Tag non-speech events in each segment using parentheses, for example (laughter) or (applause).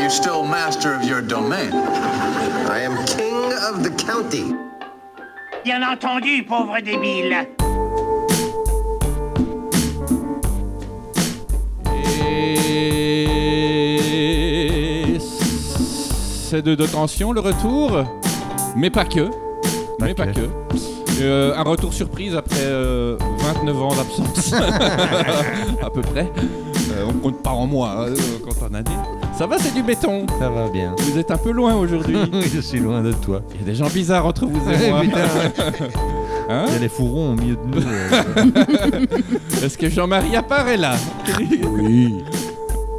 you still master of your domain? I am king of the county. Bien entendu, pauvre débile. Et c'est de, de tension le retour, mais pas que. mais Pas pas que. que. Euh, un retour surprise après euh, 29 ans (laughs) d'absence, à peu près. Euh, on compte pas en mois hein, euh, quand on a dit. Ça va, c'est du béton. Ça va bien. (laughs) Vous êtes un peu loin aujourd'hui. je suis loin de toi. Il y a des gens bizarres entre vous (laughs) et moi. Putain, Hein il y a les fourrons au milieu de nous. euh, Est-ce que Jean-Marie apparaît là Oui.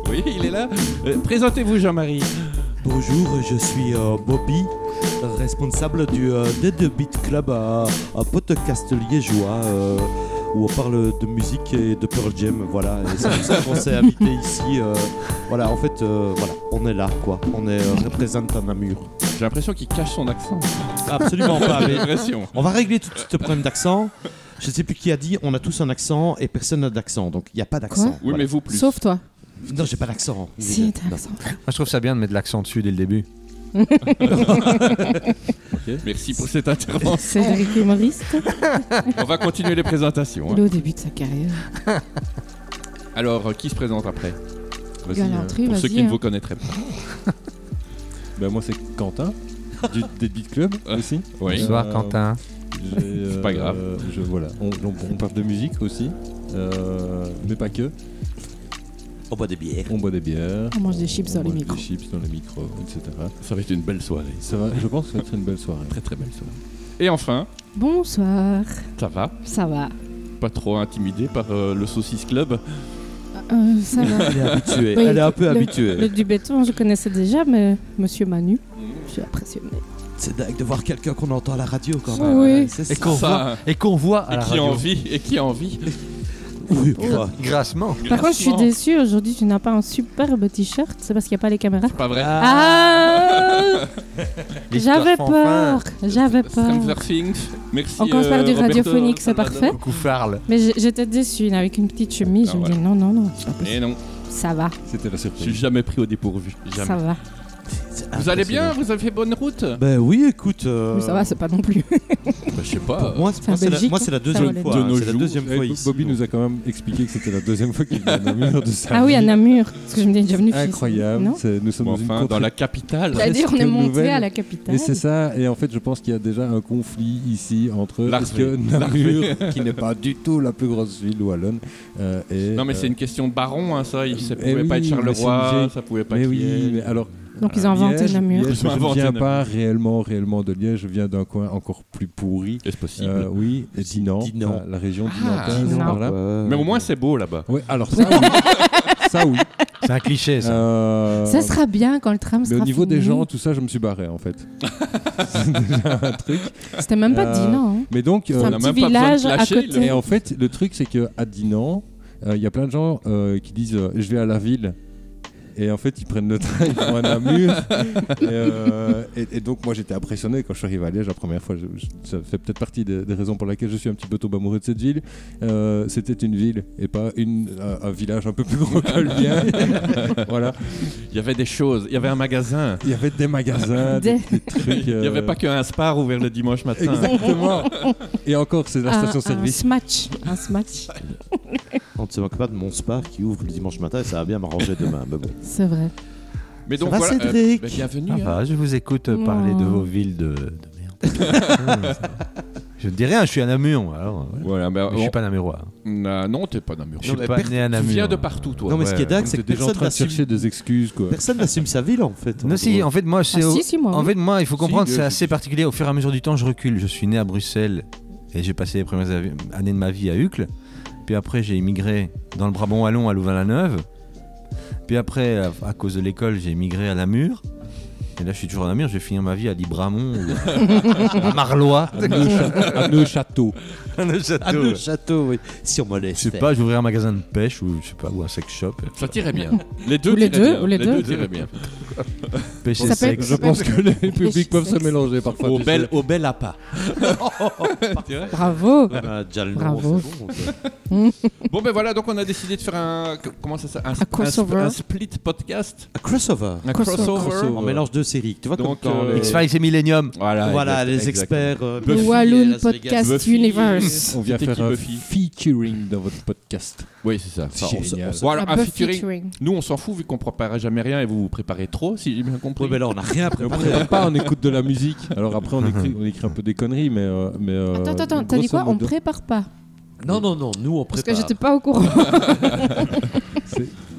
Oui, il est là. Euh, Présentez-vous, Jean-Marie. Bonjour, je suis euh, Bobby, responsable du euh, Dead Beat Club, euh, un podcast liégeois euh, où on parle de musique et de Pearl Jam. Voilà, et c'est pour ça qu'on s'est (laughs) invité ici. euh, voilà, en fait, euh, voilà, on est là, quoi. On est euh, représentant Namur. J'ai l'impression qu'il cache son (laughs) accent. Absolument pas, (laughs) J'ai mais l'impression. on va régler tout de suite le problème d'accent. Je ne sais plus qui a dit, on a tous un accent et personne n'a d'accent, donc il n'y a pas d'accent. Oui, mais vous plus. Sauf toi. mais... Non, j'ai pas d'accent. hein. Si, t'as Non. raison. Moi, je trouve ça bien de mettre de l'accent dessus dès le début. Merci pour cette intervention. Cédric humoriste. On va continuer les présentations. hein. Il est au début de sa carrière. Alors, euh, qui se présente après Vas-y, euh, Galanterie, Pour vas-y, ceux qui ne hein. vous connaîtraient pas. Ben, moi, c'est Quentin, du Deadbeat Club aussi. Oui. Bonsoir, Euh, Quentin. hein. J'ai, euh, (laughs) C'est pas grave. je, voilà. on, on- on parle de musique aussi, euh, mais pas que. On boit des bières. On boit des bières. On mange des chips dans les mange micros. Des chips dans les micros, etc. Ça va être une belle soirée. Ça va, je pense que ça va être une belle soirée. Très très belle soirée. Et enfin, Bonsoir. ça va Ça va. Pas trop intimidé par euh, le Saucisse Club Euh, ça va. Elle est habituée. (laughs) Oui, (laughs) Elle est un peu le- habituée. Le du béton, je connaissais déjà, mais Monsieur Manu, je suis impressionné. C'est dingue de voir quelqu'un qu'on entend à la radio quand Oui. même. Ah Ouais, c'est ça. Et qu'on voit, Ça. et qu'on voit à Et la qui a radio. envie Et qui a envie Oui, quoi. Grassement. (laughs) Par contre, je suis Grassement. déçu aujourd'hui, tu n'as pas un superbe t-shirt, c'est parce qu'il n'y a pas les caméras. Pas vrai. Ah, Ah J'avais peur, j'avais peur. Surfing. Merci. euh, On commence par du radiophonique, c'est parfait. Coucou Farle. Mais j'ai- j'étais déçue, il avec une petite chemise, Ah, je me voilà. dis non, non, non, c'est pas possible. Et non, ça va, C'était la je suis surprise. jamais pris au dépourvu. ça Jamais. va. Vous allez bien Vous avez fait bonne route Ben oui, écoute. euh, Mais ça va, c'est pas non plus. Je sais Pour pas. moi, c'est- en moi, c'est la, Belgique, moi, c'est la ça deuxième valait fois. le hein, coup. c'est la deuxième Eh, fois ici. Bobby nous a quand même expliqué que c'était la deuxième fois qu'il venait à Namur de sa ah oui, vie. à Namur, parce que je me dis, j'ai venu fils- Incroyable. Non C'est- Nous sommes Bon, dans une enfin, dans contrée- la capitale. C'est-à-dire, on est Presque monté nouvelle. à la capitale. Et c'est ça, et en fait je pense qu'il y a déjà un conflit ici entre Larvé. est-ce que Namur, (laughs) qui n'est pas du tout la plus grosse ville wallonne, euh, et... Non, mais c'est euh, une question de baron, hein, ça. Il, ça Eh pouvait pas oui, être mais c'est une Charleroi, vieille- ça pouvait pas Mais être. oui, Liège. mais alors... Donc, ils ont inventé Liège, Namur. Liège, Ils ont je ne inventé viens Namur. pas réellement, réellement de Liège, je viens d'un coin encore plus pourri. Est-ce possible Euh, oui, et Dinan, Dinan. la- la région Ah, dinantaise, Dinan. par là. Mais au moins, c'est beau là-bas. Ouais, alors ça, (laughs) oui. ça, oui. C'est un cliché, ça. Euh, Ça sera bien quand le tram Mais sera au niveau des fini. gens, tout ça, je me suis barré en fait. (laughs) c'est déjà un truc. C'était même pas Euh, dit non. hein. Mais donc, C'est euh, un n'a petit même pas besoin de village à lâcher, le- côté. Et en fait, le truc, c'est que à Dinan, euh, il y a plein de gens euh, qui disent euh, je vais à la ville. Et en fait, ils prennent le train, ils vont à (laughs) Namur. et, euh, et- et donc, moi, j'étais impressionné quand je suis arrivé à Liège la première fois. Je- je- ça fait peut-être partie des, des raisons pour lesquelles je suis un petit peu tombé amoureux de cette ville. Euh, C'était une ville et pas une, un, un village un peu plus gros (laughs) que le mien. voilà. Il y avait des choses. Il y avait un magasin. Il y avait des magasins, des, Des- des trucs. Il n'y euh, avait pas qu'un spar ouvert le dimanche matin. Exactement. (laughs) Et encore, c'est la Un- Un station-service. smash. Un smash. On ne se moque pas de mon spa qui ouvre le dimanche matin et ça va bien m'arranger demain. Mais bon. C'est vrai. Mais donc va, voilà. euh, Cédric ben, bienvenue. Ah hein. bah, je vous écoute euh, parler de vos villes de, de merde. Hum, (laughs) ça va. je ne dis rien, je suis à Namur, moi, alors. voilà. Voilà, ben, bah, Mais Je suis on- pas namurois. hein. Na- Non, t'es pas d'un mur. Je suis mais pas per- né à Tu Namur. viens de hein. partout, toi. Non, mais ce ouais, qui est dingue, Donc, c'est que t'es déjà en personne train de chercher n'assume- des excuses, quoi. personne n'assume sa ville en fait. Non, en si, gros. en fait, moi, Ah, c'est. au- si, si, moi. En oui. fait, moi, il faut comprendre, Si, c'est je- assez particulier. Au fur et à mesure du temps, je recule. Je suis né à Bruxelles et j'ai passé les premières avi- années de ma vie à Uccle. Puis après, j'ai immigré dans le Brabant wallon à Louvain-la-Neuve. Puis après, à, à cause de l'école, j'ai immigré à Namur. Et là, je suis toujours à Namur. Je vais finir ma vie à Libramont ou à Marlois. à Neuchâteau. (laughs) à Ah, Neuchâteau. le château, oui. Si on me laisse. Je sais faire. pas, j'ouvrirai un magasin de pêche ou je sais pas ou un sex shop. Ça tirait bien. Les deux Ou les tiraient deux, bien. ou les deux. tiraient bien. Puis péché Ça peut sec. être- Je pense que (laughs) les publics peuvent se sexe. mélanger parfois. Au tu bel, sais. au bel appât. Bravo Ah, déjà le nom, Bravo. c'est bon, donc, euh, Bon ben voilà, donc on a décidé de faire un que- comment ça s'appelle un, un crossover. sp- un split podcast, Un crossover. un Crossover. crossover. Oh, On mélange deux séries. Tu vois, Donc, comme quand euh, les- X-Files et Millennium. Voilà, Voilà, exact- les exact. experts. euh, Buffy, Buffy, Walloon Las Vegas. Podcast Buffy. Universe. On vient C'était faire qui, un Buffy featuring dans votre podcast. Oui, c'est ça. Enfin, on s- Génial. Bon alors Ah, un Buffy featuring. featuring. Nous on s'en fout vu qu'on prépare jamais rien et vous vous préparez trop si j'ai bien compris. Ouais, mais là, on n'a rien Et on préparé. prépare pas, on écoute de la musique. Alors après, Mhm. on écrit, on écrit un peu des conneries, mais. euh, mais euh, Attends, attends, attends, t'as grosso dit quoi On modo- prépare pas Non, non, non, nous, on Parce prépare. que j'étais pas au courant.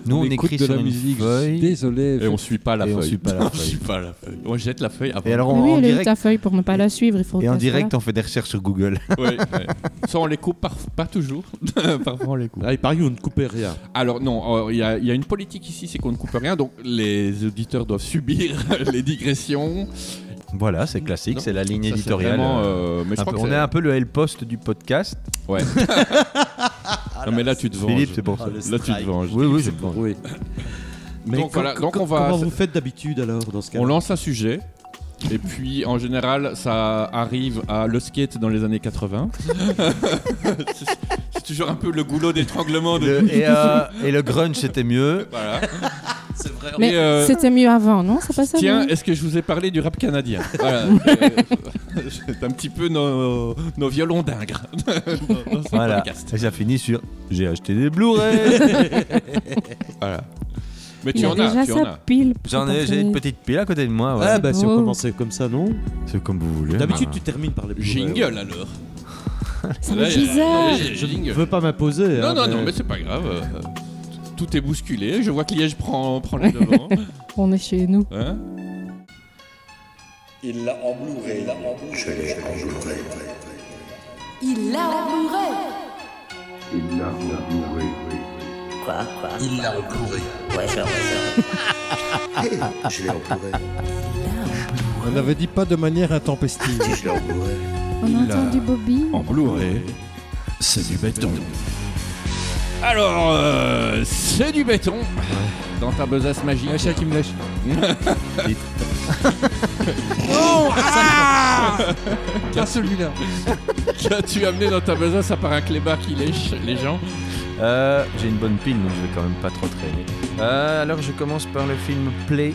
Nous, on, écoute écrit de sur la une musique. feuille. Désolé. Et on suit pas la Et on feuille. suit pas (laughs) la On feuille. suit pas la feuille. On jette la feuille avant. Et alors, Mais on- oui, en elle Ah, a eu direct, ta feuille pour ne pas la suivre. Il et faut en qu'elle soit direct, là. on fait des recherches sur Google. Ouais, ouais. Ça on les coupe par- pas toujours. (laughs) Parfois on les coupe. Ah, il paraît que vous ne coupez rien. Alors non, euh, il y, a- il y a une politique ici, c'est qu'on ne coupe rien, donc les auditeurs doivent subir (laughs) les digressions. Voilà, c'est classique, Non, c'est la ligne Ça, c'est éditoriale. vraiment, euh, euh, mais je un crois peu- que on c'est- est un peu le L-post du podcast. Ouais. non mais là tu te venges. Philippe, c'est pour ça. Ah, le Là tu te strike. venges. Oui, oui, je Oui. Donc com- voilà, com- donc on va- Comment vous faites d'habitude alors dans ce cas On lance un sujet. Et puis en général, ça arrive à le skate dans les années 80. c'est (laughs) c'est toujours un peu le goulot d'étranglement de. Le- et, euh, et le grunge, c'était mieux. Voilà. C'est vrai. Mais Et, euh, c'était mieux avant, non C'est pas ça Tiens, non est-ce que je vous ai parlé du rap canadien Voilà. Euh, c'est un petit peu nos, nos violons d'ingres dans, dans ce Voilà. podcast. Et ça finit sur J'ai acheté (laughs) des Blu-ray. Voilà. Mais Il tu a en as, déjà tu en sa as. pile. J'en ai, j'ai une petite pile à côté de moi. ouais. Ah, bah si Oh. on commençait comme ça, non C'est comme vous voulez. D'habitude, tu termines par les Blu-ray. Jingle alors. C'est Là, il y a- bizarre. il y a jingle. Je veux pas m'imposer. Non, hein, non, non, mais c'est pas grave. euh, Tout est bousculé. Je vois que Liège prend, prend les devants. On est chez nous. Hein Il l'a entouré. Je l'ai entouré. On avait dit pas de manière intempestive. (laughs) Je l'ai entouré. On a entendu Bobby. c'est du béton. Alors, euh, c'est du béton dans ta besace magique. Un chat qui me lèche. (laughs) Oh, ah Pas celui-là. Qu'as-tu amené dans ta besace à part un clébard qui lèche les gens Euh, j'ai une bonne pile, donc je vais quand même pas trop traîner. Euh, alors, je commence par le film Play.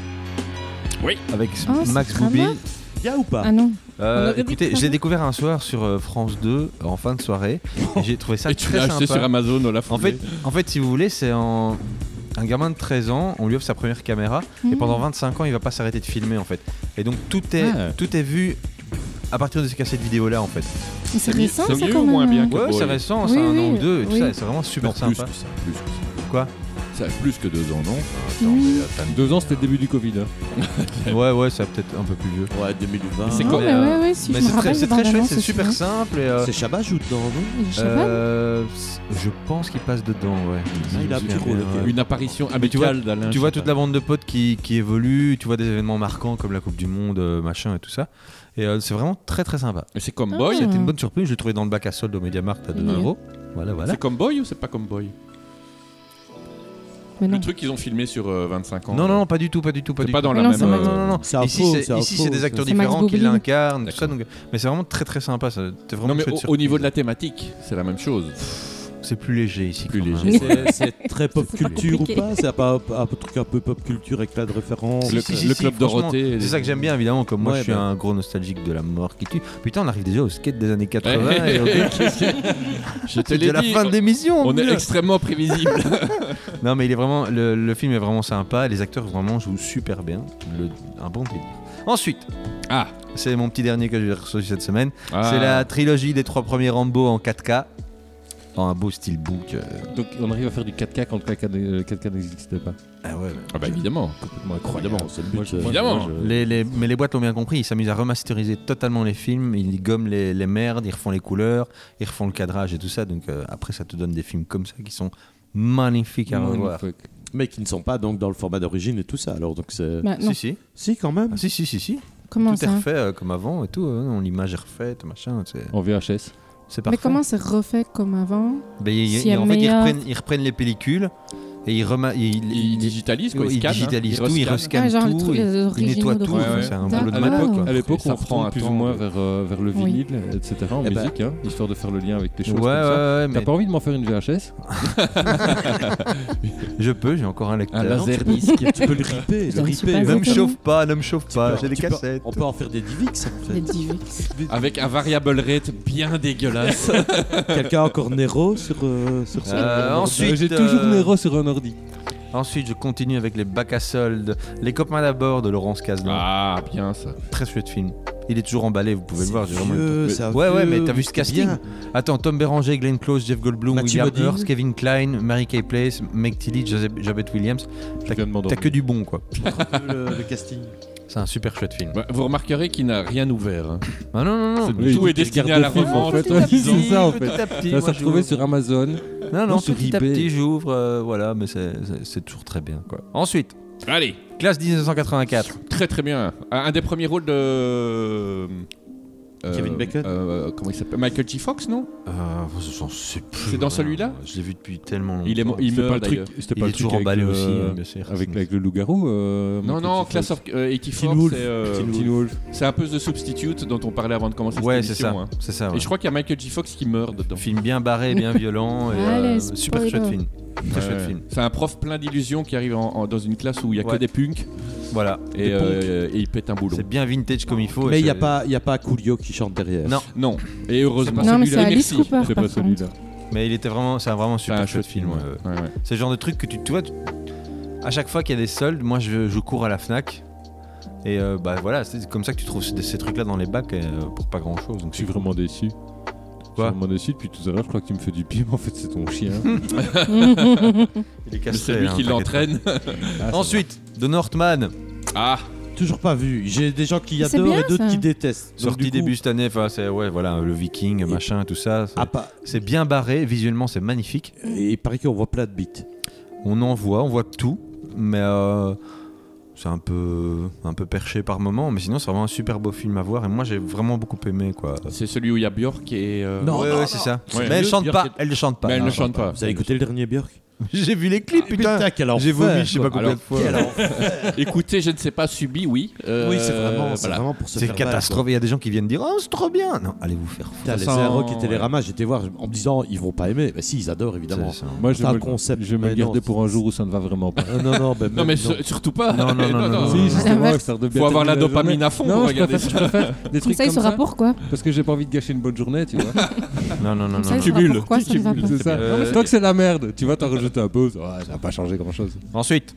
Oui. Avec Ah, c'est Max vraiment Booby. Bien ou pas Ah non. On Euh, aurait dit écoutez, que ça j'ai découvert un soir sur euh, France 2 en fin de soirée. et j'ai trouvé ça Et tu très l'as sympa. acheté sur Amazon dans la En foulée. fait, en fait, si vous voulez, c'est en... un gamin de 13 ans, on lui offre sa première caméra et Mhm. pendant 25 ans, il va pas s'arrêter de filmer en fait. Et donc tout est, Ah. tout est vu à partir de ces cassettes vidéo là en fait. Mais C'est C'est mieux- récent, c'est ça mieux quand ou moins même. bien hein. que- Ouais, Boy. c'est récent, Oui, c'est un an ou oui. deux et tout Oui. ça, et c'est vraiment super Non, plus sympa. que ça, plus que ça. Quoi Ça, Plus que deux ans, non Oui. Deux ans, c'était le début du Covid. hein. Ouais, ouais, c'est peut-être un peu plus vieux. Ouais, Bah 2020. C'est Non, quoi mais ouais, ouais, si, hein. Mais je c'est me très, rappelle c'est de très chouette, bande-annonce c'est aussi, super hein. simple Ah. et. euh, C'est Chabat joue dedans, (laughs) non Et Je sais pas. euh, c- je pense qu'il passe dedans, ouais. Ah, il a un petit rôle, ok. Ouais. Une apparition tu vois- amicale d'Alain. Tu vois toute la bande de potes qui, qui évolue, tu vois des événements marquants comme la Coupe du Monde, euh, machin et tout ça. Et euh, c'est vraiment très très sympa. Et C'est comme Boy Ah. C'était une bonne surprise, je l'ai trouvé dans le bac à solde au Mediamarkt à 2 Yeah. euros. Voilà, voilà. C'est comme Boy ou c'est pas comme Boy Mais non. Le truc qu'ils ont filmé sur euh, 25 ans. Non, non, non, pas du tout, pas du tout, pas C'est du pas tout. dans la Non, même. c'est Non, Max- euh, non, non, non. C'est un Ici, faux, c'est- c'est un ici, faux, c'est des ça. acteurs C'est Max différents qui Boublil. l'incarnent, tout ça. donc- Mais c'est vraiment très très sympa. ça. C'était vraiment Non, une mais chouette au- au, surprise. niveau de la thématique, c'est la même chose. C'est plus léger ici. Plus quand même. léger. C'est- C'est très pop C'est culture ou compliqué. pas C'est pas un, un truc un peu pop culture avec là de référence Si, Le- si, si, le si, club franchement, Dorothée et (laughs) C'est les- ça que j'aime bien, évidemment. Comme moi, Ouais, je suis bah. un gros nostalgique de la mort qui tue. Putain, on arrive déjà au skate des années 80. (laughs) et (laughs) au- Qu'est-ce que- Je te C'est l'ai de la dit, fin de l'émission. On est putain. extrêmement (laughs) prévisible. Non, mais il est vraiment. Le, le film est vraiment sympa. Les acteurs vraiment jouent super bien. Le- un bon délire. Ensuite, Ah, c'est mon petit dernier que j'ai reçu cette semaine. Ah. C'est la trilogie des trois premiers Rambo en 4K. En un beau style book. euh, Donc on arrive à faire du 4K quand le 4K n- le 4K n'existait pas. ah ouais, Ah bah évidemment. Complètement incroyable. Évidemment, c'est le but. Moi, euh, je- moi, Évidemment. je- Les- les- mais les boîtes l'ont bien compris, ils s'amusent à remasteriser totalement les films, ils gomment les, les merdes, ils refont les couleurs, ils refont le cadrage et tout ça. Donc euh, après, ça te donne des films comme ça qui sont magnifiques à revoir. Magnifique. Mais qui ne sont pas donc dans le format d'origine et tout ça. Alors donc c'est. Bah, non. Si si. Si quand même. Ah, si, si, si, si. Comment tout est ça refait euh, comme avant et tout. euh, non, L'image est refaite, machin. C'est, En VHS. c'est parfait. Mais comment c'est refait comme avant Ben, y- y- s'il y a En fait, ils meilleur- reprennent, ils reprennent les pellicules. Et il, rema- il, Il, il- digitalise quoi, il il, scanne, hein, digitalise tout, il rescanne. rescanne Ah, genre les tout, trucs, il- les il originaux nettoie de tout. France. enfin, C'est un Ouais, ouais. boulot de À malade. l'époque- quoi. À l'époque, Ça on prend reprend un plus temps, ou moins ouais. vers, euh, vers le Oui. vinyle, etc. En Eh ben- musique, hein, histoire de faire le lien avec des Ouais, choses ouais, comme ça. ouais, T'as mais pas envie de m'en faire une VHS je peux, j'ai encore un lecteur. Un laser disque Tu peux le (laughs) ripper, Putain, le je suis ripper. pas Ne me Exactement. chauffe pas, ne me chauffe pas, peux- Bah, j'ai des tu peux- cassettes. On peut en faire des divix en Les fait. divx. avec un variable rate bien dégueulasse. Quelqu'un a encore Nero sur, euh, sur ça Euh, ensuite, J'ai euh, toujours Nero sur un ordi. Ensuite, je continue avec les bacs à soldes, les copains d'abord de Laurence Casdan. ah, bien ça. Très chouette film. Il est toujours emballé, vous pouvez le voir. j'ai vraiment eu le temps. vieux, ça, Ouais, ouais, vieux, mais t'as vu ce c'est casting bien. Attends, Tom Béranger, Glenn Close, Jeff Goldblum, Matthew William Modine. Hurst, Kevin Klein, Mary Kay Place, Meg Tilly, Joseph, Jabet Williams. Je viens de T'as m'endormir. que du bon, quoi. le, le casting. C'est un super chouette film. Bah, vous remarquerez qu'il n'a rien ouvert. hein. Ah non, non, non. C'est- Oui, Tout est tu destiné regardes à la le film, revente, en fait. Ouais, C'est ça en fait. Petit à petit, Ça moi, s'est retrouvé j'ouvre. sur Amazon. Non, ou non, sur petit à eBay. petit, j'ouvre. euh, voilà, mais c'est- c'est c'est toujours très bien, quoi. Ensuite, Allez, classe 1984. très très bien. Un un des premiers rôles de. euh, Kevin Bacon euh, Comment il s'appelle Michael G. Fox, non Euh, j'en sais plus. C'est dans hein. celui-là Je l'ai vu depuis tellement longtemps. Il est mo- C'était meurt, pas le truc. d'ailleurs. C'était Il pas est le truc toujours avec emballé le- aussi, hein, bien sûr. Avec avec le loup-garou. euh, Non, Michael non, J. Class of euh, 84, Teen Wolf. c'est, euh, Teen Wolf. c'est un peu The Substitute dont on parlait avant de commencer Ouais, c'est cette ça. émission. hein. C'est ça. Et je crois qu'il y a Michael G. Fox qui meurt dedans. Film bien (laughs) barré, bien violent. et, Allez, euh, spoiler. super chouette film. Très Ouais, chouette ouais. film. Euh, C'est un prof plein d'illusions qui arrive en- en- dans une classe où il y a Ouais. que des punks Voilà. et, euh, et il pète un boulon. C'est bien vintage comme il faut. Mais et il n'y a, c'est- pas- y a pas Coolio qui chante derrière. Non. Non, et heureusement. Non, mais c'est celui-là. Et Alice merci. Cooper. C'est par pas contre. hein. celui-là. Mais il était vraiment, c'est un vraiment C'est super un chouette film. euh, ouais. Ouais, ouais. C'est le genre de truc que tu, tu vois, tu- à chaque fois qu'il y a des soldes, moi je, je cours à la Fnac. Et euh, bah voilà, c'est comme ça que tu trouves ces, ces trucs-là dans les bacs euh, pour pas grand-chose. Donc Je suis c'est- vraiment déçu. Quoi je suis vraiment déçu depuis tout à l'heure. Je crois que tu me fais du pire. mais (laughs) En fait, c'est ton chien. il est Mais castré, C'est lui hein, qui t'inquiète l'entraîne. Ah, pas. Ensuite, de Northman, Ah, Toujours pas vu. J'ai des gens qui C'est adorent bien, et d'autres ça. qui détestent. Donc, sorti du coup, début cette année. Enfin, c'est ouais, voilà, le Viking, machin, tout ça. c'est- ah, pas- C'est bien barré, visuellement c'est magnifique. et il paraît qu'on voit plein de bites. Ah, On en voit, on voit tout, mais euh, c'est un peu, un peu perché par moment. Mais sinon, c'est vraiment un super beau film à voir. Et moi, j'ai vraiment beaucoup aimé, quoi. Euh, c'est celui où il y a Björk et. euh, Non, ouais, ouais, c'est ça. Ouais. Mais elle Mieux, chante dire pas, qu'elle- elle ne chante pas. Mais elle Non, ne chante chante pas. Vous avez écouté le dernier Björk pas. (laughs) J'ai vu les clips, putain. Ah, quel enfer. J'ai vomi, je sais pas combien Alors, de fois. Quel enfer. Écoutez, je ne sais pas, subi, oui. Euh, Oui, c'est vraiment, c'est voilà. vraiment pour se C'est faire mal, quoi. catastrophe. Il y a des gens qui viennent dire Oh, c'est trop bien. Non, allez vous faire foutre. Putain, les Ça sent- Zéro qui Télérama, j'étais voir en me disant ils vont pas aimer. Bah si, ils adorent évidemment. C'est ça. (laughs) Moi, je C'est un vais me, concept, je vais me mais le garder non, pour un jour où ça ne va vraiment pas. Euh, non, non, bah, Non, même mais ce- surtout pas. Non, (laughs) non, non, non, non. Si, justement, vache. ça redevient Ah, Faut avoir la tellement dopamine journée. à fond Non, pour je regarder préfère, je préfère des Comme trucs ça, il comme saura ça, pourquoi. parce que j'ai pas envie de gâcher une bonne journée, tu vois. Non, non, non, Comme ça, non. il saura Cumule. pourquoi ça ne va pas. C'est ça. Euh, Toi que c'est la merde, tu vois, t'en rejeté un peu, ça ouais, ça va pas changer grand chose. Ensuite,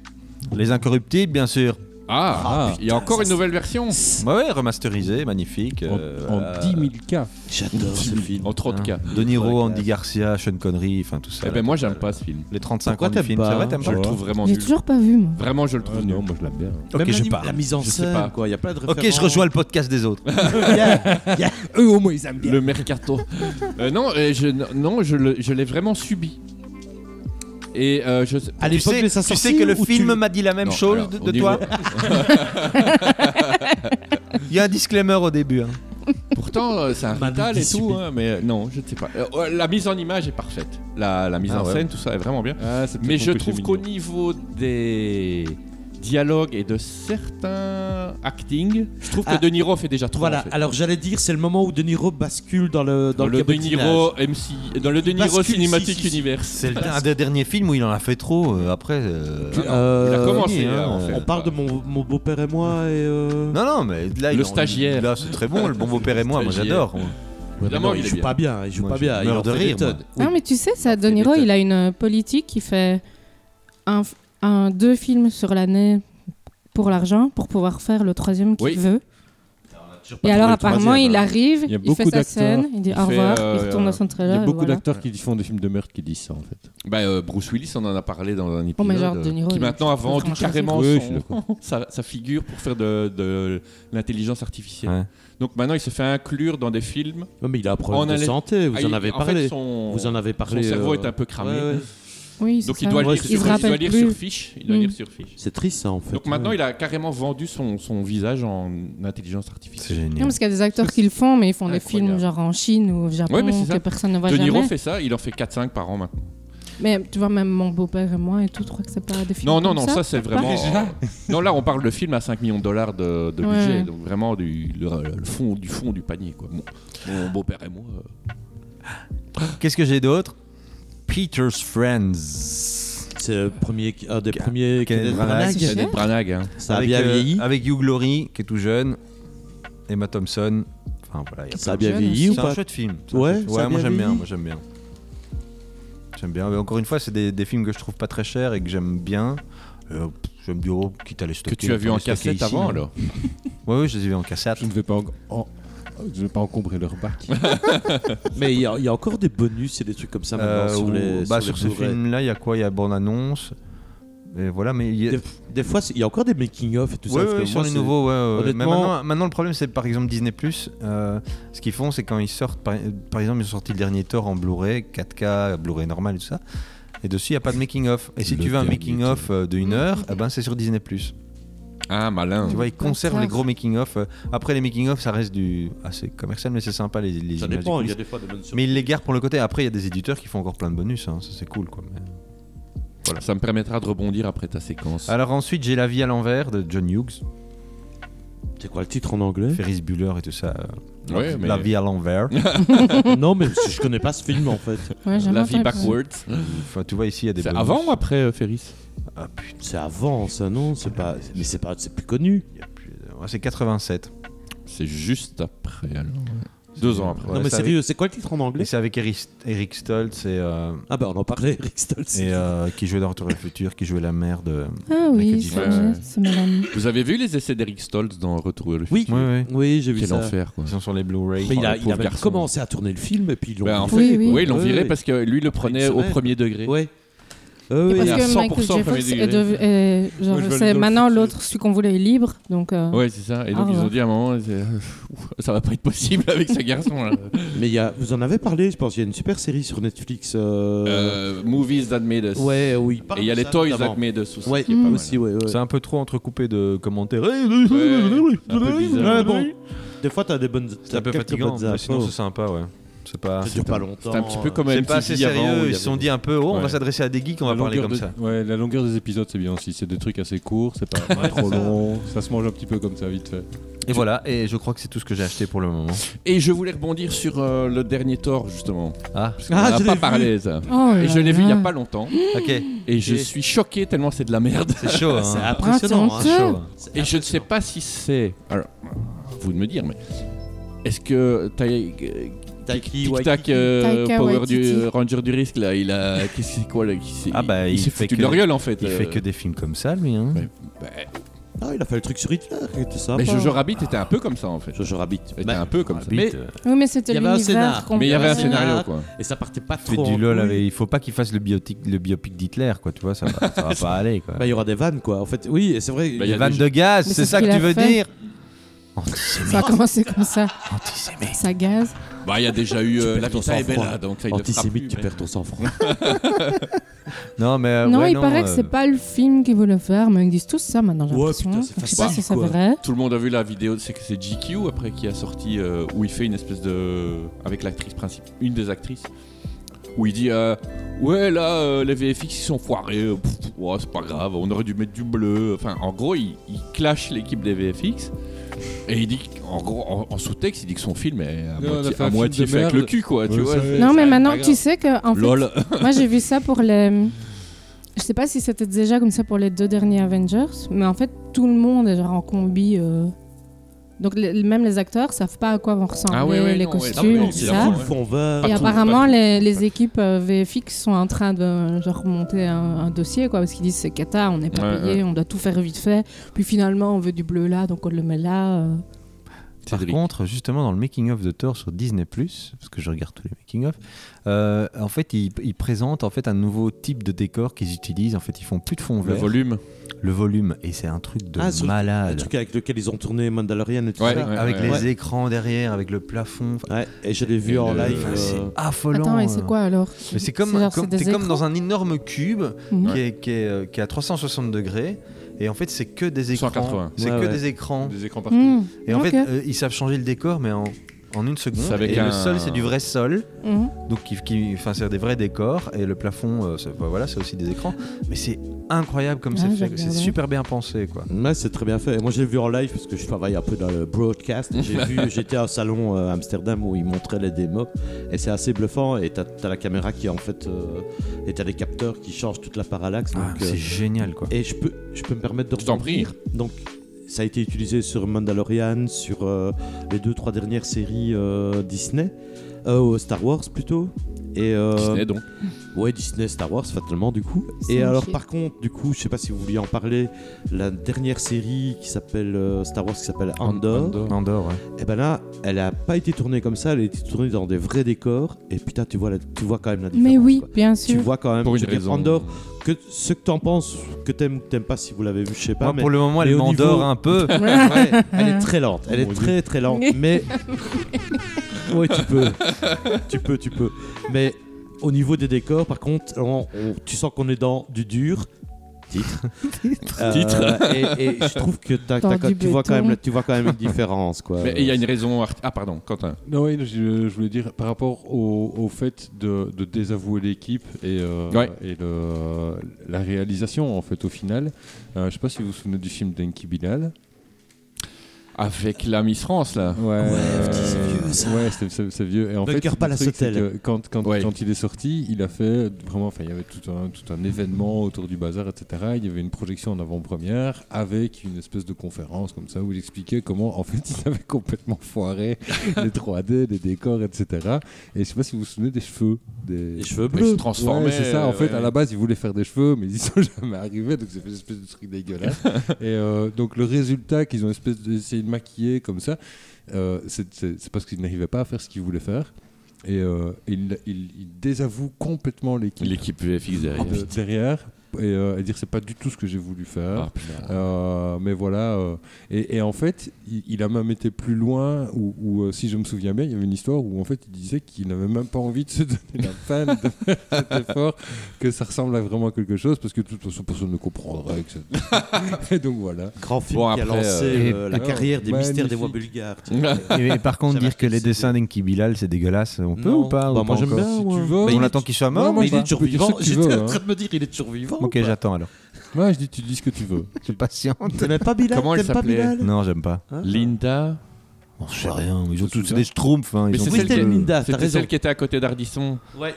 Les Incorruptibles, bien sûr. Ah, Ah, il y a encore une nouvelle version. Ouais, ouais, remasterisé, magnifique. En, euh, en euh, 10 000 cas. J'adore ce film. En trop de hein. cas. De Niro, Andy Garcia, Sean Connery, enfin tout ça. Eh là. ben, moi, j'aime pas ce film. Les 35 ans Pourquoi du t'aimes film. pas C'est vrai, Ah, t'aimes Je pas le Je trouve vraiment J'ai nul. toujours pas vu, moi. Vraiment, je le trouve Ah nul. non, moi je l'aime bien. Ok, Même la je mi- pars. La mise en Je sais scène, pas. quoi. Il y a plein de Ok, je rejoins le podcast des autres. (laughs) Eux au moins ils aiment bien. Le (laughs) mercato. Euh, non, euh, je, non, je le- je l'ai vraiment subi. Et euh, je. À Tu l'époque sais, de sa tu sortie, sais que le ou tu- film m'a dit la même Non, chose alors, de, au de niveau- toi (laughs) Il y a un disclaimer au début. hein. Pourtant, euh, c'est un M'a dit rital d'y et tout, subir. hein, mais euh, non, je ne sais pas. Euh, ouais, la mise en image est parfaite. La, la mise Ah en ouais. scène, tout ça est vraiment bien. Ah, c'est peut-être Mais je pour que trouve c'est qu'au mignon. niveau des dialogues et de certains acting, je trouve Ah. que De Niro fait déjà trop. Voilà, en fait. alors j'allais dire, c'est le moment où De Niro bascule dans le dans dans, le De cabotinage. Niro MC, dans le De Niro Bascule, Cinematic si, si, si. Universe. C'est le- un des derniers films où il en a fait trop. euh, après. euh, Il a Euh, commencé oui, à en hein, faire. On parle de mon, mon beau-père et moi et. Euh... Non, non, mais là. il Le en- stagiaire. Là, c'est très bon. Le bon beau-père et moi, moi Stagiaire. j'adore. Évidemment, Non, il il est joue bien. pas bien, il joue Moi, pas je bien. Il meurs en de fait des rire, moi. tonnes. Non, mais tu sais, ça, De des Niro, tas. il a une euh, politique qui fait un, f- un- deux films sur l'année pour l'argent, pour pouvoir faire le troisième qu'il Oui. veut. pas Et trouvé alors, le apparemment, troisième, il hein. arrive, Il y il, a beaucoup fait sa d'acteurs. scène, il dit Il au fait, revoir, euh, il retourne dans son Il y trailer. a et beaucoup voilà. d'acteurs qui font des films de merde qui disent ça en fait. Bah, euh, Bruce Willis, on en a parlé dans un épisode. Bon, mais genre, euh, De Niro, qui il- maintenant a il faut vendu franchir. carrément Oui, son- je suis d'accord. (laughs) sa, sa figure pour faire de, de l'intelligence artificielle. Ouais. Donc maintenant, il se fait inclure dans des films. Non, mais il a un On problème de allait- santé, vous Ah, en il- avez en parlé. fait, son- Vous en avez Son parlé. cerveau euh, est un peu cramé. ouais, ouais. Oui, Donc c'est il ça. doit, Ouais, lire, c'est ça. sur, il Il se doit rappelle lire sur plus. fiche. Il doit Mm. lire sur fiche. C'est triste ça en fait. euh, Donc maintenant, ouais. il a carrément vendu son, son visage en intelligence artificielle. C'est Non, génial. parce qu'il y a des acteurs qui le font, mais ils font des Incroyable. films genre en Chine ou au Japon Ouais, mais c'est ça. que personne ne voit De Niro jamais. fait ça, il en fait 4-5 par an maintenant. Mais tu vois, même mon beau-père et moi et tout, je crois que c'est pas des films. Non, non, comme non, ça, ça, c'est vraiment. euh, non, là, on parle de film à 5 millions de dollars de, de Ouais. budget, donc vraiment du, le, le fond, du fond du panier. Quoi. Mon, mon beau-père et moi. euh, Qu'est-ce que j'ai d'autre Peter's Friends. C'est le premier, un des premiers Kenneth Kenneth Branagh. Branagh. C'est cher. Kenneth Branagh. hein. Ça a avec, bien euh, vieilli. Avec Hugh Laurie, qui est tout jeune. Emma Thompson. Enfin, voilà, il y a Ça plein a de- bien jeune vieilli ou C'est un pas chouette film. C'est un Ouais, chouette- ça a ouais moi bien j'aime bien. vieilli. Moi j'aime bien. J'aime bien. Mais encore une fois, c'est des, des films que je trouve pas très chers et que j'aime bien. Euh, pff, je me dis, oh, quitte à les Que stocker. tu as vu autant en les stocker cassette ici, avant, hein. alors. Ouais, oui, je les ai vus en cassette. Je ne vais pas, en- en- je vais pas encombrer leur bac. Mais il y, a- il y a encore des bonus et des trucs comme ça maintenant Euh, sur ou- les. bah, sur sur les ce Blu-ray. film-là, il y a quoi Il y a bande-annonce. Et voilà, mais il y a. Des, des fois, c'est- il y a encore des making-of et tout Ouais, ça. parce ouais, que sur moi, les c'est- nouveaux, ouais, ouais, ouais. Mais honnêtement- maintenant, maintenant, le problème, c'est par exemple Disney euh, ce qu'ils font, c'est quand ils sortent, par, euh, par exemple, ils ont sorti le dernier Thor en Blu-ray, 4K, Blu-ray normal et tout ça. Et dessus, il n'y a pas de making-of. Et si Le tu veux un dernier making-of euh, Mm. de une heure, eh ben, c'est sur Disney Ah, malin. Tu vois, ils conservent D'accord. les gros making-of. euh. Après, les making-of, ça reste du assez commercial, mais c'est sympa les, les Ça images dépend, du il y a coup. des fois des bonnes Mais ils les gardent pour le côté. Après, il y a des éditeurs qui font encore plein de bonus. hein. Ça, c'est cool, quoi. mais- Voilà, ça me permettra de rebondir après ta Ah, séquence. Alors ensuite, j'ai La vie à l'envers de John Hughes, C'est quoi le titre en anglais Ferris Bueller et tout ça. euh. Ouais, La mais- vie à l'envers. Non, mais parce que je connais pas ce film en fait. Ouais, j'ai La entendu vie ça. backwards. Enfin, tu vois ici, il y a des. C'est bonus. avant ou après euh, Ferris Ah, putain, C'est avant, ça non C'est pas. Mais c'est pas. C'est plus connu. il y a plus- ouais, c'est 87. C'est juste après, alors. Deux ans après. Ouais, non mais ça sérieux, c'est quoi le titre en Et anglais c'est avec Eric, Eric Stoltz et, euh, Ah bah on en parlait, (laughs) Rick Stoltz. et, euh, qui jouait dans Retour vers le futur, qui jouait la mère de. Ah Michael oui, c'est Jackson. vrai, c'est madame. Vous avez vu les essais d'Eric Stoltz dans Retour vers le Oui, Ouais, ouais. oui, j'ai vu Quel ça. enfer, quoi. Ils sont sur les Blu-ray. Mais il Oh, a, le il pauvre avait garçon. commencé à tourner le film et puis ils l'ont. Ben, en fait, Oui, oui. ouais, ils l'ont Ouais, viré ouais. parce que lui le prenait Une au semaine. premier degré. Ouais. Et il y a parce que 100% premier Michael Jeffers degré. est devenu- est- euh, genre, Moi, je vais c'est aller dans le maintenant futur. l'autre, celui qu'on voulait est libre, donc. euh, Ouais, c'est ça. Et donc Ah, ils ont ouais. dit à un moment, c'est- Ouh, ça va pas être possible avec ce garçon. Là. Mais il y a, vous en avez parlé, je pense. Il y a une super série sur Netflix. euh, Euh, movies that made us. Ouais, euh, oui. Et il y a les toys that made us aussi. Ouais, Mm. qui est pas mal. (laughs) aussi, ouais, ouais. C'est un peu trop entrecoupé de commentaires. c'est un peu bizarre. Ouais, bon. Des fois, t'as des bonnes. C'est un peu fatigant, mais sinon c'est sympa, ouais. C'est pas. Ça dure pas longtemps. C'est un petit peu comme C'est MTV pas assez avant, où il y sérieux. Ils avait- se sont dit un peu, oh, on va Ouais. s'adresser à des geeks, on La va parler longueur comme de- ça. Ouais, la longueur des épisodes, c'est bien aussi. C'est des trucs assez courts, c'est (laughs) pas, pas trop long. Ça se mange un petit peu comme ça, vite fait. Et voilà. Et je crois que c'est tout ce que j'ai acheté pour le moment. Et je voulais rebondir sur euh, le dernier Thor justement. Ah, Parce qu'on en a pas parlé ça. Oh Et là je l'ai vu il y a là. pas longtemps. ok. Et je Ok. suis choqué tellement c'est de la merde. (laughs) C'est chaud. hein. C'est impressionnant, impressionnant. Ah, c'est hein. honteux. Et je ne sais pas si c'est. Alors, vous de me dire, mais. Est-ce que Taï- Taiki, Tic Tac Waikiki. euh, Taika Power Waititi. du euh, Ranger du risque là, il a. Qu'est-ce que c'est quoi là qui s'est- Ah bah, il s'est fait foutu que- de leur gueule en fait. Il euh. fait que des films comme ça, lui. Hein. Ouais. Bah, Ah, il a fait le truc sur Hitler et tout ça. mais Jojo Rabbit était un peu comme ça en fait. Jojo Rabbit. bah. Était Mais- un peu comme ça. Mais, Mais, Oui, mais c'était Il y avait un l'univers scénar. qu'on mais il y avait un Ouais. scénario quoi. Et ça partait pas trop. fait du en lol. couille. avec- Il faut pas qu'il fasse le biopic, le biopic d'Hitler, quoi. Tu vois, ça va, (laughs) ça va pas aller, quoi. Bah, il y aura des vannes, quoi. En fait, oui, et c'est vrai. Bah, il y Les a vannes des- Oh, de gaz, Mais c'est c'est ça ce que qu'il tu a veux fait. dire Ça a commencé comme ça, Antisémite. ça gaze. Bah il y a déjà eu Tu euh, perds La ton Vita est sang-froid. Bella, donc ça il le fera plus, Antisémite, tu mais- perds ton sang-froid. Non, mais euh, non, ouais, il paraît que euh, c'est pas le film qu'ils voulaient faire, mais ils disent tous ça maintenant, j'ai Ouais, l'impression. putain, c'est Donc, Je sais pas facile, si c'est quoi. vrai. Tout le monde a vu la vidéo, c'est que c'est GQ après qui a sorti euh, où il fait une espèce de avec l'actrice principale, une des actrices où il dit euh, ouais là euh, les VFX ils sont foirés, euh, pff, pff, ouais, c'est pas grave, on aurait dû mettre du bleu. Enfin en gros il, il clash l'équipe des VFX et il dit qu'- en gros en, en sous-texte il dit que son film est à moitié, Ouais, on a fait un à film moitié de fait avec le merde. cul quoi, tu Ouais, vois. ça, c'est- Non, c'est mais pas maintenant grave. tu sais que en fait, lol. moi j'ai vu ça pour les. Je sais pas si c'était déjà comme ça pour les deux derniers Avengers, mais en fait tout le monde est genre en combi. euh, Donc les- même les acteurs savent pas à quoi vont ressembler Ah ouais, ouais, les non, ouais, costumes, non, mais tout c'est ça. la le fond vert. Pas Et tout, apparemment, pas tout. les, les équipes euh, VFX sont en train de euh, genre, monter un, un dossier, quoi, parce qu'ils disent c'est cata, on n'est pas Ouais, payé, on doit tout faire vite fait. Puis finalement, on veut du bleu là, donc on le met là. euh. Par Cédric. contre, justement, dans le making of de Thor sur Disney+, parce que je regarde tous les making of, euh, en fait, ils, ils présentent en fait un nouveau type de décor qu'ils utilisent. En fait, ils font plus de le fond vert, volume. le volume, et c'est un truc de Ah, sur- Le malade. truc avec lequel ils ont tourné Mandalorian et tout Ouais, ça. ouais. Avec les ouais. écrans derrière, avec le plafond. Enfin, Ouais, et je l'ai Et vu en le- Ah, live. Enfin, c'est euh, affolant. Attends, et c'est quoi alors Oh Mais c'est comme, genre, comme- c'est des t'es comme écrans dans un énorme cube Mhm. qui, est, qui est, euh, qui est à 360 degrés. Et en fait, c'est que des écrans. 180. C'est Ouais, que ouais. des écrans. Des écrans partout. Mmh. Et en Ok. fait, euh, ils savent changer le décor, mais en en une seconde. C'est avec et un- le sol, c'est du vrai sol. Mhm. Donc, qui, qui, enfin, c'est des vrais décors. Et le plafond, euh, c'est- bah, voilà, c'est aussi des écrans. Mais c'est incroyable comme Ah, c'est je fait. C'est regarderai. super bien pensé, quoi. Ouais, c'est Très bien fait. Et Moi, j'ai vu en live parce que je travaille un peu dans le broadcast. (laughs) J'ai vu, j'étais à un salon euh, à Amsterdam où ils montraient les démos et c'est assez bluffant. Et t'as as la caméra qui en fait euh, et t'as des capteurs qui changent toute la parallaxe. Ah, donc, euh, c'est génial, quoi. et je peux, je peux me permettre de Je t'en rebondir. Donc, ça a été utilisé sur Mandalorian, sur euh, les deux trois dernières séries euh, Disney, euh, Star Wars plutôt. Et euh, Disney donc. Ouais, Disney, Star Wars, fatalement, du coup. C'est Et un alors, chier. par contre, du coup, je sais pas si vous vouliez en parler, la dernière série qui s'appelle euh, Star Wars, qui s'appelle Andor, Andorre, ouais. et ben là, elle a pas été tournée comme ça, elle a été tournée dans des vrais décors, et putain, tu vois, la- tu vois quand même la différence. Mais oui, quoi. bien Tu sûr. vois quand même, Pour je une veux dire, raison. Andor, que, ce que t'en penses, que t'aimes ou que t'aimes pas, si vous l'avez vu, je sais pas, Moi, mais Bah, pour le moment, mais elle au m'endort niveau- un peu. (laughs) Ouais, elle est très lente, elle Mon est Dieu. très très lente, mais. (laughs) ouais, tu peux. Tu peux, tu peux. Mais au niveau des décors, par contre, on- on- tu sens qu'on est dans du dur. Titre. Euh, et, et je trouve que t'as- Dans t'as- du tu, vois quand béton. même, la- tu vois quand même une différence. Quoi. Mais il y a une raison. art- Ah pardon, Quentin. Non, oui, je, je voulais dire par rapport au, au fait de, de désavouer l'équipe et, euh, Ouais. et le- la réalisation, en fait, au final. Euh, je sais pas si vous vous souvenez du film d'Enki Bilal. Avec la Miss France là. Ouais, euh, putain, c'est vieux, ça. Ouais, c'est- c'est c'est vieux. Et en Bunker fait, le Palace truc, c'est Hotel. que Quand, quand, Ouais. quand il est sorti, il a fait vraiment. Enfin, il y avait tout un, tout un événement autour du bazar, etc. Il y avait une projection en avant-première avec une espèce de conférence comme ça où il expliquait comment, en fait, (laughs) il avait complètement foiré les 3D, les décors, etc. Et je sais pas si vous vous souvenez des cheveux. Des... Les cheveux Ils se bleus. transformaient. Ouais, c'est ça, en euh, fait, ouais, à la base, ils voulaient faire des cheveux, mais ils (laughs) y sont jamais arrivés, donc c'est fait une espèce de truc (laughs) dégueulasse. et euh, donc, le résultat qu'ils ont espèce de- essayé de maquiller comme ça, euh, c'est c'est- c'est parce qu'ils n'arrivaient pas à faire ce qu'ils voulaient faire. Et euh, ils, ils- ils désavouent complètement l'équipe L'équipe VFX derrière. de- derrière et, euh, et dire c'est pas du tout ce que j'ai voulu faire. Ah, putain. Euh, mais voilà. euh, et, et en fait, il, il a même été plus loin, où, où, euh, si je me souviens bien, il y avait une histoire où en fait il disait qu'il n'avait même pas envie de se (laughs) donner la peine de faire cet effort, que ça ressemble à vraiment quelque chose, parce que de toute façon personne ne comprendrait. Que (laughs) ça- et donc voilà. Grand film Bon, qui a après, lancé euh, euh, la Ouais, carrière des mystères des magnifique. voix bulgares. tu vois. Ouais, (laughs) Et, et par contre, Ça dire marque que les une dessins d'Enki Bilal, c'est dégueulasse, on peut Non. ou pas ou Bah, pas Moi, j'aime encore bien. Si moi. tu veux, Bah, On il est- attend qu'il soit Ouais, mort moi, ou Mais il pas est Tu toujours peux dire ce vivant. que tu J'étais veux, en train hein. de me dire, il est toujours vivant. Ok, j'attends alors. Ouais, je dis tu dis ce que tu veux. Je suis patiente. T'aimes pas Bilal Comment elle T'aimes pas s'appelait Bilal Non, j'aime pas. Hein Linda. On sait rien, ils Je ont me tous c'est souviens. des schtroumpfs. hein, ils Mais ont c'est tous Oui, celle des- c'était Linda, t'as C'était raison. celle qui était à côté d'Ardisson. Ouais.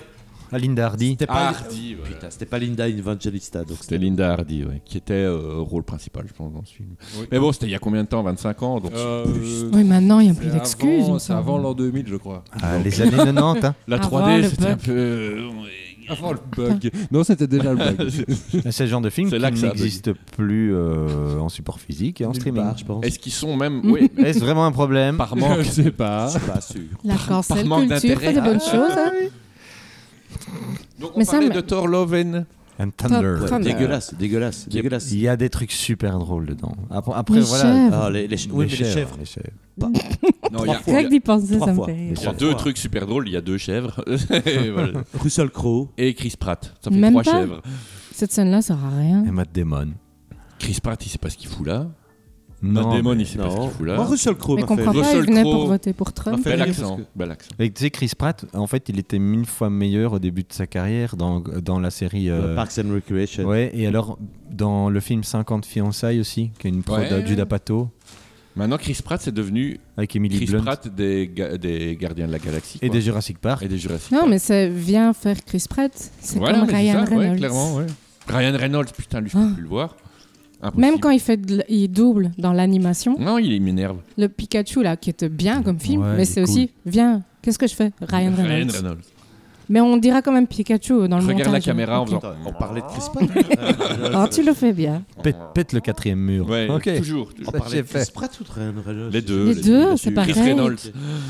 Ah, Linda Hardy. C'était pas, Hardy. voilà. Putain, c'était pas Linda Evangelista. Donc C'était Linda Hardy, ouais, qui était euh, rôle principal, je pense, dans ce film. Mais bon, c'était il y a combien de temps 25 ans, donc Oui, maintenant, il n'y a plus Euh, c'est d'excuses. il avant- me C'est semble. avant l'an 2000, je crois. Ah, les années 90, hein. la Avant 3D, le c'était un bug. peu. euh, Avant le bug. Non, c'était déjà le bug. hein. (laughs) C'est le genre de film C'est qui là que ça bug. n'existe plus euh, en support physique et en streaming. je pense. Est-ce qu'ils sont même. (laughs) Oui, Est-ce vraiment un problème par manque. je sais pas. Je suis pas sûr. La par cancel manque culture fait d'intérêt. Ah, des bonnes choses. hein. Donc on Mais ça parlait me- de Thor Loven. And Thunder. Top. Ouais, Thunder. dégueulasse, dégueulasse, dégueulasse. Il y a des trucs super drôles dedans. Après, après, Les voilà. chèvres. Ah, les, les, ch- oui, mais les chèvres. les chèvres. Oh, Non, il y a, Rien que d'y penser, Trois ça me fois. fait rire. il y a deux trucs super drôles. Il y a deux chèvres. (laughs) Et voilà. Russell Crowe. Et Chris Pratt. Ça fait Même trois pas. chèvres. Cette scène-là sert à rien. Et Matt Damon. Chris Pratt, il sait pas ce qu'il fout là. Non, Matt Damon, mais- il sait pas ce qu'il fout là. Moi, Russell Crowe Mais m'a fait. comprends pas, Oh, bah, Russell il venait Crowe. Bah, pour voter pour Trump. fait Bel rire accent. parce Bel accent. Et tu sais, Chris Pratt, en fait, il était mille fois meilleur au début de sa carrière dans, dans la série. euh, Parks and Recreation. ouais, et alors, dans le film 50 fiançailles aussi, qui est une prod Ouais. de Judah Pato, Maintenant, Chris Pratt, c'est devenu avec Emily Chris Blunt Pratt des, ga- des Gardiens de la Galaxie. et quoi. des Jurassic Park. et des Jurassic Non, Park. mais ça vient faire Chris Pratt. C'est Voilà, comme mais c'est Ryan ça, ouais, Reynolds. clairement, ouais. Ryan Reynolds, putain, lui, je peux Ah. plus le voir. Impossible. Même quand il, fait de l- il double dans l'animation, Non, il m'énerve. le Pikachu, là, qui était bien comme film, Ouais, il mais est c'est aussi, viens, qu'est-ce que je fais Ryan Reynolds. Reynolds. Mais on dira quand même Pikachu dans le Regarde montage. hein. la caméra en Ok. faisant. Attends, on parlait de Chris Pratt. Euh, Oh, tu le fais bien. Pète, pète le quatrième mur. Ouais, Ok. toujours. on toujours. Ça, parlait j'ai de Chris fait. Pratt ou de Ryan Reynolds Les deux. Les deux, c'est Chris pareil. Reynolds.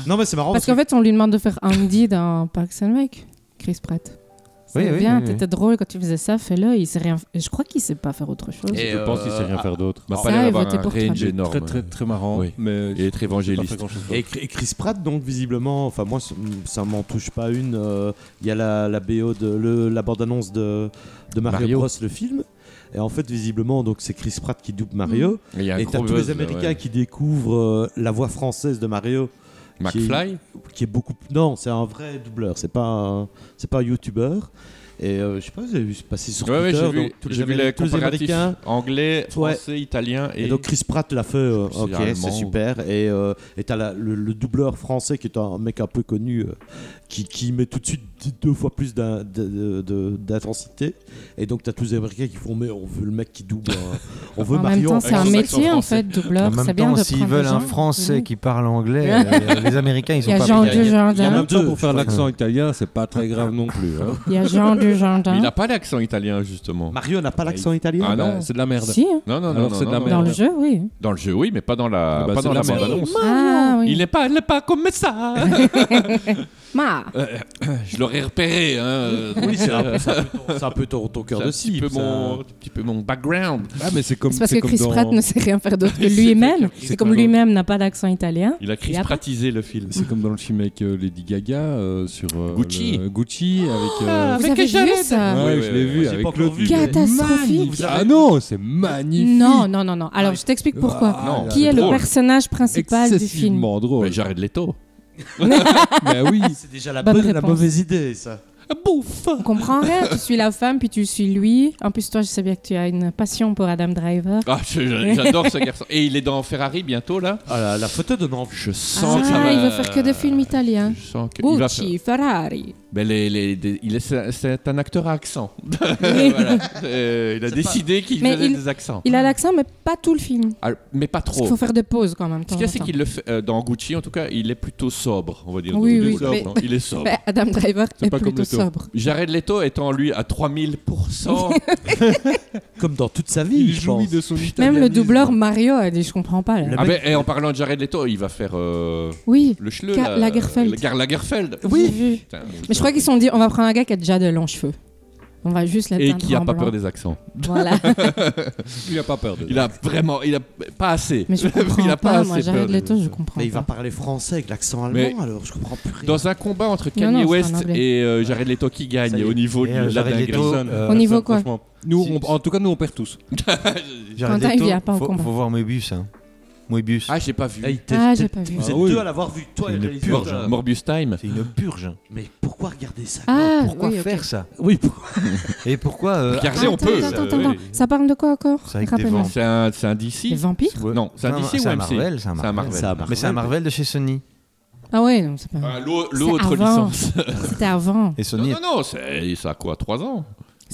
Non, mais c'est marrant. Parce qu'en fait, on lui demande de faire Andy dans Parks and Rec, Chris Pratt. Oui, C'est oui, bien, oui, oui. t'étais drôle quand tu faisais ça, fais-le. Il sait rien... Je crois qu'il sait pas faire autre chose. Et je euh, pense qu'il sait rien faire Bah, d'autre. Il va Ça, pas l'air il d'avoir votait un pour Trump. range Il est énorme. Très très très marrant. Oui. Mais Il est très évangéliste. Et, et Chris Pratt, donc visiblement, enfin moi ça- ça m'en touche pas une. euh, Il y a la, la BO de le- la bande-annonce de, de Mario, Mario. Bros, le film. Et en fait, visiblement, donc c'est Chris Pratt qui double Mario. Il y a un Et gros t'as tous buzz, les là, ouais. Américains qui découvrent euh, la voix française de Mario. qui est- McFly qui est beaucoup. Non, c'est un vrai doubleur. C'est pas un, c'est pas un youtubeur. Et euh, je sais pas, vous avez vu se passer sur Ouais, ouais, Twitter. j'ai vu, donc, tous, les j'ai vu Amé- les tous les comparatifs Américains. anglais, français, italien et, Et, donc Chris Pratt l'a fait. euh, C'est ok, allemand. c'est super. Et euh, et t'as la- le, le doubleur français qui est un mec un peu connu, euh, qui, qui met tout de suite deux fois plus d'in- de- de- d'intensité. Et donc t'as tous les Américains qui font mais on veut le mec qui double. hein. on veut en même Marion. euh, temps, c'est avec un son métier accent en fait, doubleur. en C'est même bien temps, de s'ils prendre des veulent un gens. français Mhm. qui parle anglais, euh, les Américains, ils Il y sont a pas Jean britanniques. Et en Dujardin. même temps, pour faire je crois. l'accent italien, c'est pas très grave non plus. hein. Il y a Jean Mais il Dujardin. n'a pas l'accent italien justement. Mario n'a pas l'accent italien. Ah Bah, non. c'est de la merde. Si, hein, Non, non, non, Alors, non, c'est de non, la non. dans merde. le jeu, oui. Dans le jeu, oui, mais pas dans la, Ah bah, pas c'est dans de la la merde. bande annonce. Ah Il oui. n'est pas, il n'est pas comme ça. Ma. Je l'aurais repéré. Hein. euh, Oui, c'est (laughs) un, c'est un peu ton- c'est un peu ton, ton cœur c'est de un petit cible. peu ça. mon, un petit peu mon background. Ah, mais c'est comme. C'est parce c'est que comme Chris dans- Pratt ne sait rien faire d'autre que C'est lui-même. clair. Et comme lui-même n'a pas d'accent italien, Il a Chris Et après- Pratisé le film. C'est comme dans le film avec euh, Lady Gaga euh, sur euh, Gucci. le- Gucci avec. euh, Ah, vous avez vu ça ouais, Ouais, je ouais, l'ai ouais. vu J'ai avec pas Claude encore vu, Dugas. mais- Catastrophique. Ah non, c'est magnifique. Non, non, non, non. Alors, je t'explique pourquoi. Ah, non, Qui c'est est le drôle. personnage principal du film Excessivement drôle. Mais Jared Leto. Bah oui. C'est déjà la Ah, Bonne bonne, et la réponse. mauvaise idée, ça. Bouffe. On comprend rien. Tu suis la femme, puis tu suis lui. En plus, toi, je sais bien que tu as une passion pour Adam Driver. Ah, je- je- j'adore ce garçon. Et il est dans Ferrari bientôt là. Ah, la, la photo donne envie. Je sens que ça Ah, va- il veut faire que des films italiens. Je sens que il va faire- Gucci, Ferrari. Ben, les- les- des- il est, c'est- c'est un acteur à accent. (laughs) Voilà. Euh, il a décidé qu'il Mais faisait il- des accents. Il a l'accent, mais pas tout le film. Ah, mais pas Parce qu'il trop. faut faire des pauses quand même. Ce qu'il y a, c'est qu'il le fait euh, dans Gucci, en tout cas, il est plutôt sobre, on va dire. Oui, Il est oui, sobre, mais- hein. Il est sobre. Mais Adam Driver C'est est, pas comme plutôt le sobre. taux. Jared Leto étant lui à (laughs) 3000%. Comme dans toute sa vie, je pense. de son Même le doubleur Mario a dit Je comprends pas. là. ah ben, Ah, et en parlant de Jared Leto, il va faire euh, Oui, le chleu. Ka- là, Lagerfeld. le Gar- Lagerfeld. j'ai vu. Putain. Mais je crois qu'ils se sont dit On va prendre un gars qui a déjà de longs cheveux. On va juste la Et qui a pas peur des accents. (laughs) Voilà. Il a pas peur de Il a vraiment, il a pas assez. (laughs) Mais je comprends il a pas, pas, moi, assez peur j'arrête des les taux, je accents. comprends Mais il va pas. parler français avec l'accent allemand, Mais- alors je comprends plus rien. Dans un combat entre Non, Kanye non, c'est un West anglais. et euh, Jared Leto qui Ça y gagne est. au niveau Et, de euh, la Jared dinguerie. Leto, euh, Au niveau quoi Franchement, nous, Si- on- en tout cas, nous, on perd tous. Jared Quentin, il Leto, vient pas au faut, combat. faut voir Moebius. Hein. Moebius, Ah, j'ai pas vu. Eh, il t'a- Ah, t'a- j'ai pas vu. Vous êtes Ah oui. deux à l'avoir vu, toi et Il le est Morbius- réalisateur. Morbius Time. c'est une purge. Mais pourquoi regarder ça Ah, Pourquoi oui, ok. Ah, faire ça Oui, pour- Et pourquoi euh, Regardez, on Attends, peut. Attends, euh, attends, attends. Ça parle de quoi encore C'est avec des Rappelle-moi. vents. C'est un, c'est un DC. Les vampires ouais. Non, c'est un DC ou ah, c'est un MC? Marvel, c'est un C'est un Marvel. c'est à Marvel. Mais c'est un Marvel de chez Sony. Ah ouais, non, c'est pas. Ah, l'au- C'est L'autre avant. licence. C'était avant. Et Non, Sony, non, non, c'est- ça a quoi 3 ans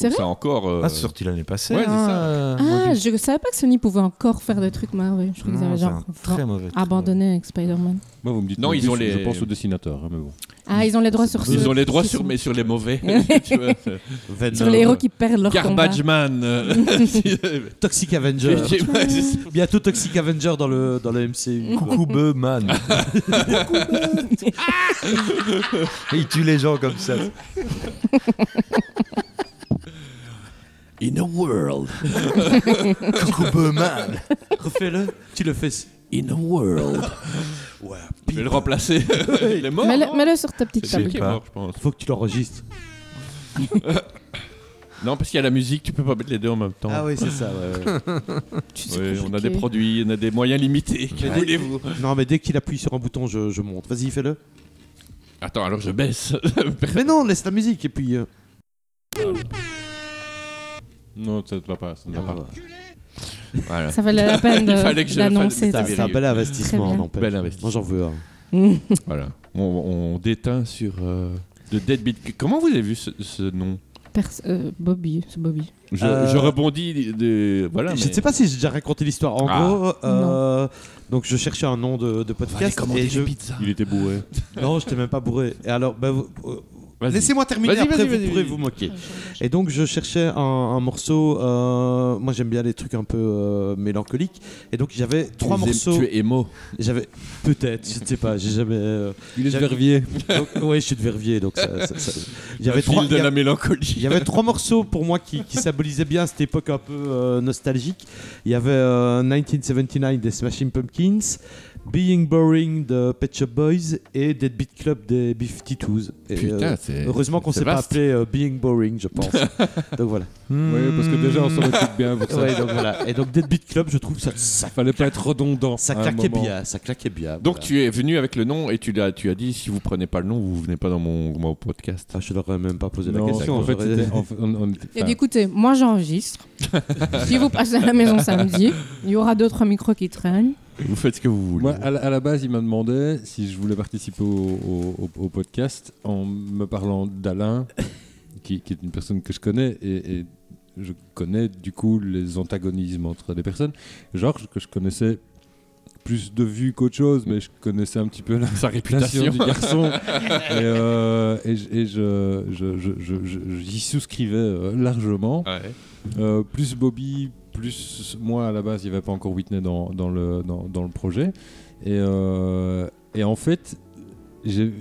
C'est vrai Ça a encore. euh, ah, c'est sorti l'année passée. ouais, c'est hein, ça. euh, Ah, Moebius. je savais pas que Sony pouvait encore faire des trucs Marvel. Je crois qu'ils Non, avaient c'est genre un très mauvais. truc. abandonné avec Spider-Man. Moi, vous me dites. Non, ils Mobius, ont les- Je pense au dessinateur. hein, mais bon. Ah, ils ont les droits sur ceux Ils ont les droits qui sur, sont- mais sur les mauvais. (laughs) Tu vois, c'est- Venom, Sur les héros qui perdent (laughs) leur combat. Garbage Man. (laughs) euh, (laughs) Toxic Avenger. Ouais, c'est ça. Bientôt Toxic Avenger dans le, dans le MCU. Mm. quoi. Coucou Beu, (laughs) man. Et il tue les gens comme ça. In a world. Coucou Beu, man. Refais-le, tu le fais. In a world. Ouais, Je vais le remplacer. Il est mort. Mets-le non mets-le sur ta petite C'est lui table. qui est pas. mort, je pense. faut que tu l'enregistres. Non, parce qu'il y a la musique, tu peux pas mettre les deux en même temps. Ah oui, c'est ça. ouais, (laughs) ouais. Tu- c'est Ouais, on a compliqué. des produits, on a des moyens limités. Que voulez-vous non, mais dès qu'il appuie sur un bouton, je, je monte. Vas-y, fais-le. Attends, alors je baisse. Mais non, laisse la musique et puis. euh, Non, ça ne va pas. Ça ne va pas. Voilà. Ça valait la peine (laughs) Il fallait que de- je le fasse, d'annoncer. putain, tout C'est ça. un Mmh. Merveilleux. bel Très investissement, bien. n'empêche. Bel investissement. Moi, j'en veux un. Voilà. On, on déteint sur euh, de Deadbeat. Comment vous avez vu ce, ce nom Perso- euh, Bobby, c'est Bobby. je, Euh, je rebondis. De, voilà. je mais- ne sais pas si j'ai déjà raconté l'histoire. En Ah. gros, euh, donc je cherchais un nom de, de podcast. et je... Il était bourré. Non, je t'ai même pas bourré. Et alors, bah, vous- euh, Vas-y. laissez-moi terminer. Vas-y, après, vas-y, vous vas-y, pourrez vas-y. vous moquer. Et donc, je cherchais un, un morceau. euh, moi, j'aime bien les trucs un peu euh, mélancoliques. Et donc, j'avais trois Tu es- morceaux. Tu es émo. J'avais peut-être, je ne sais pas. J'ai jamais. euh, Il est J'avais- vervier. donc, ouais, je suis de Verviers, donc ça. ça- ça- Il y La avait trois. file de il y a- la mélancolie. il y avait trois morceaux pour moi qui, qui symbolisaient bien cette époque un peu euh, nostalgique. Il y avait euh, 1979 des Smashing Pumpkins, Being Boring de Pet Shop Boys et Deadbeat Club des B-52s. Et, Putain, euh, c'est- Heureusement qu'on c'est s'est pas vaste. appelé euh, Being Boring, je (laughs) pense. donc voilà. Oui, parce que déjà, on s'en occupe (laughs) bien pour ça. Ouais, donc voilà. Et donc Deadbeat Club, je trouve ça, ça, Fallait pas être redondant. ça à un claquait moment. bien, ça claquait bien. Donc voilà. tu es venu avec le nom et tu l'as- tu as dit si vous prenez pas le nom, vous venez pas dans mon, mon podcast. Ah, je leur ai même pas posé Non, la question. en fait, J'aurais- c'était- en fait, on- on était- Il a enfin, dit écoutez, moi j'enregistre. (laughs) si vous passez à la maison samedi, il y aura deux trois micros qui traînent. Vous faites ce que vous voulez. Moi, à la, à la base, il m'a demandé si je voulais participer au, au- au- au podcast en me parlant d'Alain, (laughs) qui, qui est une personne que je connais, et, et je connais du coup les antagonismes entre les personnes. Genre que je connaissais plus de vue qu'autre chose, mais je connaissais un petit peu (laughs) la, Sa la réputation. science du garçon. et euh, et je- et je- je- je- je- je- j'y souscrivais euh, largement. (laughs) Ouais. Euh, plus Bobby, plus moi à la base, il n'y avait pas encore Whitney dans, dans le, dans, dans le projet. Et, euh, et en fait, j'ai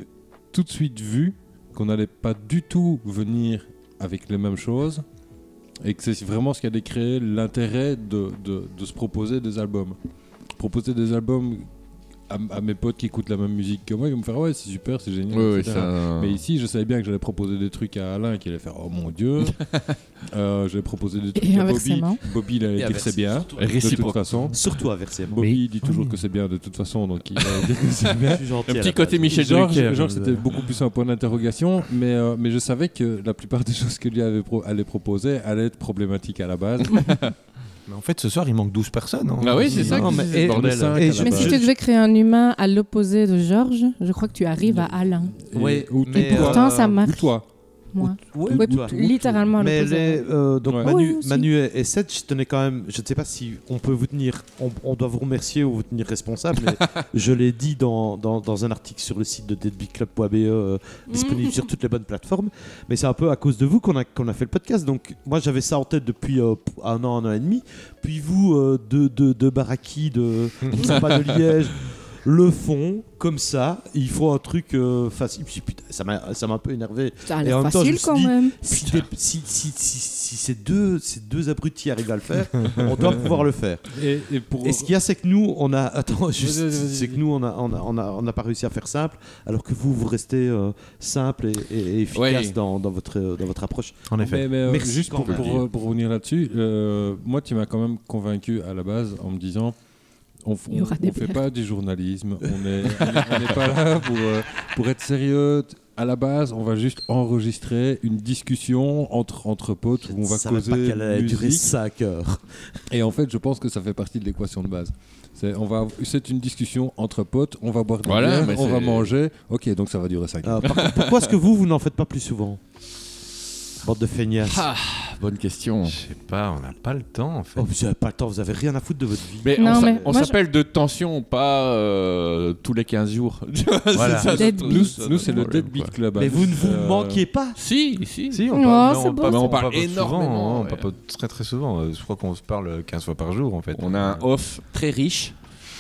tout de suite vu qu'on n'allait pas du tout venir avec les mêmes choses et que c'est vraiment ce qui allait créer l'intérêt de, de- de se proposer des albums. Proposer des albums à, à mes potes qui écoutent la même musique que moi, ils vont me faire ouais, c'est super, c'est génial. Ouais, ouais, etc. c'est Hein. un- Mais ici, je savais bien que j'allais proposer des trucs à Alain qui allait faire Oh mon (laughs) dieu. Euh, j'allais proposer des trucs à Bobby. inversement. Bobby, il allait Et dire que c'est bien. inversement, De toute Réciproque. façon. Surtout inversement. Bobby dit toujours que c'est bien de toute façon, donc (laughs) il allait dire que c'est bien. Je suis gentil Un à petit la côté base. Michel Georges, Drucker. Georges, Euh, c'était beaucoup plus un point d'interrogation, mais, euh, mais je savais que la plupart des choses que lui avait pro- allait proposer allaient être problématiques à la base. Mais en fait, ce soir, il manque 12 personnes. hein. Bah oui, c'est ça. Non, qui- mais- c'est le et- bordel. cinq à et la je- Mais base. si tu devais créer un humain à l'opposé de Georges, je crois que tu arrives à Alain. (laughs) Ouais, ou mais, euh, toi. Pourtant, ça Ou marche. toi. Moi. Ouais, Oui, toi. littéralement à Mais l'opposé. les, euh, donc Ouais. Manu, Oui, aussi. Manu et, et Seth, je tenais quand même, je ne sais pas si on peut vous tenir, on, on doit vous remercier ou vous tenir responsable, mais je l'ai dit dans, dans, dans un article sur le site de deadbeatclub.be euh, disponible sur toutes les bonnes plateformes, mais c'est un peu à cause de vous qu'on a, qu'on a fait le podcast, donc moi j'avais ça en tête depuis euh, un an, un an et demi, puis vous, euh, de, de, de Baraki, de, de Samba de Liège, le font comme ça, il faut un truc euh, facile, Puis, putain, ça m'a ça m'a un peu énervé. Ça Et a en l'air même temps, je me facile suis quand dit, même. Si, des- si- si- si- si ces, deux, ces deux abrutis arrivent à le faire, on (laughs) doit pouvoir le faire. Et, et pour... Et ce qu'il y a, c'est que nous, on a. (laughs) Attends, juste. Vas-y, vas-y, vas-y. C'est que nous, on n'a on a, on a, on a pas réussi à faire simple, alors que vous, vous restez euh, simple et, et- et efficace Ouais. dans, dans votre, euh, dans votre approche. En effet. Mais, mais, euh, Merci juste quand pour, même. pour, euh, pour revenir là-dessus, euh, moi, tu m'as quand même convaincu à la base en me disant on f- Il y aura on des ne fait bières. pas du journalisme, on n'est on n'est pas là pour, euh, pour être sérieux. À la base, on va juste enregistrer une discussion entre, entre potes où on va ça causer pas qu'elle allait durer musique. 5 heures. Et en fait, je pense que ça fait partie de l'équation de base. C'est on va- c'est une discussion entre potes, on va boire des Voilà, bières, mais on va c'est- manger. Ok, donc ça va durer 5 Euh, par contre, pourquoi est-ce que vous, vous n'en faites pas plus souvent Bande de feignasses. Ah, bonne question. Je sais pas, on n'a pas le temps en fait. Oh, vous n'avez pas le temps, vous avez rien à foutre de votre vie. Mais Non, on s'a- mais on moi, je- s'appelle de tension, pas euh, tous les 15 jours. (laughs) Voilà. C'est ça, Dead notre- beat. Nous, ça, nous, c'est le notre problème, Deadbeat quoi. Club. Mais hein. vous ne vous Euh, manquez pas Si, si. Si, on parle- mais on on, parle- mais on parle parle énormément, énormément. ouais. on parle pas très très souvent. euh, Je crois qu'on se parle 15 fois par jour en fait. On a un off très riche.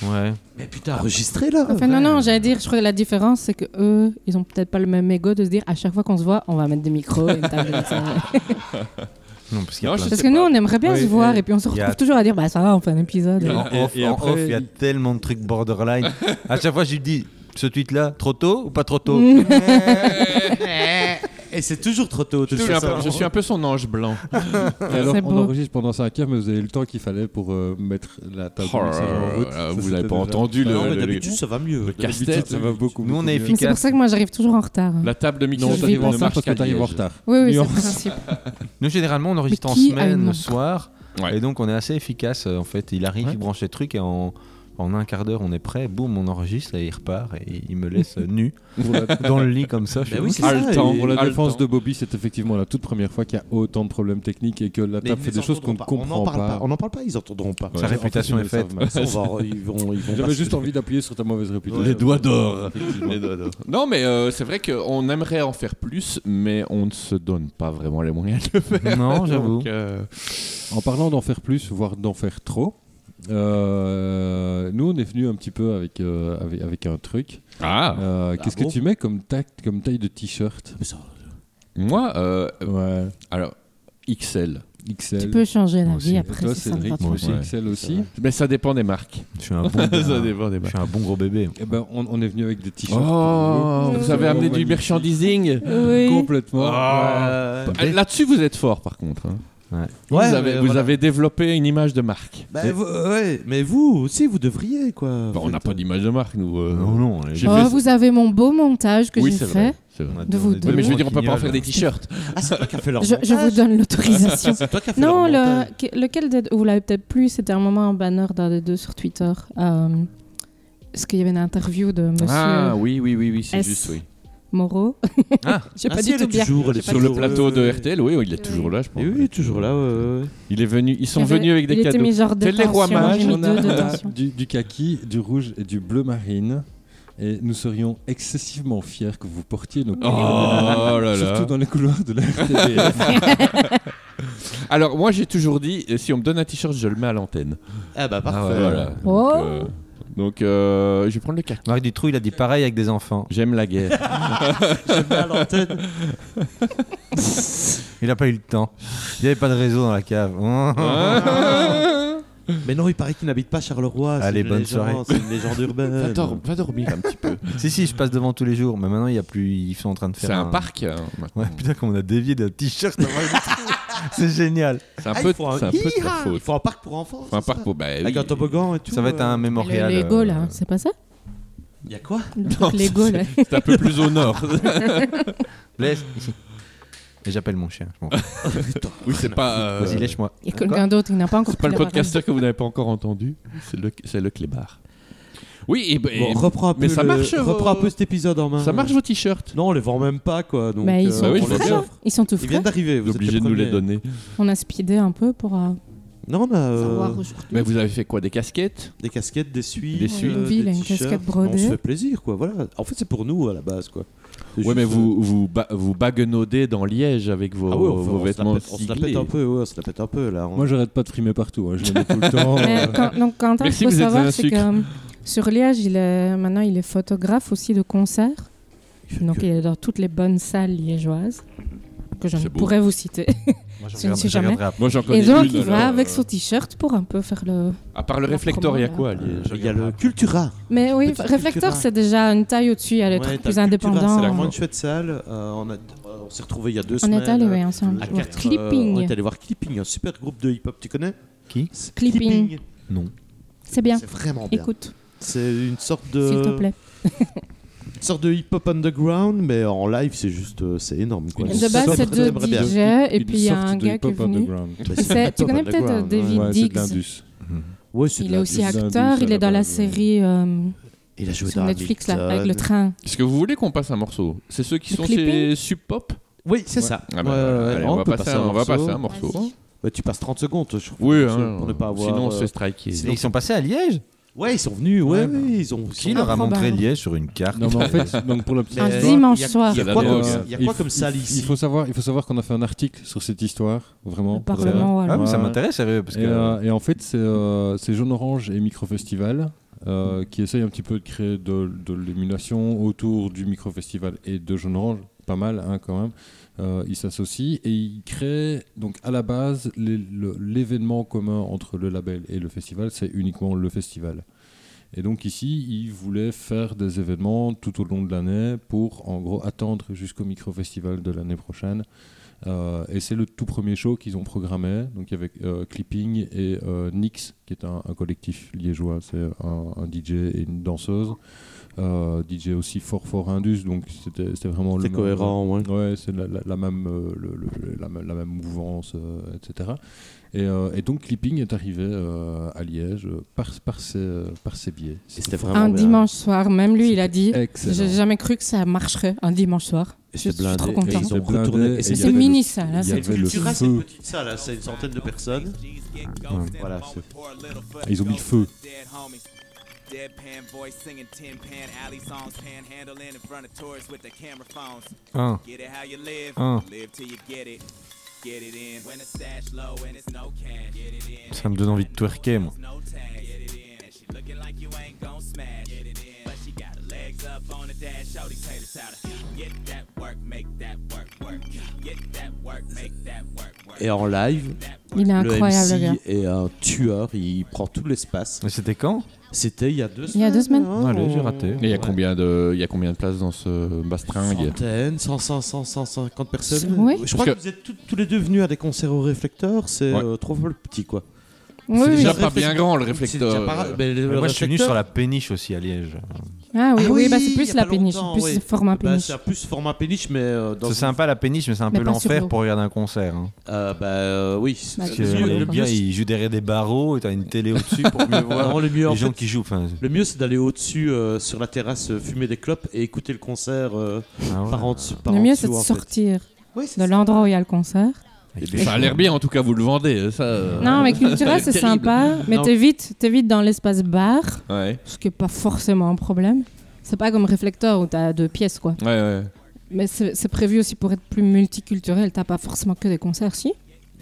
Ouais. Mais putain, enregistrez là Enfin, non, non, j'allais dire, je crois que la différence, c'est que eux, ils ont peut-être pas le même ego de se dire à chaque fois qu'on se voit, on va mettre des micros et une table de son. Non, parce qu'il y a Non, plein je de- Parce que nous, on aimerait bien Oui, se voir et et puis on se il y a- retrouve toujours à dire, bah ça va, on fait un épisode. (laughs) En Et- off, et en après, off, il y a il- tellement de trucs borderline. à chaque fois, je lui dis ce tweet-là, trop tôt ou pas trop tôt Et c'est toujours trop tôt, de Je toute suis, un façon. peu, je suis un peu son ange blanc. Et alors, C'est on beau. enregistre pendant 5 heures, mais vous avez eu le temps qu'il fallait pour euh, mettre la table de Oh, mixage en route. euh, Ça, vous c'était n'avez pas déjà- entendu le- Non, mais le- le- d'habitude, ça va mieux. Mhm. Bah le D'habitude, casse-tête. ça va beaucoup. Nous, beaucoup on est mieux. Mais c'est pour efficace. ça que moi, j'arrive toujours en retard. hein. La table de Non, Je mixage. t'arrives vis en pas. retard parce que t'arrives en retard. (laughs) Oui, oui, Nous, c'est on- le principe. Nous, généralement, on enregistre Mais en qui a une semaine, le montre soir. Ouais. Et donc, on est assez efficace. euh, En fait, il arrive, il branche les trucs et en, en un quart d'heure, on est prêt. Boum, on enregistre et il repart. Et il me laisse euh, (laughs) nu Pour la- dans le lit comme ça. Je Bah fais, oui, ok. c'est Ah, ça, le et- temps. Pour la Ah, le défense temps. de Bobby, c'est effectivement la toute première fois qu'il y a autant de problèmes techniques et que la Mais table ils fait des nous choses qu'on ne entendront comprend On n'en parle pas. pas. On n'en parle pas, ils entendront pas. Sa réputation en fait, est ils le faite. savent, Ça, on va- ils vont, ils vont mais- pas J'avais juste se- envie d'appuyer sur ta mauvaise réputation. doigts d'or. Non, mais euh, c'est vrai qu'on aimerait en faire plus, mais on ne se donne pas vraiment les moyens de le faire. (laughs) Non, j'avoue. Donc, euh, En parlant d'en faire plus, voire d'en faire trop, euh, nous, on est venu un petit peu avec, euh, avec, avec un truc. Ah, Euh, Qu'est-ce bon que tu mets comme, tact- comme taille de t-shirt Mais ça- moi, euh, Ouais. alors, XL. XL. Tu peux changer Moi d'avis aussi. après. Toi, c'est ça le Cédric, rapport. moi aussi. Ouais. XL aussi. Mais ça dépend des marques. Je suis un bon, (laughs) ça je dépend des marques. suis un bon gros bébé. Eh ben, on, on est venu avec des t-shirts. Oh, Oui. vous avez amené du Magnifique. merchandising. Oui. Complètement. Ah. Ouais. Là-dessus, vous êtes fort par contre. hein. Ouais, vous avez, mais vous voilà. avez développé une image de marque. Bah, vous- ouais, mais vous aussi, vous devriez, quoi. en Enfin, Bah, on fait. n'a pas d'image de marque, nous. euh. Non, non. les- J'ai Oh, fait ça. vous avez mon beau montage que oui, j'ai c'est fait. vrai. c'est vrai. on a- de on vous est deux. Oui, mais je veux dire, on peut pas en guignols. faire des t-shirts. Ah, c'est toi qui as fait leur Je, je vous montage. (laughs) donne l'autorisation. C'est toi qui as fait non, leur le, montage. que- lequel des deux- vous l'avez peut-être plus, c'était un moment un banner d'un des deux sur Twitter. Euh, parce qu'il y avait une interview de monsieur Ah, oui, oui, oui, oui c'est S. juste, oui. Moreau. (laughs) J'ai Ah, pas si, du elle tout est bien. toujours, elle est Sur le toujours- plateau de Euh, RTL, oui, il est toujours là, je pense. Et oui, toujours là. ouais, ouais. Il est venu, ils sont Il y avait- venus avec des il cadeaux. Était mis genre Tel les rois détention, mages, j'ai mis on a, (laughs) deux on a détentions. du, du kaki, du rouge et du bleu marine. Et nous serions excessivement fiers que vous portiez nos Oh là Surtout là. dans les couloirs (laughs) de la RTBF. Alors, moi, j'ai toujours dit, euh, si on me donne un t-shirt, je le mets à l'antenne. Ah bah Ah, parfait. ouais, Voilà. ouais. Oh. Donc, euh, donc, euh, je vais prendre le kaki. Marc Dutroux, il a dit pareil avec des enfants. J'aime la guerre. À (laughs) l'antenne. Il n'a pas eu le temps. Il n'y avait pas de réseau dans la cave. Mais non, il paraît qu'il n'habite pas Charleroi. Allez, c'est une bonne légende, soirée. C'est une légende va, urbaine. dor- va dormir un petit peu. (laughs) si, si, je passe devant tous les jours. Mais maintenant, il y a plus... ils sont en train de faire. C'est un parc. hein, maintenant. Ouais, putain, comme on a dévié d'un (laughs) t-shirt. à Marc Dutroux. C'est génial. C'est un Ah, peu il faut un- c'est un peu de ta Il faute. faut un parc pour enfants. Faut Un c'est parc ça pour. Bah, Eh Avec oui. un toboggan et tout. Ça va être euh, un mémorial. Le Lego, euh, là, c'est pas ça Il y a quoi Le (laughs) truc Non, Lego, là. C'est un peu plus au nord. Laisse ici. Et j'appelle mon chien. je m'en fous. Oui, c'est pas. euh, Vas-y, lèche-moi. Il y a quelqu'un d'autre qui n'a pas encore C'est pas pris le la parole. podcasteur que vous n'avez pas encore entendu. C'est le, c'est le clébard. Oui, et, ben- Bon, reprends un peu mais ça le- marche, reprends un vos- peu cet épisode en main. ça marche vos t-shirts Non, on les vend même pas quoi. Donc, Mais ils euh, sont Bah oui, on je vois les bien. offre. Ils sont tout Ils viennent frais. d'arriver. Vous Vous êtes êtes obligé de nous les premiers. donner. On a speedé un peu pour euh, Non, on a euh, savoir aujourd'hui. Mais vous avez fait quoi Des casquettes des casquettes, des suies. Des suies. euh, Bobby, il a une t-shirts. casquette Mais On brodée. se fait plaisir quoi. Voilà. En fait, c'est pour nous à la base quoi. C'est Ouais, juste, mais euh, vous vous, ba- vous baguenaudez dans Liège avec vos, ah ouais, on, vos fait- vêtements on se la pète- on se la pète siglés. un peu, ouais, on se la pète un peu là. On- Moi, j'arrête pas de frimer partout. hein. Je le mets tout le (laughs) temps. Mais euh. (laughs) quand- donc Quentin, Merci, il faut vous êtes un savoir, c'est que sucre. euh, sur Liège, il est, maintenant, il est photographe aussi de concerts. Donc, il est dans toutes les bonnes salles liégeoises que je ne C'est beau. pourrais vous citer. Moi, Je ne suis jamais. regarderai après. Moi, j'en Et connais donc, une, il va alors, avec euh, son t-shirt pour un peu faire le... À part le la réflecteur, il y a promo, quoi à là. Liège Il y a le Cultura. Mais oui, Petite Réflecteur, culture. c'est déjà une taille au-dessus. Il y a le Ouais, truc t'as plus le Cultura, indépendant. C'est la grande chouette salle. euh, on a- euh, on s'est retrouvés il y a deux On semaines. est allé euh, ouais, ensemble. à voir quatre, euh, on Clipping. est allé voir Clipping, un super groupe de hip-hop. Tu connais Qui C'est Clipping. Non. C'est bien. C'est vraiment bien. Écoute, C'est une sorte de. s'il te plaît. Une sorte de hip-hop underground, mais en live, c'est juste. euh, c'est énorme. Quoi. Une De base, sorte c'est deux J'aimerais bien. DJ et Une puis il y a sorte un de gars qui est hip-hop venu. underground. Mais c'est C'est- Tu hip-hop connais peut-être euh, underground, hein. David Ouais, c'est de Diggs. l'indus. Ouais, c'est de Il est la- aussi de l'indus, acteur. à Il la est dans la base, ouais. série euh, Il a joué sur dans Netflix là, Hamilton. avec le train. Est-ce que vous voulez qu'on passe un morceau C'est ceux qui Le sont clipping chez Sub Pop Oui, c'est ça. Ah ben, Ouais, ouais, ouais. allez, on, va peut passer un- on va morceau. passer un morceau. Vas-y. Ouais, tu passes 30 secondes, je trouve. Oui, pour hein, ne pas avoir. sinon on se euh, fait striker. sinon- Et ils sont passés à Liège Ouais, ils sont venus, ouais, Ouais, bah, ouais, ils ont. Qui ils ont- leur a Improbable. montré Liège sur une carte Non, mais en fait, donc pour la petite Un histoire, dimanche il y a- soir. Il y a C'est quoi la comme, drogue. il y a Ah, euh, Il quoi faut- comme salle ici Il faut savoir, il faut savoir qu'on a fait un article sur cette histoire, vraiment. Le Parlement Ouais. wallon. Ah, mais ça Ouais. m'intéresse, sérieux, parce Et, que. euh, et en fait, c'est euh, c'est Jaune Orange et Micro Festival euh, qui essayent un petit peu de créer de, de l'émulation autour du Micro Festival et de Jaune Orange, pas mal hein, quand même. Euh, ils s'associent et ils créent donc à la base les- le- l'événement commun entre le label et le festival, c'est uniquement le festival. Et donc ici, ils voulaient faire des événements tout au long de l'année pour en gros attendre jusqu'au micro-festival de l'année prochaine. Euh, et c'est le tout premier show qu'ils ont programmé, donc avec euh, Clipping et euh, Nix, qui est un, un collectif liégeois, c'est un, un DJ et une danseuse. Euh, DJ aussi fort fort Indus, donc c'était c'était vraiment le C'est même- cohérent, ouais. Ouais, c'est la, la- la même, euh, le- le- la, la même mouvance, euh, etc. Et, euh, et donc Clipping est arrivé euh, à Liège euh, par, par, ses, euh, par ses biais. Et C'était vraiment. Un bien. dimanche soir. Même lui, il a dit J'ai Excellent. jamais cru que ça marcherait un dimanche soir. Et Je c'était suis blindé. trop Et content. ils ont C'était blindé, retourné. et Et il y C'est avait c'était le- mini ça, là. il y c'est- avait le Cultura, c'est une feu. petite salle, hein, c'est une centaine de personnes. Voilà, c'est- Ils ont mis le feu. Un, un. Ça me donne envie de twerker, moi. Legs up on the dash, shouty tater tater. Get that work, make that work, work. Get that work, make that work, work. Et en live, Il est le incroyable, le gars. MC est un tueur, il prend tout l'espace. Mais c'était quand C'était il y a deux Il y a deux semaines. hein, Allez, j'ai on- raté. Mais il y a combien de, il y a combien de places dans ce bastringue Centaines, 100, 100, 100, 150 personnes. Oui. Je crois que, Parce vous êtes tous- tous les deux venus à des concerts au réflecteur, c'est Ouais. euh, trois fois le petit quoi. Oui, C'est oui. déjà Le pas bien réflecteur- grand le C'est déjà réflecteur. pas- euh, mais le- Mais le Moi, je suis venu réflecteur, sur la péniche aussi à Liège. Ah oui, Ah oui, oui, bah c'est il y plus a la pas péniche, longtemps, plus oui. le format bah, péniche. c'est un plus format péniche, mais euh, dans C'est sympa la péniche, mais c'est un Mais peu pas sur l'enfer l'eau. pour regarder un concert. hein. Euh, bah euh, oui. c'est- Bah, Parce que Le mieux, le quoi. gars, il joue derrière des barreaux et t'as une télé au-dessus pour (laughs) mieux voir Non, le mieux, en les gens fait, qui jouent. Enfin, le mieux, c'est d'aller au-dessus euh, sur la terrasse, euh, fumer des clopes et écouter le concert euh, ah ouais. par en dessous. par Le en mieux, dessous, c'est de en fait. sortir Oui, c'est de ça. l'endroit où il y a le concert. Avec Ça a les l'air bien, en tout cas, vous le vendez. Ça, euh, Non, (laughs) mais Cultura, c'est terrible. sympa, mais Non. t'es vite, t'es vite dans l'espace bar, Ouais, ce qui est pas forcément un problème. C'est pas comme réflecteur où t'as deux pièces, quoi. ouais, ouais. Mais c'est c'est prévu aussi pour être plus multiculturel, t'as pas forcément que des concerts, si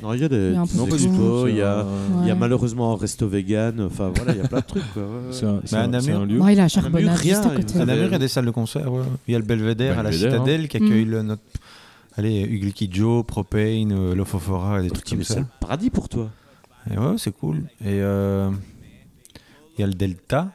Non, il y a des. Il y a un peu non, de pas du tout. tout. Oh, Il y a. Il y a Ouais. malheureusement un resto vegan, enfin voilà, il y a plein de trucs. Quoi. ouais, ouais. C'est un, c'est à un- c'est Namur. un lieu. Non, il a Il y un a charbonnade rien, juste à il côté. y À a- Namur, il y a des salles de concert. ouais. Il y a le Belvédère à la Belvédère, Citadelle qui hein. Mm. accueille le- notre. Allez, Ugly Kid Joe, Propane, euh, Lofofora et des trucs Putain, comme mais ça. c'est le paradis pour toi. Et ouais, c'est cool. Et euh, il y a le Delta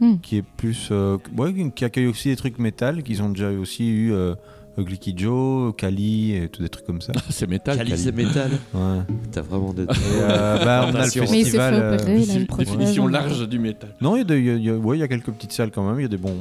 Hmm. qui est plus. euh, ouais, qui accueille aussi des trucs métal qu'ils ont déjà aussi eu. Euh, Ugly Kid Joe, Kali et tout des trucs (laughs) comme ça. Ah, C'est métal. Calice Cali. et métal. Ouais. (laughs) T'as vraiment des. Et, euh, bah, on a le festival. Attention. Mais il s'est fait euh, opérer, il a Défi- une prothèse. Définition large du métal. Non, il y, a des- il y a- il y a- ouais, il y a quelques petites salles quand même. Il y a des bons.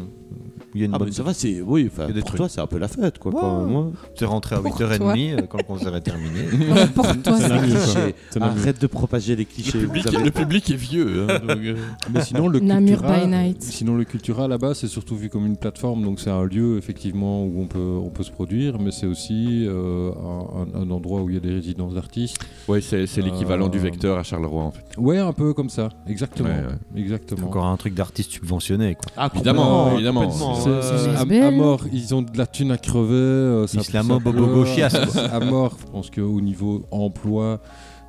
Il y a une Ah, bonne. mais ça va, c'est. Oui, Il y enfin, a pour des trucs. toi, c'est un peu la fête, quoi. Quand Ouais. même, hein. Tu es rentré à Pour 8h30 euh, quand le concert est terminé. (laughs) Ouais, Pour (laughs) toi, C'est ça. Namur, quoi. Clichés. C'est Namur. Arrête de propager les clichés. Le vous public, avez- le public est vieux. (laughs) hein, donc, euh, Mais sinon, le Namur Cultura- by night. Sinon, le Cultura là-bas, c'est surtout vu comme une plateforme, donc c'est un lieu effectivement où on peut, on peut se produire, mais c'est aussi euh, un, un- un endroit où il y a des résidences d'artistes. Ouais, c'est c'est l'équivalent Euh, du vecteur à Charleroi en fait. Ouais, un peu comme ça, exactement. Ouais, Exactement. Encore un truc d'artiste subventionné. Quoi. Ah, Évidemment, évidemment. C'est- euh, c'est- à, SBL. à mort, ils ont de la thune à crever. euh, ça- Islamo ça pleure. Bobogo Chiasse, quoi. À mort, je pense qu'au niveau emploi,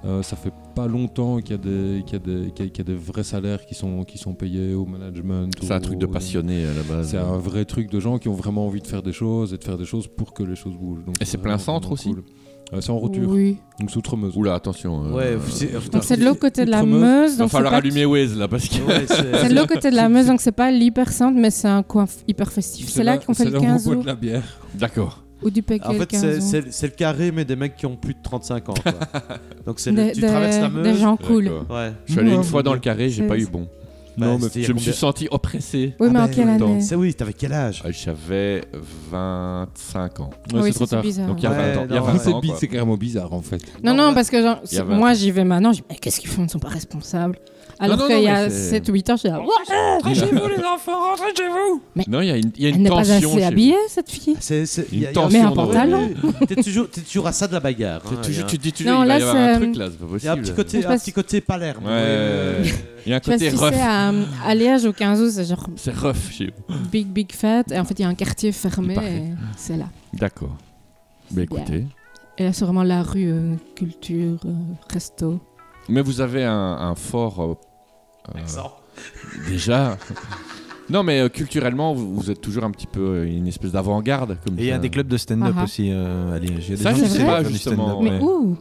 euh, ça fait pas longtemps qu'il y, a des- qu'il y a des- qu'il y a- qu'il y a des vrais salaires qui sont, qui sont payés au management. C'est un au- truc de passionné à la base. C'est un vrai truc de gens qui ont vraiment envie de faire des choses et de faire des choses pour que les choses bougent. Donc, Et c'est plein vraiment, centre vraiment aussi cool. Euh, C'est en roture, Oui. donc c'est Outremeuse. Oula, attention. euh, Ouais, euh, c'est. Donc c'est de l'autre côté de la Outremeuse, Meuse. va donc c'est falloir pas- allumer Waze là parce que. Ouais, (laughs) C'est de l'autre côté de la Meuse, donc c'est pas l'hyper centre, mais c'est un coin f- hyper festif. C'est là qu'on fait c'est le là où on 15 boit août de la bière. D'accord. ou du PQ En le fait, c'est- 15 août. c'est c'est le carré, mais des mecs qui ont plus de 35 ans. quoi. (laughs) Donc, c'est le- Des tu traverses la des- des Meuse. euh, gens cool. D'accord. Ouais. Je suis allé une Ouais. fois dans le carré, j'ai C'est- pas eu bon. Bah, non, mais c'était il y a Je me combien- suis senti oppressé. Oui, mais Ah en ben, quelle attends, année C'est oui, t'avais quel âge Euh, J'avais 25 ans. Ouais, Oui, c'est trop ça, tard. bizarre. Donc il y a Ouais, 20 ans. Il y a non, 20 ouais. ans, C'est bi- quoi. c'est carrément bizarre en fait. Non, Non, non, bah- parce que genre, Il y a c'est- 20 moi j'y vais maintenant, je dis, mais qu'est-ce qu'ils font, ils sont pas responsables. Alors non, qu'il non, y mais a c'est- 7 ou 8 heures, je dis, Ouais, Non, il y a une, il y a une elle n'est pas tension. assez chez habillée cette fille. C'est- c'est- Une y a- y a- tension Mais un dans le- pantalon. T'es toujours, t'es toujours à ça de la bagarre. vous. hein, T'es toujours- y a- Tu te dis toujours, Non, il va là, y avoir un c'est, truc euh, là, c'est pas Il y a un possible. petit côté, Je un passe- petit côté Palerme. Ouais, oui, ouais, oui, ouais. oui. Il y a un Tu vois, côté si rough. c'est à, à Liège au 15 août, c'est genre C'est rough chez vous. big, big fête. Et en fait, il y a un quartier Il fermé, paraît. et c'est là. D'accord. Mais bien. Bah, écoutez. Et là, c'est vraiment la rue, euh, culture, euh, resto. Mais vous avez un, un fort. euh, euh, déjà. (laughs) Non, mais euh, culturellement, vous, vous êtes toujours un petit peu euh, une espèce d'avant-garde. comme Et il y a ça. des clubs de stand-up Ah ah. aussi euh, à Liège. Il y a des Ça, gens je qui sais savent pas, faire du justement, stand-up, ouais. ouais. Mais où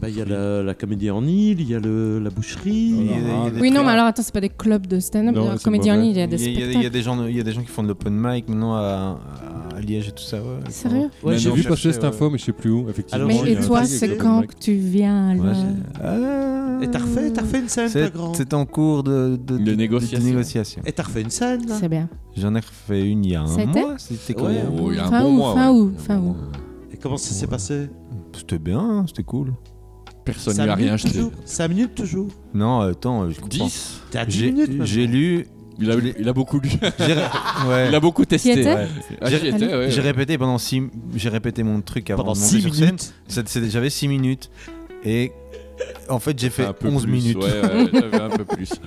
Bah, Il y a la, la comédie en île, il y a le- la boucherie. Il y a- il y a- il y a des Oui, non, trucs- mais alors attends, c'est pas des clubs de stand-up, Non, genre c'est comédien en mauvais. ligne, il y a des Il y a- il y a- il y a spectacles. des gens- il y a des gens qui font de l'open mic maintenant à, à Liège et tout ça. ouais. Sérieux Ouais, Mais j'ai J'ai non, vu je passer cherchais, cette ouais. info, mais je sais plus où, effectivement. Alors, Mais bon, il y et a un toi, truc avec c'est le quand mec. que tu viens alors Ouais, c'est- Ah. Et t'as refait, t'as refait une scène, C'est- pas grand. C'est en cours de, de, De négociation. négociation. Et t'as refait une scène. là C'est bien. J'en ai refait une il y a un C'était mois. C'était quand Ouais, même- Oh, il y a un Fin bon août, mois, fin ouais. août, fin août. Et comment ça s'est passé C'était bien, hein, c'était cool. Personne Cinq lui a rien minutes acheté. toujours. Cinq minutes toujours. Non, attends, je comprends. 10 T'es à 10 J'ai minutes maintenant. j'ai lu. il a, Je l'ai- il a beaucoup lu. J'ai ouais. Il a beaucoup testé. Qui était ouais. Ah, j'y J'ai- étais, ouais, ouais. J'ai répété pendant six. J'ai répété mon truc avant Pendant de monter 6 sur scène. minutes. C'est- c'est- J'avais 6 minutes. Et en fait, j'ai fait Un peu 11 plus, minutes. ouais, ouais, j'avais un peu plus. (laughs)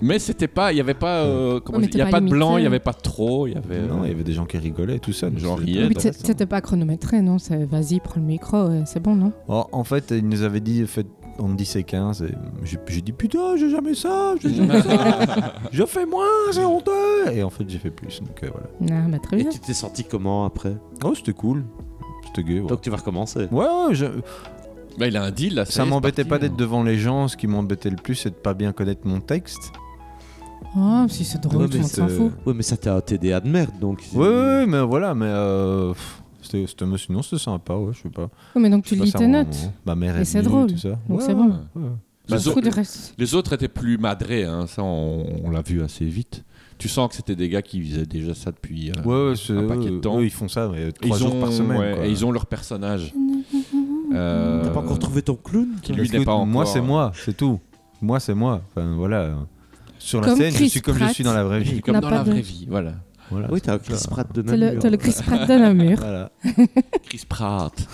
Mais c'était pas, il y avait pas, euh, comment Ouais, mais dire, il y a t'es pas, pas de limité. hein. blanc, il y avait pas trop, il y avait. euh, Non, il y avait des gens qui rigolaient, tout ça. donc Genre c'était riaient. pas Oui, Oui, c'est- intéressant. c'était pas chronométré, non C'est vas-y, prends le micro, euh, c'est bon, non Oh, en fait, ils nous avaient dit faites entre 10 et 15. Et j'ai, j'ai dit putain, j'ai jamais ça, (laughs) j'ai jamais ça. je fais moins, c'est honteux. Et en fait, j'ai fait plus. Donc euh, voilà. Non, bah, très Et bien. tu t'es senti comment après Oh, c'était cool. C'était gay. ouais. Donc tu vas recommencer. Ouais, ouais, je- Bah, il a un deal là. ça m'embêtait pas hein. d'être devant les gens. Ce qui m'embêtait le plus, c'est de pas bien connaître mon texte. Oh, si c'est drôle, Ouais, tout le mais monde s'en c'est- fout. Ouais, mais ça t'a un TDA de merde donc. Ouais, ouais, ouais, mais voilà, mais euh, pff, c'était, c'était, mais sinon c'était sympa, ouais, je sais pas. Ouais, Oh, mais donc Je tu sais pas, lis ça tes rend- notes. hein. Ma mère Et est c'est venue drôle. tout ça. Donc Ouais, c'est bon. ouais, ouais. On Les, s'en autres- fout du reste. les autres étaient plus madrés, hein, ça on, on l'a vu assez vite. Tu sens que c'était des gars qui faisaient déjà ça depuis. euh, Ouais, ouais, c'est- Un paquet de eux, temps. eux, ils font ça mais, euh, ils trois jours ont, par semaine. ouais, quoi. et ils ont leur personnage. (laughs) Euh, T'as pas encore trouvé ton clown Qui Parce lui que n'est pas encore. Moi, c'est moi, c'est tout. Moi, c'est moi. Enfin, voilà. Sur la Comme scène, Chris je suis comme Pratt. je suis dans la vraie Je suis vie. comme n'a dans pas la de- vraie vie, voilà. Voilà. Ah Oui, t'as un Chris Pratt de T'as le, Namur. t'as le Chris Pratt de (laughs) Namur. Voilà. Chris Pratt.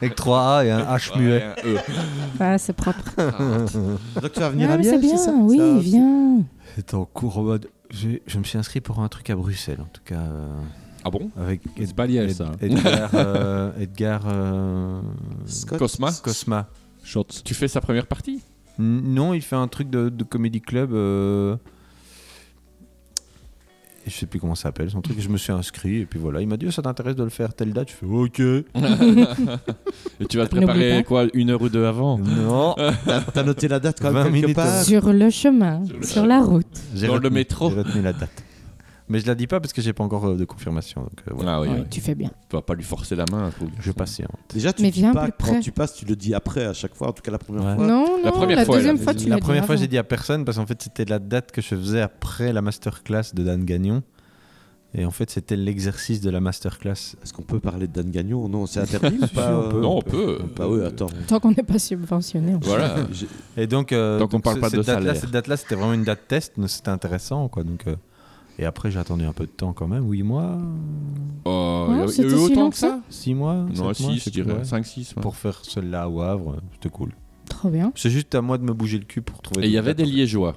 Avec 3 A et un H muet. Ouais, Ah, c'est propre. Donc tu vas venir Ouais, à mais c'est Liège, bien, c'est ça Ah oui, Ça- viens. C'est en cours en mode. j'ai- Je me suis inscrit pour un truc à Bruxelles, en tout cas. euh, Ah bon avec C'est pas Liège, Ed- ça. Edgar. euh, Edgar. euh, Scott. Cosma Cosma. Shots. Tu fais sa première partie N- Non, il fait un truc de, de comedy club. euh, et Je sais plus comment ça s'appelle son truc. Je me suis inscrit et puis voilà. Il m'a dit oh, ça t'intéresse de le faire telle date. Je fais ok. Et tu vas te N'oublie pas. préparer quoi Une heure ou deux avant (laughs) Non. T'as t'as noté la date quand 20 même quelque minutes part Sur le chemin, sur la route. J'ai Dans le retenu- métro. J'ai retenu la date. Mais je la dis pas parce que j'ai pas encore euh, de confirmation. Donc euh, voilà. Ah oui, Ouais, oui. Tu fais bien. Tu vas pas lui forcer la main. faut- Je hein. patiente. Déjà, tu Mais dis viens pas plus quand près. tu passes, tu le dis après à chaque fois, en tout cas la première Ouais. fois. Non, La non, première la fois, deuxième là. fois, tu la l'as première dit fois, avant. j'ai dit à personne parce qu'en fait, c'était la date que je faisais après la masterclass de Dan Gagnon. Et en fait, c'était l'exercice de la masterclass. Est-ce qu'on peut parler de Dan Gagnon Non, (laughs) c'est interdit ou Si, pas on peut. Non, on peut. euh, Bah oui, attends. Tant qu'on n'est pas subventionné. en fait. (laughs) Voilà. J'ai- Et donc, euh, Donc, on parle ce- pas de cette date-là, salaire. cette date-là, c'était vraiment une date test, mais c'était intéressant, quoi. Donc, euh, et après, j'ai attendu un peu de temps quand même, 8 mois, Oh, il y Ouais, a- il y a c'était eu si long autant que que ça 6 mois, Non, sept mois, 6, sais je plus, dirais. ouais. 5, 6. Pour faire celle-là au Havre, euh, c'était cool. Trop bien. C'est juste à moi de me bouger le cul pour trouver. Et il y des avait dates. des liégeois.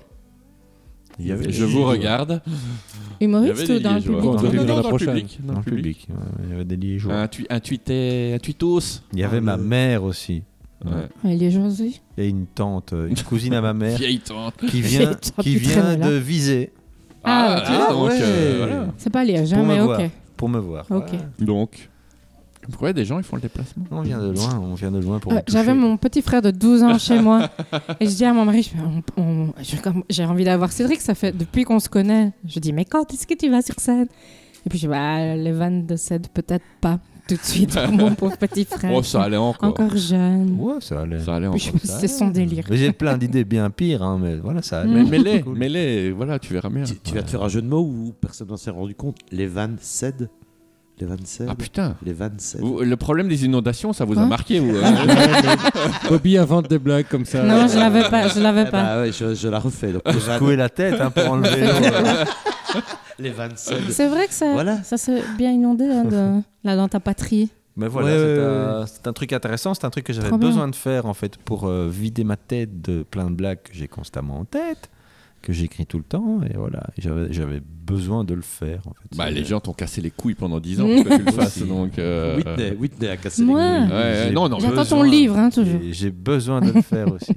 Il y avait- Je vous regarde. Il y avait Humoriste des ou dans le liégeois. public Dans le public. Non, non, Dans dans la le public. Dans le public, ouais, il y avait des liégeois. Un tui- un tweeté- un tweetos. euh, Il y avait ma mère aussi. Ouais. Ouais, les gens aussi. Et une tante, euh, une cousine à (laughs) ma mère, Vieille tante. qui vient, Vieille tante qui qui vient traîne là. de viser Ah, dis ok. donc, ouais. euh, voilà. C'est pas les Pour me jamais, voir. ok. pour me voir. Ok. Ouais. Donc. Pourquoi des gens ils font le déplacement On vient de loin, on vient de loin pour. Ouais, me toucher. Euh, J'avais mon petit frère de 12 ans chez moi et je dis à mon mari, je fais, on- on- je- comme- j'ai envie d'avoir Cédric, ça fait depuis qu'on se connaît. Je dis, mais quand est-ce que tu vas sur scène Et puis je dis, bah, les vannes de scène, peut-être pas tout de suite pour mon pauvre petit frère. (laughs) Oh, ça allait encore. Encore jeune. Ouais, ça allait. Ça allait Puis je encore. pense que c'est son délire. Mais J'ai plein d'idées bien pires, hein, mais voilà, ça allait. Mais Mm. mêlée, Cool. mêlée, voilà, tu verras bien. Tu, tu vas te faire un jeu de mots où personne n'en s'est rendu compte. Les vannes cèdent. Les vannes cèdent. Ah putain. les vannes cèdent. Vous- le problème des inondations, ça vous a Hein marqué ou (laughs) euh, Bobby invente des blagues comme ça. Non, je l'avais pas, je l'avais Eh ben, pas. bah ouais, je, je la refais. donc, les, vannes, Secouer la tête hein, pour (laughs) enlever l'eau. les vannes ben, cèdent. C'est vrai que ça, Voilà. ça s'est bien inondé hein, de- là dans ta patrie. Mais voilà, Ouais, c'est, ouais, un, c'est un truc intéressant, c'est un truc que j'avais Trop bien. besoin de faire en fait pour euh, vider ma tête de plein de blagues que j'ai constamment en tête, que j'écris tout le temps, et voilà, Et j'avais, j'avais besoin de le faire en fait. Bah, C'est- les gens t'ont cassé les couilles pendant 10 ans pour que tu le fasses. Aussi. donc, euh, Whitney, Whitney a cassé Moi. les couilles. ouais, ouais, non, non, J'attends ton besoin. livre, hein, toujours. Et j'ai besoin de le (laughs) faire aussi.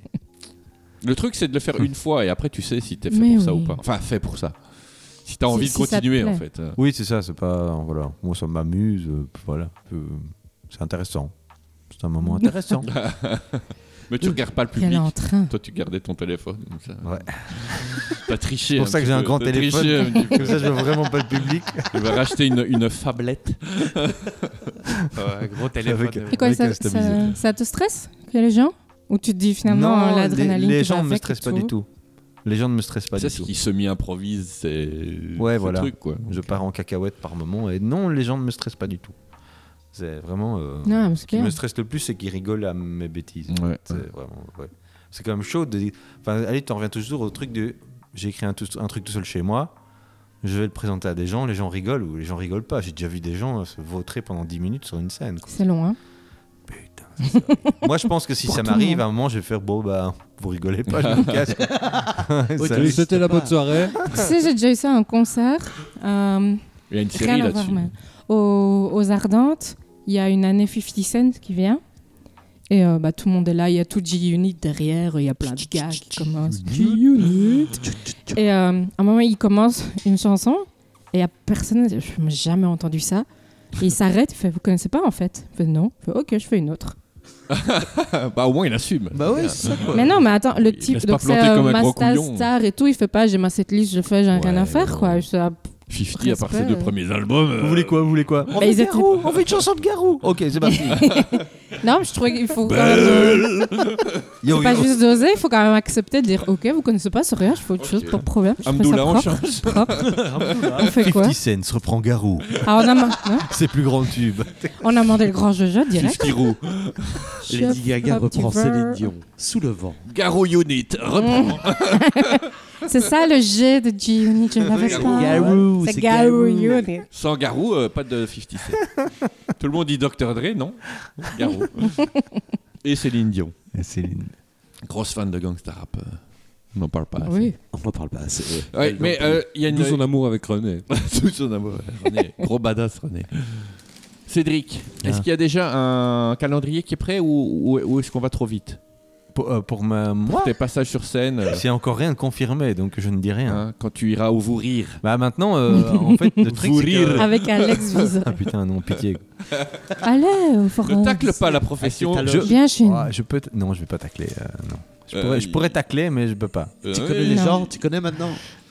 Le truc, c'est de le faire une fois et après, tu sais si t'es fait Mais pour ça oui. ou pas. Enfin, fait pour ça. Si t'as Si- envie si de ça te continuer, en plaît. fait. euh. Oui, c'est ça, c'est pas voilà, moi ça m'amuse, euh, voilà, Euh, c'est intéressant. C'est un moment intéressant. Mais tu regardes pas le public. Quel entrain. Toi, tu gardais ton téléphone. Comme ça. (laughs) Ouais. T'as triché. hein, C'est pour un ça que petit j'ai un peu. grand T'as téléphone. triché un petit peu. Comme (laughs) ça, je veux vraiment pas le (laughs) public. Tu vas racheter une, une fablette. un gros téléphone. euh, Et quoi, Avec ça, la ça- stabilité. ça te stresse que les gens Ou tu te dis finalement euh, les- l'adrénaline les, qui va gens ne me avec et stressent pas du tout. Les gens ne me stressent pas C'est du ce tout. qui semi-improvise, c'est. Ouais, ce voilà. truc, quoi. Je pars en cacahuète par moment et non, les gens ne me stressent pas du tout. C'est vraiment. euh, Non, mais c'est ce qui bien. me stresse le plus, c'est qu'ils rigolent à mes bêtises. Mm. Ouais. C'est vraiment. ouais. C'est quand même chaud. De... Enfin, allez, t'en reviens toujours au truc de. J'ai écrit un, tout- un truc tout seul chez moi. Je vais le présenter à des gens. Les gens rigolent ou les gens rigolent pas. J'ai déjà vu des gens euh, se vautrer pendant 10 minutes sur une scène. quoi. C'est long, hein Moi, je pense que si Pour ça tout le monde. m'arrive, à un moment, je vais faire bon, bah, vous rigolez pas, (laughs) je me casse. Salut. Salut, C'était la bonne soirée. tu sais, j'ai déjà eu ça à un concert. euh, Il y a une (laughs) série rien à voir, là-dessus. mais- Aux, aux Ardentes, il y a une année 50 Cent qui vient. Et euh, bah, tout le monde est là, il y a tout G-Unit derrière, il y a plein de gars qui commencent. Et euh, à un moment, il commence une chanson et il y a personne, je n'ai jamais entendu ça. Et il s'arrête, il fait Vous connaissez pas en fait Il fait Non, Il fait, Ok, je fais une autre. bah au moins il assume. Bah oui, c'est ça quoi. Mais non, mais attends, le Il type, laisse pas donc c'est planter euh, comme un gros Master couillon. Star et tout, il fait pas J'ai ma setlist, je fais, j'ai rien Ouais, à faire non. quoi. Je suis là, Fifty à part ses Respect. deux premiers albums. euh, Vous voulez quoi Vous voulez quoi On Bah, fait ils étaient- Garou On fait une chanson de Garou Ok, c'est parti. Non, mais je trouvais qu'il faut quand même. euh, Yo, c'est pas yo. juste doser, il faut quand même accepter de dire Ok, vous connaissez pas, c'est rien, je fais autre chose, Ok. pas de problème. Je fais ça Amdoula en propre. change. propre. on fait quoi 50 Cent reprend Garou. Ah, on a, ma- hein C'est plus grand tube. on a mandé le grand jeu direct. Fifty Roux. Lady Gaga Hop, reprend tu veux. Céline Dion. Sous le vent. Garo Unit. Mm. Reprends. C'est ça le G de G-Unit, je l'avais pas. Garou, Ah, C'est Garou Unit. Sans Garou, euh, pas de 50 (laughs) Cent. Tout le monde dit Dr Dre, non (laughs) Garou. Et Céline Dion. Céline. Grosse fan de gangsta rap. euh, On n'en parle pas. assez. Oui. On n'en parle pas assez. Ouais, mais euh, il y a une. D'où son amour avec René. (laughs) Tout son amour, ouais, René. Gros badass, René. Cédric, est-ce Ah. qu'il y a déjà un calendrier qui est prêt ou, ou- ou est-ce qu'on va trop vite Pour, euh, pour ma, moi, Tes passages sur scène, euh, c'est encore rien de confirmé, donc je ne dis rien. hein, quand tu iras au vous rire. Ah. Bah maintenant, euh, en fait, le truc Vous c'est que- rire. Avec Alex (laughs) Vise. Ah putain, non, pitié. Allez, au forum. Ne tacle pas la profession. Ah, c'est Je- talent. Bien chez nous. Ah, je peux. t- Non, je vais pas tacler. euh, non. Je Euh, pourrais, je il- pourrais tacler, mais je peux pas. Euh, Tu oui, connais les Non. gens, tu connais maintenant.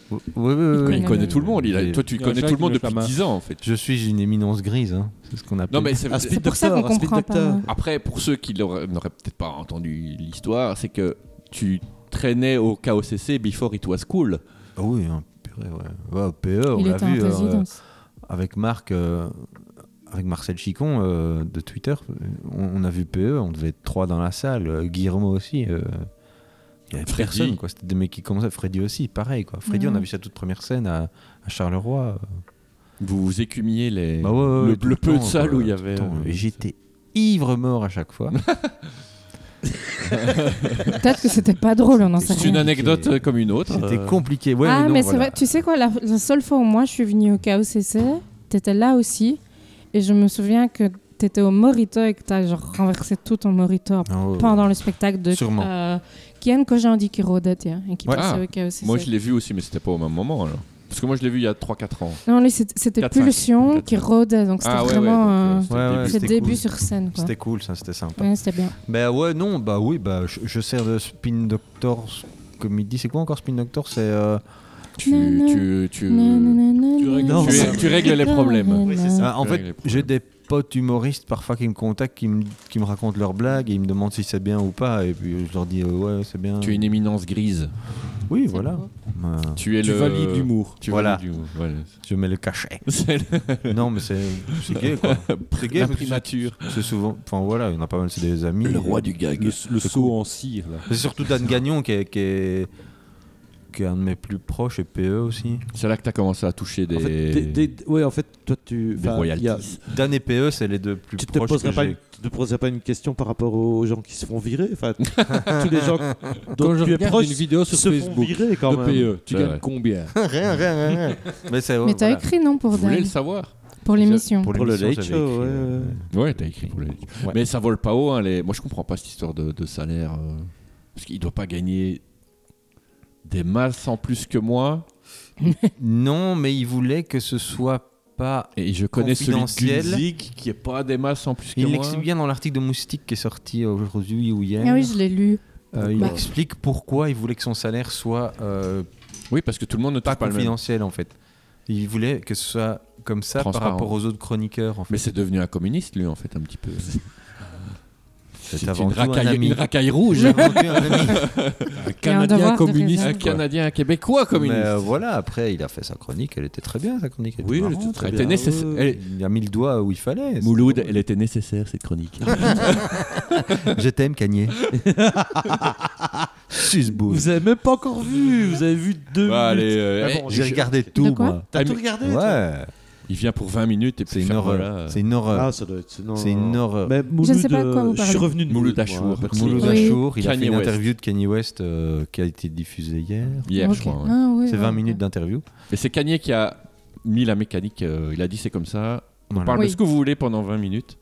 Oui, oui, oui, oui, oui. il connaît tout le monde. il a- J'ai- Toi, tu Il y a connais un chat tout le qui monde me depuis chama. 10 ans, en fait. Je suis une éminence grise, hein. c'est ce qu'on appelle. Non, mais c'est Un c'est- speed pour ça doctor, qu'on un speed comprend pas. doctor. Après, pour ceux qui l'auraient- n'auraient peut-être pas entendu l'histoire, c'est que tu traînais au KOCC before it was cool. Ah oui, hein, purée, ouais. Ouais, au PE, on Il l'a était en vu euh, présidence. avec Marc, euh, avec Marcel Chicon euh, de Twitter. On, on a vu PE, on devait être trois dans la salle. euh, Guillermo aussi. euh, il y avait Freddy. personne, quoi. C'était des mecs qui commençaient. Freddy aussi, pareil, quoi. Freddy, Mhm. on a vu sa toute première scène à, à Charleroi. Vous vous écumiez les... Bah ouais, ouais, le, ouais, tout le peu temps, de salles quoi, où il y tout le avait. temps. euh, Et J'étais ivre mort à chaque (laughs) fois. Peut-être que c'était pas drôle, on en sait C'est une rien. anecdote euh, comme une autre. C'était euh, compliqué. Ouais, ah, mais, non, mais voilà. c'est vrai, tu sais quoi, la, la seule fois où moi je suis venue au KOCC, t'étais là aussi, et je me souviens que t'étais au Morito et que t'as genre renversé tout ton Morito Ah, ouais, ouais. pendant le spectacle de Sûrement. euh, Kian Kojandi qui rodait, tiens, et qui Ouais. passait Ah, au KOCC. Moi, je l'ai vu aussi, mais c'était pas au même moment. alors. Parce que moi, je l'ai vu il y a 3-4 ans. Non, lui, c'était c'était 4-5. Pulsion qui rodait, donc c'était Ah ouais, ouais, donc, vraiment euh, euh, c'était le Ouais, ouais, début. ses c'était débuts cool. sur scène. quoi. C'était cool, ça, c'était sympa. Ouais, c'était bien. Bah ouais, non, bah oui, bah je, je sers de Spin Doctor Comedy. C'est quoi encore Spin Doctor C'est euh, Tu, Nanana, tu, tu, Nanana, tu règles, nanana, tu- c'est- tu règles les problèmes. nanana. ah, en Ouais, les fait, problèmes. j'ai des potes humoristes parfois qui me contactent, qui me, qui me racontent leurs blagues et ils me demandent si c'est bien ou pas. Et puis je leur dis euh, ouais, c'est bien. Tu es une éminence grise. Oui, C'est voilà. beau. Euh, Tu es Tu le. valides l'humour. Tu Voilà. valides l'humour, voilà. je mets le cachet. C'est (laughs) non, mais c'est c'est gay quoi. C'est gay, la mais tu sais, primature. c'est souvent. Enfin voilà, il y en a pas mal, c'est des amis. du gag. Le, le saut en cire, là. C'est surtout Dan Gagnon qui est, qui, est, qui est un de mes plus proches et PE aussi. C'est là que t'as commencé à toucher des. En fait, des- des- des- ouais, en fait, toi, tu. Des enfin, il y a- royalties. Dan et PE, c'est les deux plus Tu te, proches poserais que pas j'ai. une, tu te poserais pas une question par rapport aux gens qui se font virer Enfin, Ah, tous les gens Quand dont je tu es regarde proche une vidéo se sur font Facebook virer quand de E. même. PE, tu Ouais, gagnes ouais. (laughs) combien Rien, rien, rien, rien. Mais c'est Mais t'as voilà. écrit, non, pour Vous voulez Dan le savoir Pour l'émission. Pour, Pour le l'émission, late j'avais show, écrit, ouais, euh, ouais. Ouais, t'as écrit pour les. Mais ça vole pas haut. hein, les... Moi, je comprends pas cette histoire de, de salaire. euh, Parce qu'il doit pas gagner des masses en plus que moi. (laughs) Non, mais il voulait que ce soit pas. Et je connais celui de Confidentiel. Gulzig qui est pas des masses en plus que Il moi. l'explique bien dans l'article de Moustique qui est sorti aujourd'hui ou hier. Ah oui, je l'ai lu. Euh, il Bah. explique pourquoi il voulait que son salaire soit euh, Oui, parce que tout le monde ne pas touche pas le même. confidentiel en fait. Il voulait que ce soit comme ça par Transparent. rapport aux autres chroniqueurs en fait. Mais c'est devenu un communiste, lui, en fait, un petit peu. C'est C'est avant une tout un racaille, ami. une racaille rouge. (laughs) J'ai inventé un ami. Un devoir de Canadien raison. communiste. un quoi. Canadien, un Québécois communiste. Mais euh, voilà, après, il a fait sa chronique, elle était très bien, sa chronique. elle était Oui, elle marrante. était très Elle bien. était nécessaire. Elle- Il a mis le doigt où il fallait. c'est Mouloud, drôle. Ah, elle était nécessaire, cette chronique. Je t'aime, Cagné. Susbou. Vous avez même pas encore vu, vous avez vu deux. Ouais, allez, minutes. euh, Mais bon, eh, Ah J'ai je- regardé tout, De quoi moi. T'as Ah, tout mais- regardé toi Ouais, Il vient pour 20 minutes et c'est puis une faire, horreur. voilà. C'est une horreur. Ah, ça doit être. non, C'est non, une non. horreur. Mais Mouloud, sais pas de quoi euh, vous Je suis parlez. revenu de Mouloud moi, Achour, perso. Mouloud Oui. Achour, il a Kanye fait une West. interview de Kanye West euh, qui a été diffusée hier. Hier, Ok. je crois. ouais. Ah oui, C'est 20 ouais, minutes ouais. d'interview. Et c'est Kanye qui a mis la mécanique. euh, il a dit c'est comme ça. On Voilà. parle de Oui. ce que vous voulez pendant 20 minutes.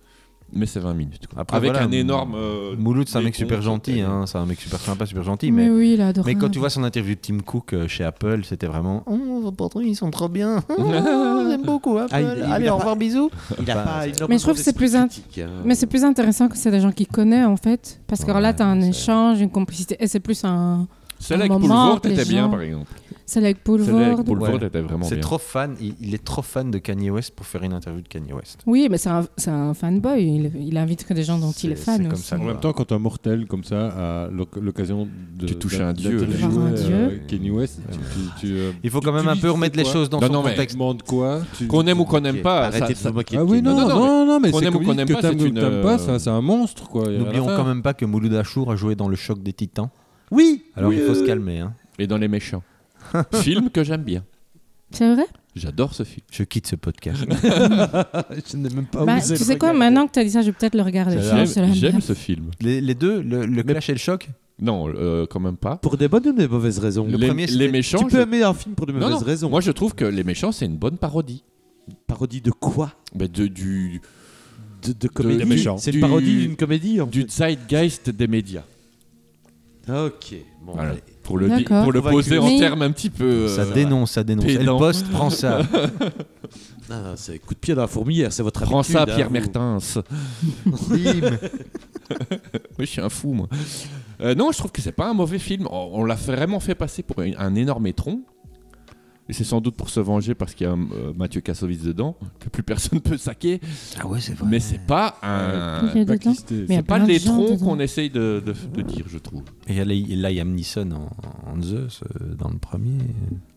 mais c'est 20 minutes. quoi. Après, Avec voilà, un énorme. euh, Mouloud, c'est un mec décompte, super gentil, et- (laughs) hein, c'est un mec super sympa, super gentil, mais, mais, oui, il a adoré. mais quand tu vois son interview de Tim Cook euh, chez Apple, c'était vraiment Oh, vos produits, ils sont trop bien, j'aime beaucoup Apple, Ah, il- il allez, a au pas- revoir, bisous. Il a pas énormément Mais je trouve que c'est plus d'esprit int- critique, hein. Mais euh, c'est plus intéressant que c'est des gens qui connaissent en fait. Parce que alors là, Ouais, t'as un c'est- échange, une complicité. Et c'est plus un. Celle Un avec moment Boulevard que les était bien, gens- par exemple. C'est avec Celle avec Boulevard. Boulevard Ouais. était vraiment C'est bien. trop fan, il, il est trop fan de Kanye West pour faire une interview de Kanye West. Oui, mais c'est un, c'est un fanboy. Il, il invite que des gens dont il est C'est- fan c'est comme aussi. ça. En même temps, quand un mortel comme ça a l'oc- l'occasion de. Tu touches à un dieu, d'interviewer, là. Voir un euh, dieu. Kenny West, tu. tu- tu, euh, Il faut quand tu même un dis peu remettre les quoi choses dans Non, son non, mais- contexte. Demande quoi tu- Qu'on aime ou qu'on Ok, n'aime pas. ça- arrêtez de ça- vous moquer Ah de oui, Kanye non, West. non, non, non, mais qu'on c'est aime ou comme qu'on dit, n'aime que pas, t'aimes c'est ou que une, t'aimes pas, euh, c'est un- c'est un monstre, quoi. Il y a N'oublions rien à quand faire. même pas que Mouloud Achour a joué dans le choc des titans. Oui Alors Oui, il faut euh, se calmer. hein. Et dans Les (laughs) Méchants. Film que j'aime bien. C'est vrai Ah J'adore ce film. Je quitte ce podcast. Ah, Je n'ai même pas Bah, osé Tu le sais quoi, regarder. maintenant que t'as dit ça, je vais peut-être le regarder. J'aime- Je pense que J'aime c'est la j'aime merde. ce film. les, les deux, le, le clash et le choc Non, euh, quand même pas. Pour des bonnes ou des mauvaises raisons Le les, premier, les c'était- méchants. Tu peux je- aimer un film pour de Non, mauvaises non. raisons. Moi, je trouve que Les Méchants, c'est une bonne parodie. Parodie de quoi Mais de- du, de, de comédie. des méchants. C'est Du- une parodie d'une comédie en du fait. zeitgeist des médias. Ok. Bon, Voilà. allez. Pour le, di- D'accord. pour le poser en Mais- termes un petit peu. Ça euh, dénonce, ça dénonce. Et le pédant. poste prend ça. Non, non, c'est coup de pied dans la fourmilière, c'est votre Prends ça, habitude, hein, Pierre vous. Mertens. (laughs) Bim. Oui, je suis un fou, (laughs) moi. Euh, non, je trouve que c'est pas un mauvais film. On, on l'a vraiment fait passer pour un, un énorme étron. Et c'est sans doute pour se venger parce qu'il y a euh, Mathieu Kassovitz dedans, que plus personne (laughs) peut saquer. Ah ouais, c'est vrai. Mais c'est pas un. Il y a dedans Blacklisté. Mais il y a C'est pas plein de gens l'étron dedans. qu'on essaye de, de- de dire, je trouve. Et là, il là, il y a Neeson en, en Zeus euh, dans le premier.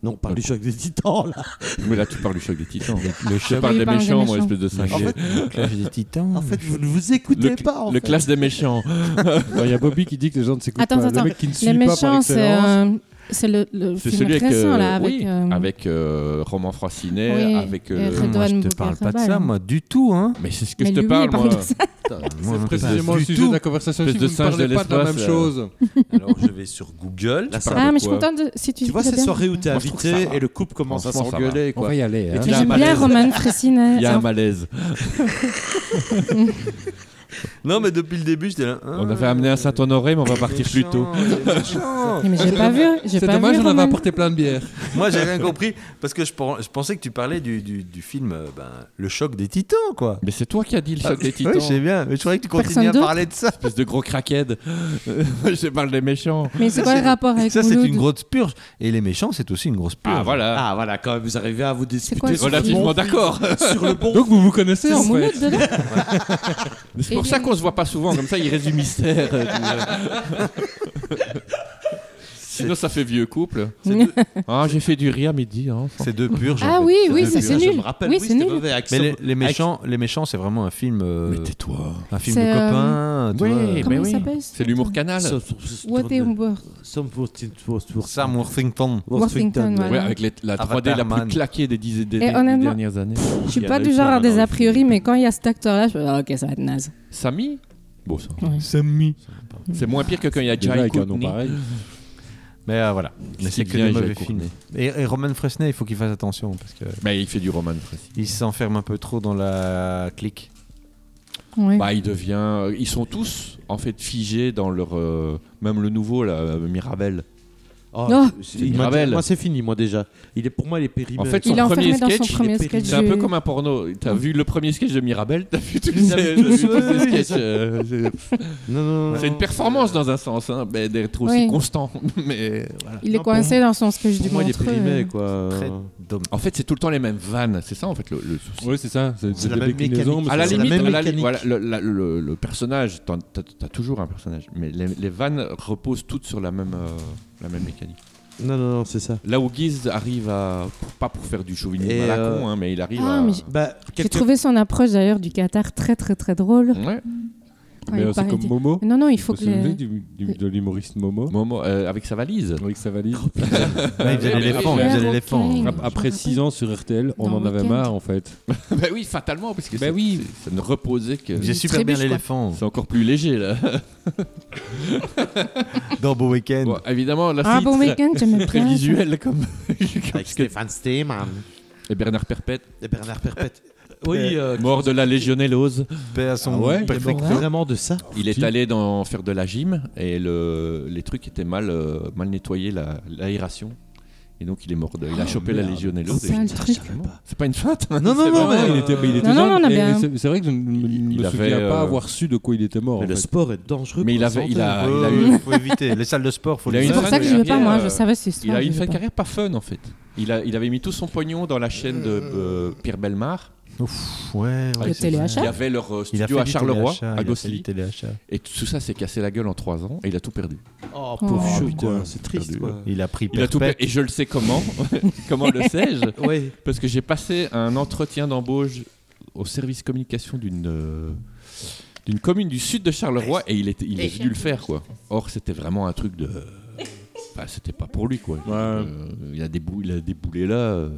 Non, on parle du choc des titans là. Mais là, tu parles du choc des titans. Oh, Le Je choc, parle Ah Oui, des parle des méchants, moi, méchants. espèce de le, singe. clash des titans. Euh, En fait, vous ne vous écoutez Le, pas. En le fait. clash des méchants. Non, Il y a Bobby qui dit que les gens ne s'écoutent Attends, pas. attends, le mec qui ne suit Les pas par méchants, c'est excellence. euh, c'est le, le C'est film celui avec, récent euh, là, avec, oui, euh, avec euh, Roman Frasinet, Oui, avec. et euh, Red- moi, je Redouane te parle pas de Bouguerba, ça, là. moi, du tout, hein. Mais c'est ce que Mais je te lui, parle, il parle moi. (laughs) de ça. Moi, C'est même pas. précisément le Du sujet tout. de la conversation. Si Espèce vous de ne singe de parlez pas de la même l'espace, là. chose. Alors, je vais sur Google. Là, ça- Ah, mais je suis quoi contente de- si tu tu dis vois que ces bien. soirées où t'es Moi, je trouve invité ça va. et le couple commence à Franchement, ça s'engueuler On quoi. va y aller. hein. Et Mais Il y a un J'aime bien malaise. Roman (laughs) Il y a Fressinet. un malaise. Non, mais depuis le début, j'étais hein. là. On avait amené un Saint-Honoré, mais on va partir plus tôt. Mais j'ai pas vu. j'ai C'est pas dommage, vu on avait Roman. apporté plein de bières. Moi, j'ai rien compris parce que je, pen- je pensais que tu parlais du, du- du film euh, ben, Le choc des titans, quoi. Mais c'est toi qui as dit le choc des Oui, titans. je sais bien, mais je croyais que tu Personne continuais à d'autre parler de ça. espèce de gros crackhead. (laughs) je parle des méchants. Mais c'est quoi le rapport avec Ça, c'est Mouloud une grosse purge. Et les méchants, c'est aussi une grosse purge. Ah voilà. Ah voilà, quand même, vous arrivez à vous disputer quoi, sur le Relativement bon- d'accord. (laughs) sur le bon. Donc vous vous connaissez C'est en fait. Mouloud dedans C'est pour Et ça les- qu'on se voit pas souvent. Comme ça, il reste du mystère. Sinon, ça fait vieux couple. Ah, j'ai fait du riz à midi. hein. C'est deux purges. en Ah fait. oui, oui, deux ça, purges. c'est Je nul. me rappelle, Oui, oui, c'est c'était nul. mauvais. avec Mais ce- les, les méchants, les méchants, c'est vraiment un film, euh, Mais tais-toi. un film de C'est, euh, copains. tu Oui, vois. mais Comment oui. ça s'appelle C'est l'humour canal. Sauf- sauf- sauf- Waterworth. Some fourteen- fourteen- Sam Worthington. Worthington, Worthington, Ouais, voilà. avec les- la 3D la Avatarman. plus claquée des, dix- des- Et des honnêtement, dernières années. Je suis pas du genre à des a priori, mais quand il y a cet acteur-là, je me dis, ah, ok, ça va être naze. Samy Bon, ça. Sammy. C'est moins pire que quand il y a Déjà Jai avec un nom Courtney. pareil. Mais euh, voilà, Qui mais c'est que vient des et mauvais Jacques films. Et, et Roman Fresnay, il faut qu'il fasse attention parce que euh, Mais il fait du roman précis. il s'enferme un peu trop dans la clique. Ouais. Bah, il devient. Ils sont tous en fait figés dans leur. euh, Même le nouveau là, euh, Mirabel. Oh, Non. c'est- C'est il m'a- Gravel. Moi, c'est fini, moi déjà. Il est pour moi, il est périmé. En fait, il son est premier enfermé dans son sketch, premier il est sketch. C'est un peu du- comme un porno. T'as vu le premier sketch de Mirabel, t'as vu tous les Vous avez t'as vu tous- tous les oui, oui, sketchs, euh, c'est- Non, non, non, C'est une non. performance dans un sens, hein, mais d'être aussi Oui. constant. (laughs) Mais voilà. Il est Non, pour coincé dans son sketch du Pour moi, il est montreux. périmé, euh. quoi. Très dommage. En fait, c'est tout le temps les mêmes vannes. C'est ça en fait le, le souci. Oui, c'est ça. C'est la des même déclinaisons. mécanique. mais À la c'est- la limite, même à la li- mécanique. voilà, le, la- le- le personnage, t'en- t'as t'as toujours un personnage, mais les, les vannes reposent toutes sur la même, euh, la même mécanique. Non, non, non, c'est ça. Là où Guise arrive à. pour- pas pour faire du chauvinisme Et, à la euh, con, hein, mais il arrive Ah, à. mais j- Bah, J'ai quelque- trouvé son approche d'ailleurs du Qatar très très très drôle. Ouais. Quand Mais il euh, part, c'est il comme dit- Momo. Non, non, il faut Vous vous que. souvenez les- du- du- de l'humoriste Momo Momo, euh, avec sa valise. Avec sa valise. Ouais, il faisait Ah, mais- l'éléphant, il mais- faisait l'éléphant. mais- Ap- Après Je me 6 ans sur RTL, on Dans en le avait week-end. marre en fait. (laughs) bah oui, fatalement, parce que Bah c'est- oui. c'est- ça ne reposait que. Il faisait super trébuche, bien quoi. l'éléphant (laughs) C'est encore plus léger (laughs) là. dans Beau Week-end. Bon, évidemment, là Ah, c'est bon très- week-end, j'aimais très bien. visuel comme. (laughs) Avec Stéphane Steyman Et Bernard Perpète. et Bernard Perpète. Oui, euh, Mort de la légionellose. Paix à son Ah ouais, il est mort perfecteur. vraiment de ça. Il est allé dans, faire de la gym et le, les trucs étaient mal, euh, mal nettoyés, la- l'aération. et donc il est mort. de- il a chopé la légionellose. et- Ça, le truc. Ah, C'est pas une hein. feinte Non, non, non, mais Ouais, il était, il était Non, non, jeune, on a et- bien- et c'est- C'est vrai que je ne Il- ne il me avait, souviens euh, pas avoir su de quoi il était mort. Mais en le fait. sport est dangereux. Mais il pour avait- la il a- santé. il a eu- faut éviter. Les salles de sport, faut Il a les eu C'est une pour fin ça de que je vais pas, carrière, moi. euh, Je savais cette Il histoire. a eu une fin je de vais pas. carrière pas fun en fait. Il, a, il avait mis tout son pognon dans la chaîne de euh, Pierre Belmar. Ouf, ouais, ouais, Le c'est téléachat Il avait leur euh, Il a studio fait à du Charleroi, téléachat, il à a fait du Gosselies. téléachat. Et tout ça s'est cassé la gueule en 3 ans et il a tout perdu. Oh, Oh, pauvre chou, putain, quoi. c'est C'est triste, perdu, quoi. Il a pris Il a tout perpète. perdu. Et je le sais (laughs) comment. (laughs) comment le sais-je Ouais. Parce que j'ai passé un entretien d'embauche au service communication d'une euh, d'une commune du sud de Charleroi et il était il est venu le faire quoi. Or c'était vraiment un truc de bah, c'était pas pour lui quoi. Euh, il a débou- il a déboulé là. euh.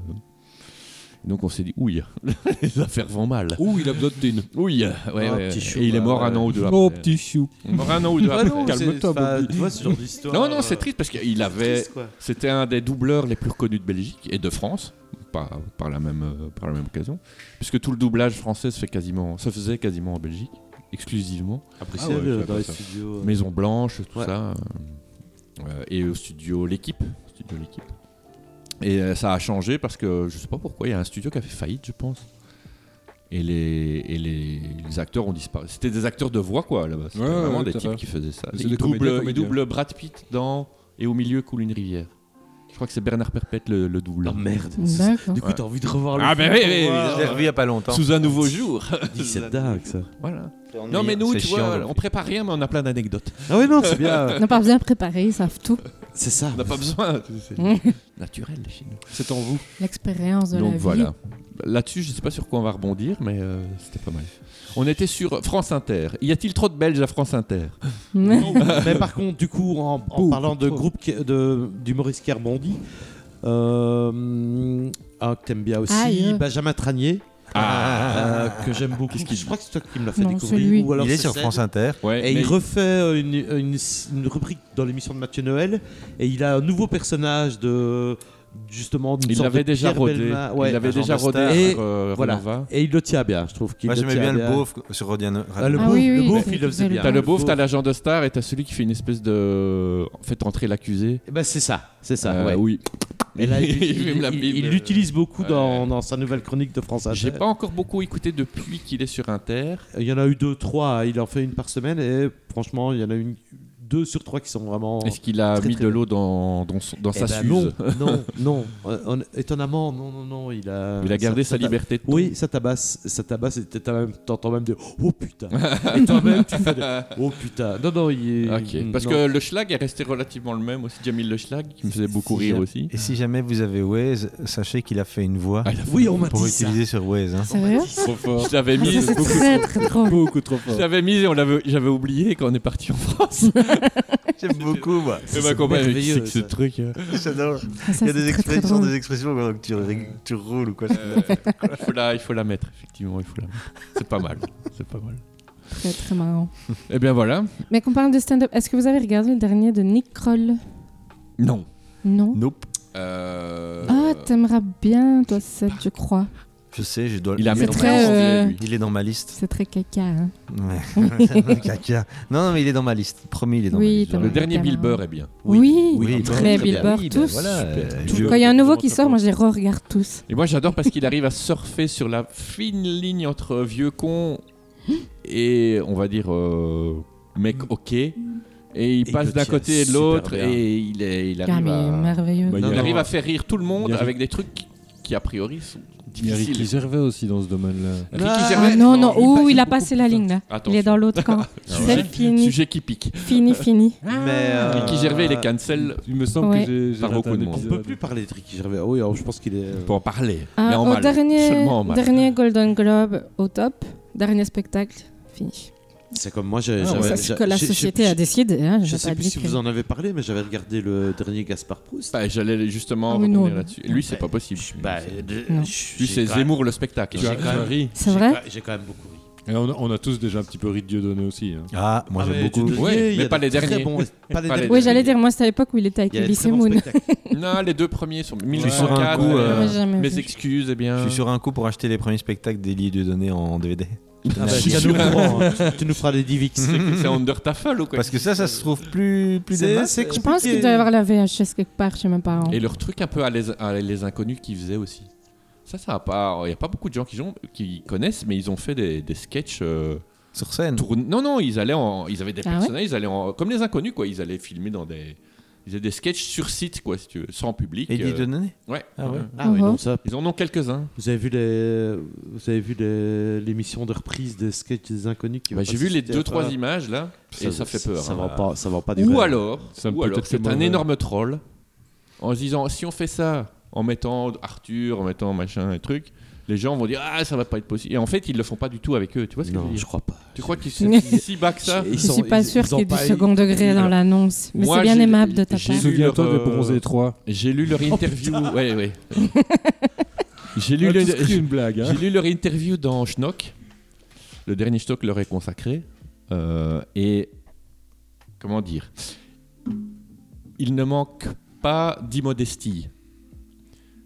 Donc on s'est dit ouille, (laughs) les affaires vont mal. Ouh, il a besoin de thunes. Ouille, ouais, Ah, ouais, petit ouais. chou, et il est bah, mort un ouais. an ou deux après. Oh, petit chou. Mort un an ou deux Ah après. (laughs) non, c'est- calme-toi, enfin, Bobby. Tu vois ce genre d'histoire. Non, non, c'est euh, triste parce qu'il avait. triste, quoi. C'était un des doubleurs les plus reconnus de Belgique et de France, par, par, la, même, euh, par la même occasion. Puisque tout le doublage français se, fait quasiment, se faisait quasiment en Belgique, exclusivement. Ah ouais, euh, dans les studios. euh, Maison Blanche, tout Ouais. ça. euh, euh, et au studio L'équipe. Studio L'Équipe. Et euh, ça a changé parce que je sais pas pourquoi, il y a un studio qui a fait faillite, je pense. Et les, et les, les acteurs ont disparu. C'était des acteurs de voix, quoi, là-bas. C'était Ouais, ouais, vraiment ouais, des tout à types fait. qui faisaient ça. C'est Ils des doublent, comédiens, ils comédiens. doublent Brad Pitt dans Et au milieu coule une rivière. Je crois que c'est Bernard Perpète le, le doubleur. Ah merde. D'accord. Du coup, t'as envie de revoir le Ah, film euh, ben bah oui, pour oui, voir. Je l'ai revu il y a pas longtemps. Sous un nouveau jour. (laughs) Dis, C'est dingue ça. voilà. Non, mais nous, C'est tu chiant, vois, donc. on prépare rien, mais on a plein d'anecdotes. Ah ouais, non, c'est bien. (laughs) Ils n'ont pas besoin de préparer, ils savent tout. C'est ça. On (laughs) n'a pas besoin. (laughs) C'est Mm. naturel chez nous. C'est en vous. L'expérience de la Donc vie. voilà. Là-dessus, je sais pas sur quoi on va rebondir, mais euh, c'était pas mal. On était sur euh, France Inter. Y a-t-il trop de Belges à France Inter Mais par contre, du coup, en, en Beaucoup parlant de trop. groupe qui- de- d'humoristes qui rebondit, euh, ah, que t'aimes bien aussi, Aïe. Benjamin Tranier, euh, que j'aime beaucoup. Je crois que c'est toi qui me l'as fait Non, c'est lui. découvrir. Ou alors Il est c'est sur Seb. France Inter. Ouais, Et mais il refait euh, une, une- une rubrique dans l'émission de Mathieu Noël, et il a un nouveau personnage de justement d'une il sorte l'avait de déjà Pierre rodé. Belma- ouais. il l'avait un genre déjà de rodé star. sur, Et euh, voilà. Renova. Et il le tient bien, je trouve. qu'il Moi, le j'aimais tient bien le beauf sur Rodian. Ah, le Ah beauf, oui, le oui, beauf, c'est- il le faisait c'est le bien. T'as le beauf, beauf. t'as l'agent de star et t'as celui qui fait une espèce de. En fait, entrer l'accusé. Eh ben, c'est ça, c'est ça. Euh, ouais. Oui. (laughs) Et là, il, Il fume il- la il- Bible. il l'utilise beaucoup Ouais. dans, dans sa nouvelle chronique de France J'ai Inter. pas encore beaucoup écouté depuis qu'il est sur Inter. Il y en a eu deux, trois. Il en fait une par semaine et franchement, il y en a une, deux sur trois qui sont vraiment. Est-ce qu'il a Oh, Très, mis très de bon. l'eau dans, dans, son- dans Eh sa ben, suze non, (laughs) non, non. Euh, on- étonnamment, non, non, non. Il a. Il a gardé ça- ça sa t'a- liberté de ton. Oui, ça tabasse, ça tabasse et t'as même- t'entends même des oh putain. (laughs) et toi-même tu fais des oh putain. Non, non, il est. Ok. Parce Mm, non. que le schlag est resté relativement le même aussi. Jamil le schlag, qui me faisait beaucoup Si rire jamais- aussi. Et si jamais vous avez Waze, sachez qu'il a fait une voix Oui, on m'a pour dit ça. utiliser sur Waze. hein. (laughs) Sérieux Ah, Trop fort. Je l'avais mis, Ça, c'est très très drôle. Beaucoup trop je fort. l'avais mis et on l'avait- j'avais oublié quand on est parti en France. J'aime beaucoup, moi. Et ma compagne, elle me dit, merveilleux, c'est que ce ça. truc. euh, J'adore. Ça, Il y a des c'est très, très expressions, drôle. des expressions pendant que tu, rig- tu roules ou quoi. Euh, il, faut la, il faut la mettre, effectivement. Il faut la mettre. C'est pas mal. C'est pas mal. Très très marrant. Et bien voilà. Mais qu'on parle de stand-up, est-ce que vous avez regardé le dernier de Nick Kroll Non. Non Nope. Euh, Ah, t'aimeras bien toi cette, je crois. Je sais, je dois. il a est mis dans C'est ma très, liste. euh, lui. Il est dans ma liste. C'est très caca. Hein. Ouais. (laughs) Caca. Non, non, mais il est dans ma liste. Promis, il est dans Oui, ma liste. t'as Le Ouais, dernier carrément. Bill Burr est bien. Oui. Oui, Oui, très mais bien. Bill Burr, ben Oui, bah tous. voilà, euh, Tout- je- Quand il y a un nouveau qui sort, moi je les re-regarde tous. Et moi j'adore parce qu'il arrive à surfer sur la fine ligne entre vieux con et on va dire euh, mec ok. Et il il passe le d'un tient côté et de super l'autre bien. et il, est, il Ah, arrive, mais à, merveilleux. Bah, il il y a- arrive à faire rire tout le monde il y a- avec des trucs qui a priori sont Il y a Ricky difficiles. Gervais aussi dans ce domaine-là. Ricky Ah, Gervais, non, non, ouh, il a beaucoup passé plus la tard. ligne là. Attention. Il est dans l'autre (laughs) camp. Sujet- C'est fini, Sujet Ah, qui pique. fini, fini. Mais, euh, Ricky Gervais il est cancel. Il me semble Ouais. que j'ai- j'ai Par raté beaucoup de un monde. On épisode. peut plus parler de Ricky Gervais. Oui, alors, je pense qu'il est. euh, On peut en parler. Ah, mais en au mal. dernier, Seulement en mal. dernier Golden Globe au top, dernier spectacle, fini. C'est comme moi, j'ai. Ah j'avais- ouais. Ça, j'ai- c'est ce que la j'ai- j'ai- société a décidé. Hein, Je j'ai sais pas plus dit si que- vous en avez parlé, mais j'avais regardé le dernier Gaspard Proust. Bah, J'allais justement Ah oui, revenir non. là-dessus. Lui c'est pas possible. Je- bah, de- je- Non. Lui j'ai c'est quand même- Zemmour le spectacle. J'ai quand même ri. C'est J'ai vrai quand- J'ai quand même beaucoup ri. Et on, a- on a tous déjà un petit peu ri de Dieudonné aussi. hein. Ah, moi Ah, j'aime mais beaucoup. Dieudonné, Ouais, il y mais a pas des les très derniers. bons- pas les Pas les derniers. Oui, j'allais dire, moi c'était à l'époque où il était avec Il y a des Elise très bons Moon. spectacles. (laughs) Non, les deux premiers sont suis sur un 1804. coup, et, euh, euh, J'ai jamais mes vu. excuses, eh bien. Je suis sur un coup pour acheter les premiers spectacles des lieux de données en DVD. Ah bah, Je suis tiens-nous sûr. au courant, hein. tu, tu nous feras des (laughs) DivX. C'est que c'est Under Tafel ou quoi Parce que ça, ça se trouve plus, plus euh, C'est des- assez Je pense qu'il doit y avoir la VHS quelque part chez mes parents. Et leur truc un peu à les, à les inconnus qu'ils faisaient aussi. Ça, ça a pas. Il n'y a pas beaucoup de gens qui, ont- qui connaissent, mais ils ont fait des, des sketchs. euh, sur scène. tourn- Non, non, ils allaient en- Ils avaient des Ah ouais personnages, ils allaient en- Comme les inconnus, quoi. Ils allaient filmer dans des. Ils faisaient des sketchs sur site, quoi, si tu veux, sans public. Et euh, lieux de données Ouais. Ah ouais. Euh, Ah oui, Mhm. non, ça. Ils en ont quelques-uns. Vous avez vu les, vous avez vu les- l'émission de reprise des sketchs des inconnus qui Bah, va J'ai passer vu les sur TF1. deux, trois images, là, et ça fait peur. hein. Ça hein. va pas, ça va pas durer. Ou alors, Ça ou peut alors être c'est un mauvais. énorme troll en se disant si on fait ça en mettant Arthur, en mettant machin et truc, les gens vont dire ah ça va pas être possible. Et en fait ils le font pas du tout avec eux. Tu vois ce que je veux Non, dire je crois pas. Tu crois qu'ils sont si bas que ça Ils je sont- suis pas ils- sûr ils ont qu'il y ait du pas- second degré dans Alors, l'annonce, mais moi, c'est bien j'ai- aime de ta j'ai- part. j'ai- Souviens-toi Leur, de euh, Bronzé 3. J'ai lu (laughs) leur interview. ouais ouais. J'ai lu, Ah, le- tout ce qui est une blague. hein. j'ai lu leur interview dans Schnock. Le dernier Schnock leur est consacré. Euh, et comment dire Il ne manque pas d'immodestie.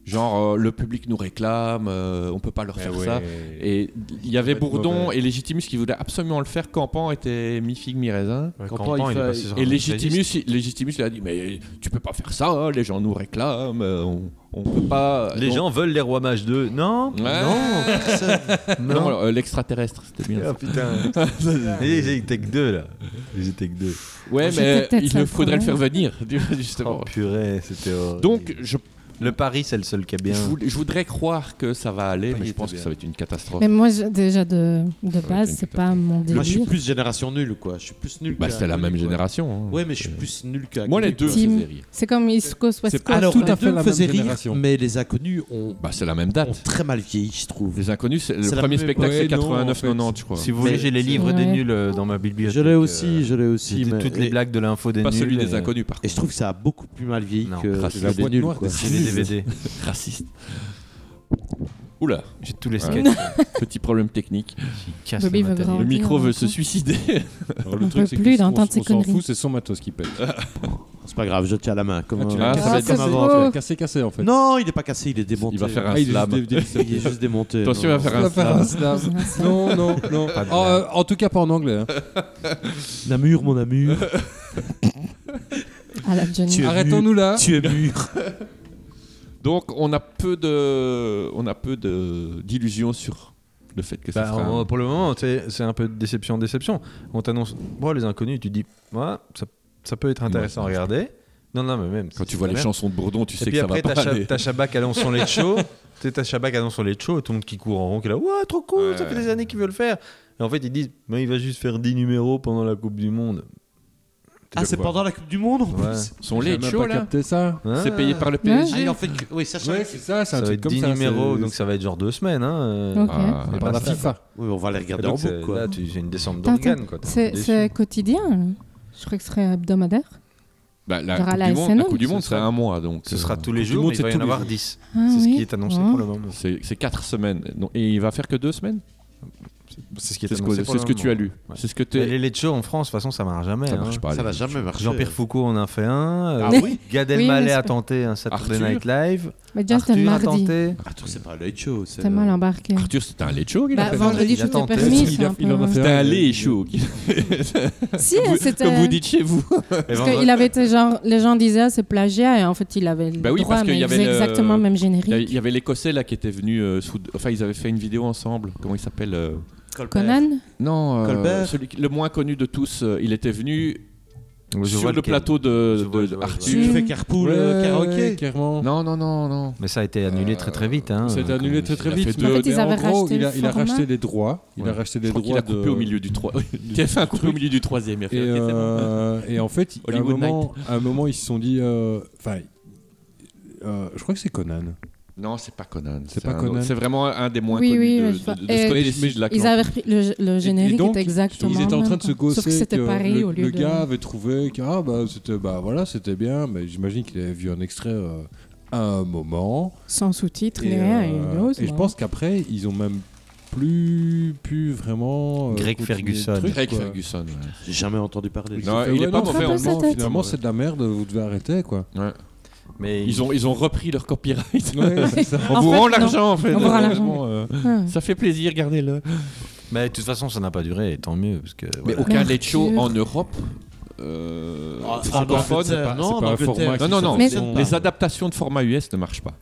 Genre, euh, le public nous réclame, euh, on peut pas leur faire ça. Et il y avait Eh Ça va être Bourdon mauvais. et Légitimus qui voulaient absolument le faire. Campan était mi-figue, mi-raisin. Campan, il fait- Et Légitimus, il- Légitimus lui a dit Mais tu peux pas faire ça, hein, les gens nous réclament, euh, on, on peut pas. Les Donc- gens veulent les Rois Mages 2. Non Ouais. Non personne. (laughs) Non, Non euh, l'extraterrestre, c'était bien. Ah (laughs) putain Et J'étais que deux là J'étais que deux. Ouais, Oh, J'étais mais peut-être il ça, le le faudrait le faire problème. venir, (laughs) tu vois, Oh justement. purée, c'était horrible. Donc, je, le Paris, c'est le seul qui est je, bien. voulais- je voudrais croire que ça va aller, Pas mais je été pense que bien. ça va être une catastrophe. Mais moi, je- déjà de, de va base, être une c'est pas mon Moi, je suis délire. plus génération nulle, quoi. Je suis plus nul. Bah, qu'un c'est la nul, même quoi. génération. hein. Ouais, mais je suis plus nul qu'un. Moi, les nul, deux, quoi. c'est Team. série. C'est comme East Coast, West C'est Coast. pas- Alors, Tout les à fait deux la me même faisaient rire, génération. mais les inconnus ont, Bah, c'est la même ont date. très mal vieilli, je trouve. Les Inconnus, c'est- le C'est la premier même spectacle, époque. c'est Ouais, non, en 89-90, je crois. Si vous voulez, Mais- j'ai les livres des Ouais. nuls euh, dans ma bibliothèque. Je l'ai aussi, euh, je l'ai aussi. j'ai mais- toutes les et- blagues de l'info des Pas nuls. celui des euh, Inconnus, par Et je contre. trouve que ça a beaucoup plus mal vieilli Non, que la que les boîte nuls, noire quoi. de J'ai les DVD. Raciste. Oula, J'ai tous les Ouais. sketchs. (laughs) petit problème technique. qui cassent Bobby le veut matériel. grand- Le dire, micro veut hein. se suicider. (laughs) Alors, On le truc, peut c'est plus que on d'entendre s- ces on s'en conneries. fout, c'est son matos qui pète. (laughs) C'est pas grave, je tiens la main. Comme, Ah, tu euh, l'as Ah, comme ça va être comme beau. avant. Oh. Il a cassé, cassé en fait. Non, il est pas cassé, il est démonté. Il va faire Ah, un il est slam. juste dé- dé- Il est juste démonté. Attention, il non. va faire Il un va faire un slam. (laughs) slam. C'est un slam. Non, non, non. Pas de En, blague. euh, en tout cas, pas en anglais. hein. Namur, mon Namur. Euh, À la Johnny. Tu es Arrêtons-nous là. Tu (laughs) es mûr. Donc, on a peu de, on a peu de d'illusions sur le fait que ça Bah, sera. un- on- Pour le moment, c'est c'est un peu de déception, déception. On t'annonce, bon, les inconnus, tu dis, ouais, ça, ça peut être intéressant à regarder. Non, non, mais même. Quand c'est- tu vois les c'est la Ah, merde. chansons de Bourdon, tu Et sais que puis ça va après, pas t'as Cha- (laughs) aller. t'as Shabak à Lançon les shows. T'es t'as Shabak à Lançon les shows, tout le monde qui court en rond, qui est là, ouais, trop cool, ça Ouais. fait des années qu'il veut le faire. Et en fait, ils disent, mais il va juste faire 10 numéros pendant la Coupe du Monde. Ah, c'est pendant la Coupe du Monde en Ouais. plus. Sont J'ai les même shows pas là capté ça. Hein C'est payé par le PSG. Ah, il en fait. que- Oui, ça Ouais, change. c'est ça, c'est Ça un va truc être comme 10 ça. numéros, c'est- donc ça va être genre deux semaines. Hein. euh, Ok. Ah, c'est Par la pas ça, FIFA. Oui, on va les Et regarder en donc, boucle, c'est- quoi. Là, tu j'ai une descente Attends, d'organes, quoi. T'es C'est déçu. c'est quotidien. Je crois que ce serait hebdomadaire. bah, la, Genre à coupe la du monde, la SNL, Coupe du ce Monde, c'est sera- un mois donc. Ce euh, sera tous les Coupe du jours, Monde, mais il c'est va y tous en les avoir jours. 10. Ah C'est ce oui. qui est annoncé Ah. pour le moment. C'est c'est quatre semaines. Non, Et il va faire que deux semaines C'est ce qui est C'est ce, annoncé que- pour c'est le ce que tu as moment. lu. Ouais. C'est ce que tu Mais les late shows en France, de toute façon, ça marche jamais. Ça hein. marche pas. Ça les- va jamais marcher. Jean-Pierre Foucault en a fait un. euh, Ah oui Gad Oui, mais Elmaleh c'est a pas- tenté un Saturday Arthur. Night Live. Mais déjà, c'était Arthur a mardi. tenté. Arthur, c'est pas le late show. c'est- C'était mal embarqué. Arthur, c'était un late show qu'il a Bah, fait. Il vendredi, a tout est tenté. permis. Il c'est a- un peu- il en a fait C'était un. un late show. (laughs) Si, c'était. Comme vous dites chez vous. Et Parce qu'il avait été genre, les gens disaient ah, c'est plagiat et en fait il avait le Bah oui, droit, parce qu'il mais y avait faisait le- exactement le même Il y a- générique. il y avait l'écossais là qui était venu. euh, sous- Enfin, ils avaient fait une vidéo ensemble. Comment il s'appelle euh, Colbert. Conan Non, euh, Colbert. celui qui- le moins connu de tous. euh, Il était venu Je sur vois le lequel. plateau de, Je vois, de- je vois, je vois. Tu Arthur. fais carpool Ouais, euh, ouais, karaoké. clairement. Non, non, non, non. Mais ça a été annulé très très vite. Hein, C'était euh, annulé comme- très très Ah, il a vite. fait mais deux. En fait, ils avaient en gros, racheté il le a, il a format. racheté les droits. Il Ouais. a racheté Je les crois qu'il droits. a coupé de- au milieu du 3 TF1 a coupé au milieu du troisième. il a Et, fait, Ok, c'est bon. euh, et en fait, à un, Hollywood moment, à un moment, ils se sont dit. euh, Enfin, euh, je crois que c'est Conan. Non, c'est pas Conan. C'est pas un Conan. autre- C'est vraiment un des moins Oui, connus oui, de, mais de, je vois- de- de et- Scott mais- Disick, de la Ils Clamp. avaient repris le, le générique et donc, était exactement. Ils étaient en le train même, de se quoi. gausser. Sauf que c'était que Paris le, au lieu le de. gars avait trouvé que ah, bah, c'était bah, voilà, c'était bien, mais j'imagine qu'il avait vu un extrait euh, à un moment. Sans sous-titres, Et, ni rien. euh, et une hausse, et je bon. pense qu'après, ils ont même plus pu vraiment. euh, Greg continuer le Ferguson. truc, Greg quoi. Ferguson. ouais. J'ai jamais entendu parler de Ils Non, ont fait, il est ouais, pas non, mauvais en finalement, France. Finalement, c'est de la merde, vous devez arrêter quoi. Ouais. Mais Ils ont, ils ont repris leur copyright. On En (laughs) vous fait, rend non. l'argent en fait. On vous rend l'argent. Heureusement, euh, Ah. Ça fait plaisir, gardez-le. Mais de toute façon, ça n'a pas duré, et tant mieux. Parce que, Mais voilà. aucun Mercure. late show en Europe. Euh, Ah, en francophone, Angleterre, c'est pas, c'est non, pas en un Angleterre, format. ils Non, non, sont non. Mais- pas. Les adaptations de format US ne marchent pas.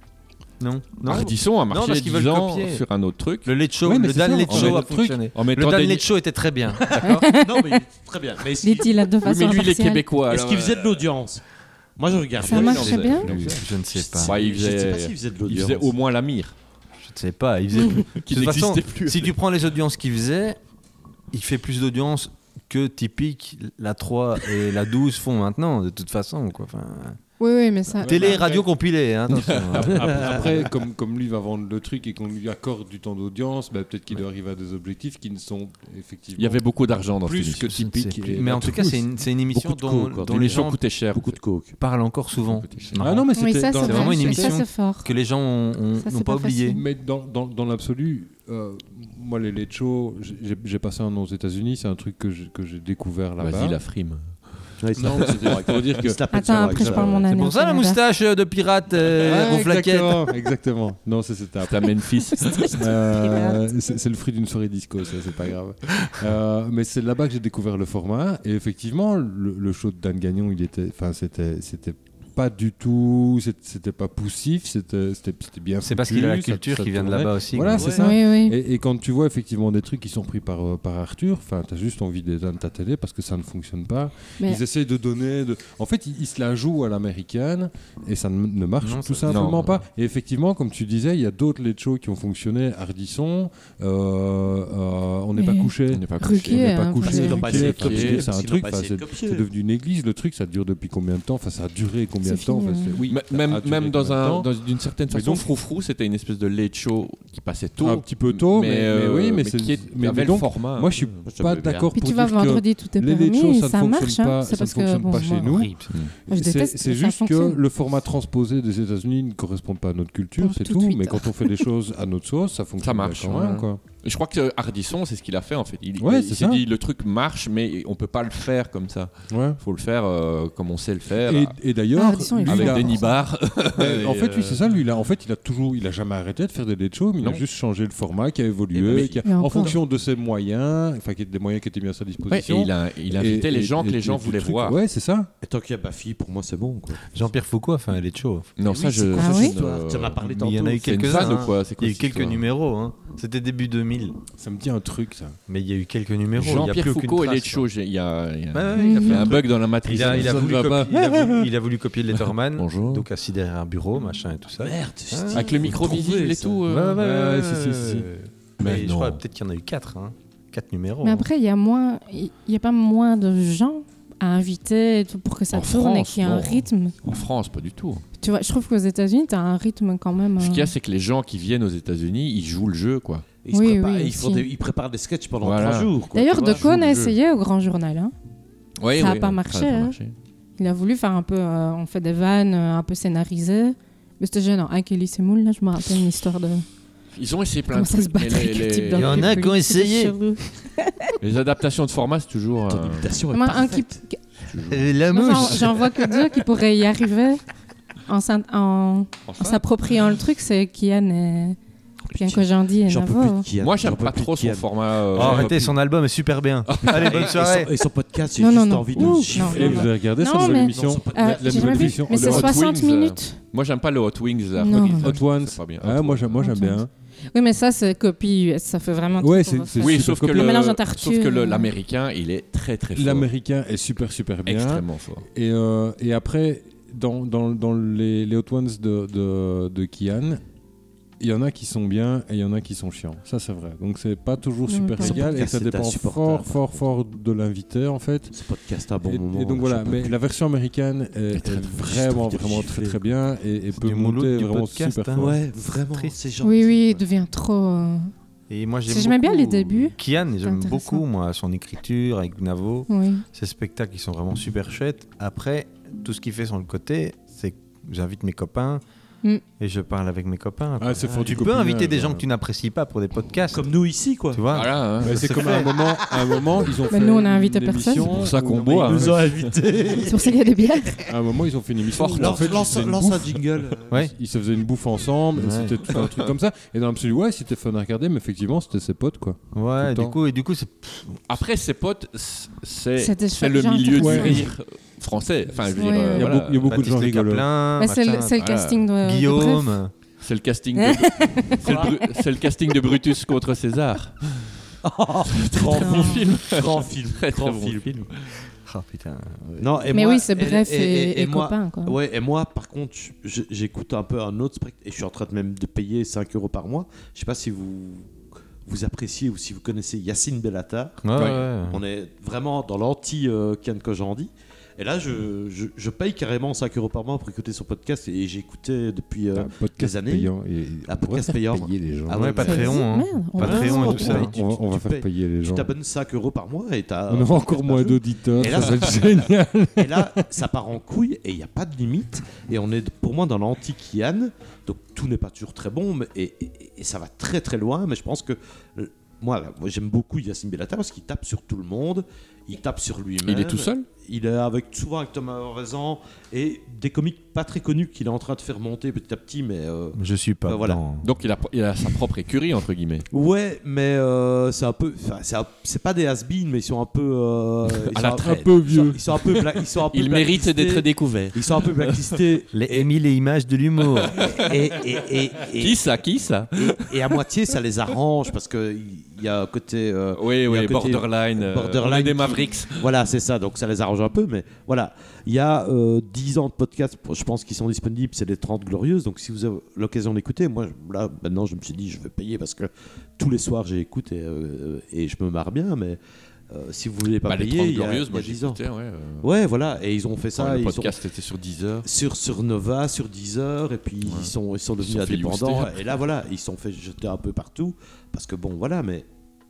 Non, non. Ardisson hein, a marché parce qu'ils 10 veulent ans copier. sur un autre truc. Le Late Show, Ouais, mais le c'est Dan ça, Late en Show mettant a le truc, fonctionné. en Le mettant Dan Denis- Late Show était très bien. non, mais très bien. Mais est-ce qu'il- Dit-il de Oui, façon mais lui, il est partielle. québécois. est-ce alors, euh, qu'il faisait de l'audience Moi, je regarde. Ça marche non, bien Plus, Je ne sais pas. Bah, il Je sais pas faisait, s'il faisait de il l'audience. faisait au moins la mire. Je ne sais pas. (laughs) Il faisait plus. Qui De toute façon, n'existait plus. Si tu prends les audiences qu'il faisait, il fait plus d'audiences que typique la 3 et la 12 font maintenant, de toute façon. Quoi. Enfin, Oui, oui, mais ça. télé, mais après- radio compilée. Hein, attention. (laughs) (laughs) Après, comme, comme lui va vendre le truc et qu'on lui accorde du temps d'audience, bah, peut-être qu'il arrive à des objectifs qui ne sont effectivement Il y avait beaucoup d'argent dans plus cette que émission. Je ne sais typiques. plus. mais en tout cas, c'est une, c'est une émission beaucoup de dont, coke, quoi. dont Des les Les gens gens coûtaient cher. beaucoup de coke. parlent encore souvent. C'est marrant. Ah non, mais Oui, c'était ça, c'est dans- C'est vraiment vrai, une ça, émission c'est fort. Que les gens ont- ont- Ça, n'ont c'est pas, pas oublié. facile. Mais dans, dans, dans l'absolu, euh, moi, les late shows, j'ai j'ai passé un an aux États-Unis, c'est un truc que j'ai que j'ai découvert là-bas. Vas-y, la frime. Non, c'était pour dire que. Attends, après, je parle mon année. C'est pour ça la Canada. moustache euh, de pirate Ouais, euh, ronflaquette. exactement, Ah, exactement. Non, ça, c'était T'as après. Memphis. (laughs) Euh, c'est c'est le fruit d'une soirée disco, ça, c'est pas grave. Euh, mais c'est là-bas que j'ai découvert le format. Et effectivement, le, le show de Dan Gagnon, il était, enfin, c'était, c'était pas du tout, c'est- c'était pas poussif, c'était, c'était c'était bien. C'est parce foutu, qu'il a la ça- culture ça qui vient de tournait. là-bas aussi. Voilà, quoi. c'est ça. Oui, oui. Et, et quand tu vois effectivement des trucs qui sont pris par, euh, par Arthur, enfin, t'as juste envie d'éteindre ta télé parce que ça ne fonctionne pas. Mais- Ils essayent de donner. De... En fait, ils, ils se la jouent à l'américaine et ça ne, ne marche Non, tout ça- simplement non. pas. Et effectivement, comme tu disais, il y a d'autres late shows qui ont fonctionné. Hardisson, euh, euh, on n'est pas Mais- couché. On n'est pas Ruquier, On n'est pas hein, couché. vous Ruquier, avez- pas essayé de Ruquier, copier, c'est ils un n'ont truc. pas enfin, essayé de c'est- copier. C'est devenu une église. Le truc, ça dure depuis combien de temps Enfin, ça a duré combien C'est de temps fini, hein. Enfin, c'est- ouais. Oui, M- ça a Même, duré même dans combien de un, temps dans- d'une certaine Mais façon, donc- Froufrou, c'était une espèce de late show qui passait tôt. un petit peu tôt, mais, mais Ah, euh, oui, mais, c'est- qui est- mais- avait mais le donc, format. moi, je suis pas d'accord Puis pour tu vas dire que vendredi, tout est les late shows, permis, ça ne ça marche, fonctionne hein. pas- C'est ça parce ne que. fonctionne bon, pas chez moi, nous. Moi, je C'est- déteste, C'est mais ça juste que fonctionne. le format transposé des États-Unis ne correspond pas à notre culture, Pour c'est tout tout. de suite. Mais quand on (laughs) fait des choses à notre sauce, ça fonctionne. Ça marche, quand même, ouais. quoi. Je crois que Hardisson, c'est ce qu'il a fait en fait. Il, Ouais, il c'est s'est ça. dit le truc marche, mais on peut pas le faire comme ça. Ouais. Faut le faire euh, comme on sait le faire. Et, à- et d'ailleurs, Hardisson, Ah, il lui, avec il a- Denis Barr. Ouais, en Et, fait, euh, lui, c'est ça, lui, il a, en fait, il a toujours, il a jamais arrêté de faire des late shows, mais il Non. Eh ben, a juste changé le format, qui a évolué, Et mais- qui a- Et en encore. fonction de ses moyens, enfin, qui- des moyens qui étaient mis à sa ouais, et disposition. il, a, il invitait Et- les et- gens que et- les et gens du voulaient truc, voir. Ouais, c'est ça. Et tant qu'il y a Bafi, pour moi, c'est bon. Quoi. Jean-Pierre Foucault a fait un Late Show. Non, ça, oui, je. c'est quoi, ça, cette je ne- histoire Tu en as parlé Il y en a eu C'est une quelques-uns. vanne ou hein. quoi C'est quoi Il y a eu cette quelques histoire numéros. hein. C'était début 2000. Ça me dit un truc, ça. Mais il y a eu quelques numéros. il y a Jean-Pierre plus aucune Foucault et Ah trace, les shows. j'ai- Il y a, il y a- quoi. Ouais, ouais, il a il y fait a un un truc. bug dans la matrice. Il a, il a Ça ne voulu va pas. copier, il, a voulu, il a voulu copier Letterman, Bonjour. donc assis derrière un bureau, machin et tout ça. Merde, je Ah. dis- Avec le micro trouvez, visible et ça. tout. Ouais, euh, ouais, ouais, ouais, si, si, ouais, si. ouais. Mais Mais je crois non. peut-être qu'il y en a eu 4, hein. 4 numéros. Mais hein. après, il y a moins, il n'y a pas moins de gens à inviter et tout pour que ça En tourne et France, qu'il y ait un non. rythme. En France, pas du tout. Tu vois, je trouve qu'aux États-Unis, tu as un rythme quand même. Ce euh, qu'il y a, c'est que les gens qui viennent aux États-Unis, ils jouent le jeu, quoi. Ils, se Oui, préparent, oui, ils font aussi. des- ils préparent des sketchs pendant Voilà. trois jours. quoi, D'ailleurs, tu vois. Decaune a joue le jeu. essayé au Grand Journal. hein. Ouais, Ça a ouais, pas ouais, marché, a pas hein. marché. Il a voulu faire un peu, euh, on fait des vannes euh, un peu scénarisées. Mais c'était gênant. Avec Elie Semoul, là, je me rappelle une histoire de Ils ont essayé plein comment de ça se trucs. battre mais avec le les, type les- dans le Il y en a public, qui ont c'était essayé. chelou. les adaptations de format, c'est toujours. Ton euh, imitation est Moi, un qui- parfaite. Et Euh, la Moi, j'en- mouche J'en vois que deux qui pourraient y arriver en s'in- en- en s'appropriant le truc. C'est Kian et Kian Kojandi et J'en peux plus de Navo. Kian. Moi, J'en j'aime peux pas plus de trop son Kian. format. euh, Oh, Arrêtez, son album est super bien. Allez, bonne Et soirée. son, et son podcast, j'ai Non, juste non, non. envie Ouh, de non, le chiffrer. non, Et vous avez regardé Non, ça, mais- nouvelle Non, émission c'est pas- Euh, La- la j'ai nouvelle jamais vu, émission. mais c'est Le Hot 60 Wings, euh, minutes. Moi, j'aime pas le Hot Wings. là. Non. Hot Wings, Hot Ones. c'est pas bien. Ah, Hot moi, Wings. j'aime- moi, j'aime bien. Oui, mais ça, c'est copie US. Ça fait vraiment. Ouais, trop c'est- refaire. Oui, Super sauf que copié. le- Le mélange entre sauf que Arthur, le- euh, l'américain, il est très très fort. L'américain est super, super bien. Extrêmement fort. Et, euh, et après, dans, dans, dans les, les Hot Ones de, de, de Kian, il y en a qui sont bien et il y en a qui sont chiants. Ça, c'est vrai. Donc, c'est pas toujours Oui, super oui. égal et Podcast, ça c'est dépend insupportable, fort, par fort, fort de l'invité, en fait. Ce podcast à bon et, moment. et donc, je voilà. sais pas. Mais la version américaine est, très est bien. vraiment, J'ai envie de vraiment chiffrer. très, très bien et, et peut du Mouloud monter du vraiment podcast, super hein. fort. Ouais, vraiment, Triste. c'est gentil. Oui, oui, il devient trop. euh, Et moi, j'aime Parce que j'aimais bien beaucoup les débuts. Kian, j'aime intéressant. beaucoup, moi, son écriture avec Navo. (laughs) Oui. Ces spectacles, ils sont vraiment super chouettes. Après, tout ce qu'il fait sur le côté, c'est que j'invite mes copains Mm. et je parle avec mes copains. quoi. Ah, c'est fort tu du peux copinage, inviter des gens euh. que tu n'apprécies pas pour des podcasts. Comme nous ici, quoi. Tu vois Voilà, hein. Mais Ça, Bah, c'est c'est comme à fait. un moment, à un moment, ils ont Mais fait Bah, nous, on a une invité personne. émission C'est pour ça qu'on où- boit, hein. Ils nous ont invités. C'est pour ça qu'il y a des bières. À un moment, ils ont fait une émission. Forte. où, en fait, ils Lance, faisaient une lance un bouffe. jingle. Ouais. Ils se faisaient une bouffe ensemble, et Ouais. c'était tout un truc comme ça. Et dans l'absolu, ouais, c'était fun à regarder, mais effectivement, c'était ses potes, quoi. Ouais, le du temps. coup, et du coup, c'est Après, ses potes, c- c'est C'était c'est le genre milieu du intéressant. rire français. Enfin, je veux Ouais, dire, ouais. euh, Il y a voilà. beaucoup- il y a beaucoup de gens Baptiste rigolos. Caplin, Ouais, Bah, c'est le, machin, c'est le voilà. casting euh, de. de Bref. Guillaume. C'est le casting de. (laughs) c'est le Bru- c'est le casting de Brutus contre César. Grand Bon film. film. Grand film. Très, très grand bon film. Ah, putain. Non, et Mais moi- oui, c'est et- bref et, et- et et moi- copain, Hein. quoi. Ouais, et moi, par contre, je- je- j'écoute un peu un autre spectre et je suis en train de même de payer 5 euros par mois. Je sais pas si vous vous appréciez ou si vous connaissez Yacine Bellatar. Ouais, ouais, ouais. On est vraiment dans l'anti euh, Ken Kojandi. Et là, je, je, je paye carrément 5 euros par mois pour écouter son podcast et j'écoutais depuis. euh, Un podcast des années. payant. et- Un podcast on va payant. faire payer les gens. Ah Ouais, ouais, mais- Patreon. hein. Merde, on va- Patreon et tout ça. Ouais, Ah, tu- On va- on tu va faire payes. payer les tu gens. t'abonnes 5 euros par mois et t'as. On (laughs) aura encore moins d'auditeurs, Et là, ça (laughs) va être génial. Et là, ça part en couille et il n'y a pas de limite. Et on est pour moi dans l'anti-Kian. Donc tout n'est pas toujours très bon mais, et, et- et ça va très très loin. Mais je pense que euh, moi, là, moi, j'aime beaucoup Yacine Bellatar parce qu'il tape sur tout le monde. Il tape sur lui-même. Il est tout seul Il est avec, souvent avec Thomas Orezan et des comiques pas très connus qu'il est en train de faire monter petit à petit. Mais euh, Je suis pas. Bah, voilà. dedans. Donc il a, il a sa propre écurie, entre guillemets. ouais, mais euh, c'est un peu. enfin, C'est un- c'est pas des has mais ils sont un peu. euh, (laughs) ils À sont la un- traîne. peu ils sont- Ils sont un peu. bla- (laughs) Ils, sont un peu Il mérite blacklistés. d'être découvert. Ils sont un peu blacklistés Les Émile et images de l'humour. et, et, et, et- Qui ça Qui ça et à moitié ça les arrange parce que il y a un côté euh, Oui, il y a un oui, côté- borderline. euh, borderline on est des qui- Mavericks. voilà c'est ça donc ça les arrange un peu mais voilà il y a euh, 10 ans de podcasts je pense qu'ils sont disponibles c'est les 30 glorieuses donc si vous avez l'occasion d'écouter moi je- là maintenant je me suis dit je vais payer parce que tous les soirs j'écoute et, euh, et je me marre bien mais euh, si vous voulez pas Bah, les payer 30 il y a, glorieuses, il y a moi 10 ans j'écoutais, ouais. euh, ouais voilà et ils ont fait quand ça le ils sont- podcast était sur 10 heures. sur, sur Nova, sur Deezer, et puis ils, sont, ils sont devenus sont fait indépendants. lister après. Et là, voilà, ils se sont fait jeter un peu partout. Parce que bon, voilà, mais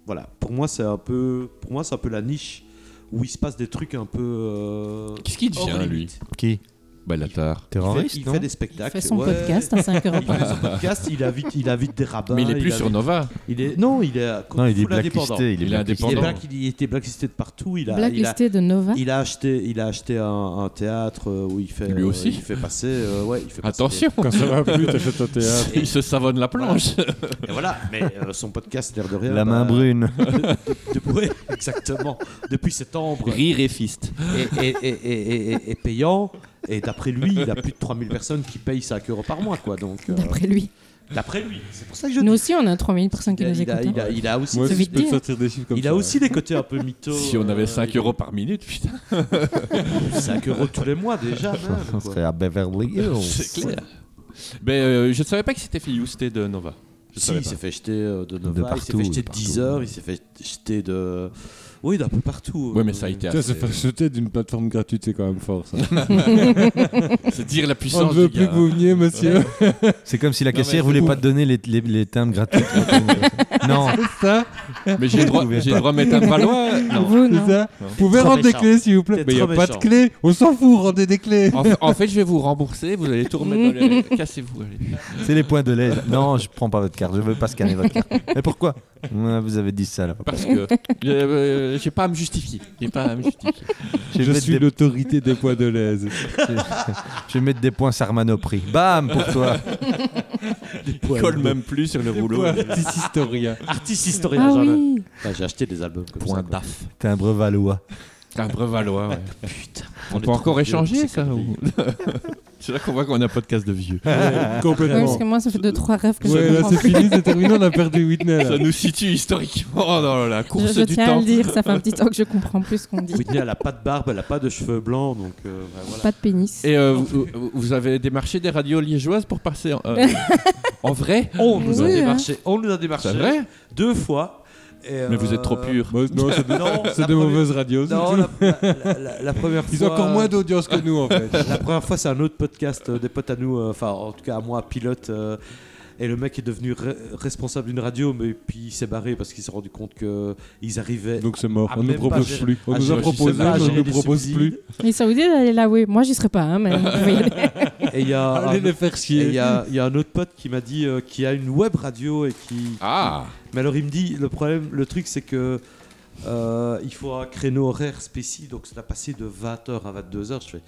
voilà, pour moi, c'est un peu, pour moi, c'est un peu la niche où il se passe des trucs un peu. euh, Qu'est-ce qu'il hors devient, lui limite. Qui Bah, Bellatar. Il fait, Terroriste il non fait des Il spectacles. fait son ouais. podcast à 5 euros (laughs) Il fait son podcast, il invite, Bah, il invite des rabbins. Mais il est plus sur invite- Nova. il est, Non, il est. Non, il est full indépendant. blacklisté. Il Il est est blacklisté. Il, est indépendant. black- il était blacklisté de partout. Il a, il a- Blacklisté hein de Nova. il a acheté, il a acheté un, un théâtre euh, où il fait. Lui euh, aussi Il fait passer. euh, ouais, il fait passer- Attention Quand ça va plus, t'achètes un théâtre. Il se savonne la planche. Et voilà, mais euh, son podcast, l'air de rien. La main bah, (laughs) brune. de- ouais, exactement. Depuis septembre. Et, Rire et fist. et, et, et- et- et payant. Et d'après lui, il a plus de 3000 personnes qui payent 5 euros par mois, quoi. Donc, euh, D'après lui. d'après lui. C'est pour ça que je dis. Nous aussi, on a 3000 personnes qui il, a, nous il, a, écoutent. hein. il a- il a aussi, Moi Ça veut aussi, je peux te dire- sortir des chiffres comme il ça. a aussi des côtés un peu mythos. (laughs) Si on avait euh, 5 euros par minute, putain. 5 euros tous les mois déjà, même, On quoi. serait à Beverly Hills. C'est clair. Mais euh, je ne savais pas que c'était Phil Houston de Nova. Je Si, savais il pas. s'est fait jeter euh, de Nova, De il s'est partout, fait jeter de de partout. Deezer, il s'est fait jeter de. Oui, d'un peu partout. Ouais, euh, mais ça a été Tu vois, se assez- faire sauter d'une plateforme gratuite, c'est quand même fort ça. C'est dire la On ne puissance veut du plus gars. que vous veniez, monsieur. C'est comme si la Non, caissière mais- voulait pas te donner les, les, les timbres gratuits. (laughs) non, Mais j'ai le (laughs) droit, Trouvez j'ai pas. le droit de mettre un (laughs) palois. Non. Vous, C'est non. ça Vous pouvez Trop rendre des méchant. clés, s'il vous plaît. T'es Mais il n'y a trop pas de méchant. clés. On s'en fout, rendez des clés. En, en fait, je vais vous rembourser, vous allez tout remettre dans les... Cassez-vous, allez. c'est les points de l'aide. Non, je prends pas votre carte. Je veux pas scanner votre carte. Mais pourquoi Ouais, Vous avez dit ça là. Parce que euh, j'ai pas à me justifier. J'ai pas à me justifier. vais Je mettre suis des- l'autorité des poids de l'aise. Je vais mettre des points Sarmanoprix. Bam pour toi. Il (laughs) colle même plus sur le rouleau. Artiste historien. Artiste historien, Ah j'en ai- oui. Enfin, J'ai acheté des albums comme ça. Point quoi. d'af. Timbre valois. Un brevalois, ouais. On, peut encore échanger, ça ou- (laughs) C'est là qu'on voit qu'on a un podcast de (laughs) vieux. Ouais, parce Complètement. que moi, ça fait 2-3 rêves que Ouais, je là comprends c'est plus. fini, c'est terminé, on a perdu Whitney. Ça là. nous situe historiquement dans la Je, course je du tiens à temps. le dire, ça fait un (laughs) petit temps que je comprends plus ce qu'on dit. Whitney, elle a pas de barbe, elle a pas de cheveux blancs, donc euh, bah, voilà. Pas de pénis. Et euh, vous, vous- vous avez démarché des radios liégeoises pour passer en, (laughs) euh, en vrai On nous a Oui, hein. démarché, on nous a démarché C'est vrai deux fois. et, euh, Mais vous êtes trop pur. Bon, non, (laughs) c'est de, Non, (laughs) c'est la de première- mauvaises radios. c'est Ah, Non, tout. la, la- la- la première fois. Ils ont encore moins d'audience que nous en fait. (laughs) La première fois, c'est un autre podcast euh, des potes à nous, euh, enfin en tout cas à moi, pilote. euh, et le mec est devenu re- responsable d'une radio, mais puis il s'est barré parce qu'il s'est rendu compte que ils arrivaient. Donc c'est mort, Ah, on ne même pas propose gérer- plus. On à nous a gérer- proposé, à mais on gérer ne nous les propose subsides. plus. (laughs) Les Saoudiens, d'aller là, oui. Moi, j'y serais pas, hein, mais vous voyez. Et il y a (laughs) Allez un- les faire et chier. il y, a, il y a un autre pote qui m'a dit euh, qui a une web radio et qui. Ah Mais alors il me dit le problème, le truc c'est que euh, il faut un créneau horaire spécifique, donc ça a passé de 20h à 22h. Je fais.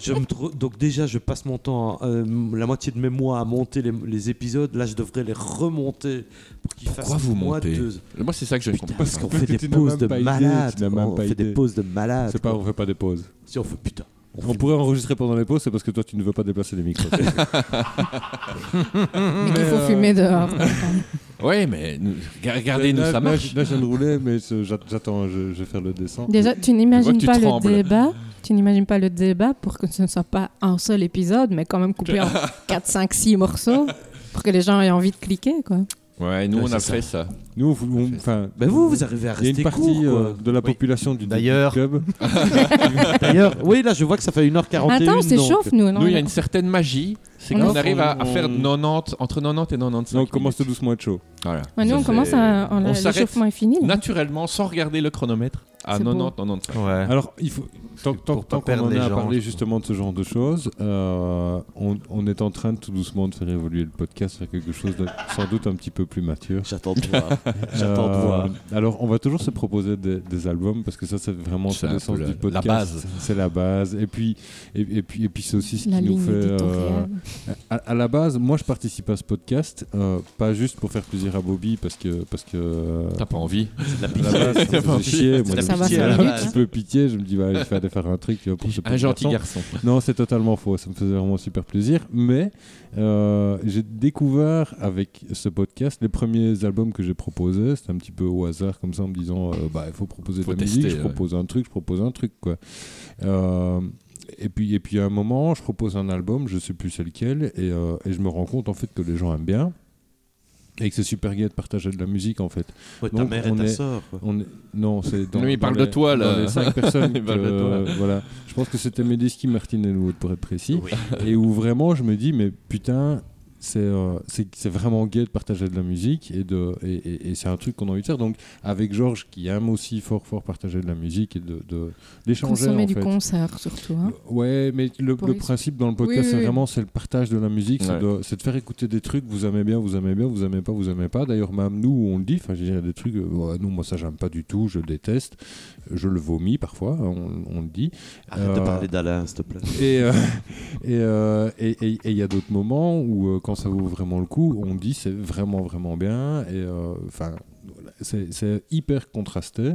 je me trou- donc déjà je passe mon temps, à- euh, la moitié de mes mois à monter les, les épisodes. Là je devrais les remonter pour qu'ils fassent Pourquoi vous moins de montez deux. Moi, c'est ça que je comprends. Parce qu'on que fait tu des n'as pauses même de pas idée, malade. tu n'as même On pas fait des idée. pauses de malade. C'est pas, quoi. on fait pas des pauses. Si Ah, on fait putain. On pourrait enregistrer pendant les pauses, c'est parce que toi tu ne veux pas déplacer les micros. Mais qu'il faut fumer euh, dehors. (laughs) Ouais, mais nous- ga- regardez, nous, Là, ça là, marche. je- Là, je viens de rouler, mais je- j'att- j'attends, je, je vais faire le dessin. Déjà, tu vois que n'imagines tu pas le trembles. débat. Tu n'imagines pas le débat pour que ce ne soit pas un seul épisode, mais quand (laughs) même coupé en 4, 5, 6 morceaux pour que les gens aient envie de cliquer, quoi. Ouais, nous, Ouais, on a c'est fait ça. Nous, on vou- on- enfin, Ben vous, vous arrivez à il y a rester une partie court, quoi. euh, de la population du D'ailleurs. club. (laughs) D'ailleurs, oui, là, je vois que ça fait 1h41. Attends, on donc. s'échauffe, nous. non Nous, il y a une certaine magie, c'est On qu'on est- arrive à, à on- faire 90, entre 90 et 95. on commence tout minutes. doucement à être chaud. Voilà. Ouais, nous, Ça, on c'est- commence à. on- on s'arrête L'échauffement est fini. là. naturellement, sans regarder le chronomètre, à C'est beau. 90, 95. Ouais. Alors, il faut, tant, tant- pour pas tant qu'on perdre en les a gens, je parlé pense. justement de ce genre de choses, euh, on, on est en train de, tout doucement de faire évoluer le podcast vers quelque chose de sans doute un petit peu plus mature. J'attends de voir. J'attends de Euh, voir. Alors, on va toujours se proposer des, des albums parce que ça, c'est vraiment C'est c'est un peu l'essence la- du la podcast. base. C'est la base. Et puis, et, et puis, et puis c'est aussi ce La qui nous ligne fait. euh, éditoriale. à, à la base, moi, je participe à ce podcast, euh, pas juste pour faire plaisir à Bobby parce que. Parce que euh, T'as pas (laughs) envie à la base, ça me faisait chier. Moi, la j'avais pitié à la un base. petit peu pitié. Je me dis, bah, je vais aller faire un truc euh, pour ce Un petit gentil garçon. garçon. Non, c'est totalement faux. Ça me faisait vraiment super plaisir. Mais euh, j'ai découvert avec ce podcast les premiers albums que j'ai proposés. C'était un petit peu au hasard, comme ça, en me disant euh, bah, il faut proposer Faut de la tester, musique. Je ouais. propose un truc, je propose un truc. Quoi. Euh, et, puis, et puis, à un moment, je propose un album, je sais plus c'est lequel, et, euh, et je me rends compte en fait que les gens aiment bien. Et que c'est super gai de partager de la musique en fait. Ouais, ta Donc, mère et on ta est- sœur. quoi. On est- Non, c'est dans. Non, il dans parle les- de toi, là. dans (laughs) les cinq personnes. Il parle de que, euh, toi. Voilà. Je pense que c'était Medeski, Martine et Louis, pour être précis. (laughs) Et où vraiment, je me dis, mais putain. C'est euh, c'est c'est vraiment gai de partager de la musique et, de, et, et- et c'est un truc qu'on a envie de faire. Donc, avec Georges qui aime aussi fort, fort partager de la musique et d'échanger. De, d'échanger Consommer en du fait. concert, surtout. hein. Ouais, mais le, Pour le les- principe dans le podcast, Oui, oui, c'est oui. vraiment c'est le partage de la musique, c'est Ouais. de, c'est de faire écouter des trucs, vous aimez bien, vous aimez bien, vous aimez pas, vous aimez pas. D'ailleurs, même nous, on le dit, enfin, je veux dire, il y a des trucs, euh, ouais, non, moi ça j'aime pas du tout, je déteste, je le vomis parfois, hein, on, on le dit. Arrête de Euh, parler d'Alain, s'il te plaît. Et euh, (laughs) et euh, et- et- et il y a d'autres moments où, euh, quand ça vaut vraiment le coup, on dit c'est vraiment, vraiment bien, et euh, enfin, voilà, c'est c'est hyper contrasté.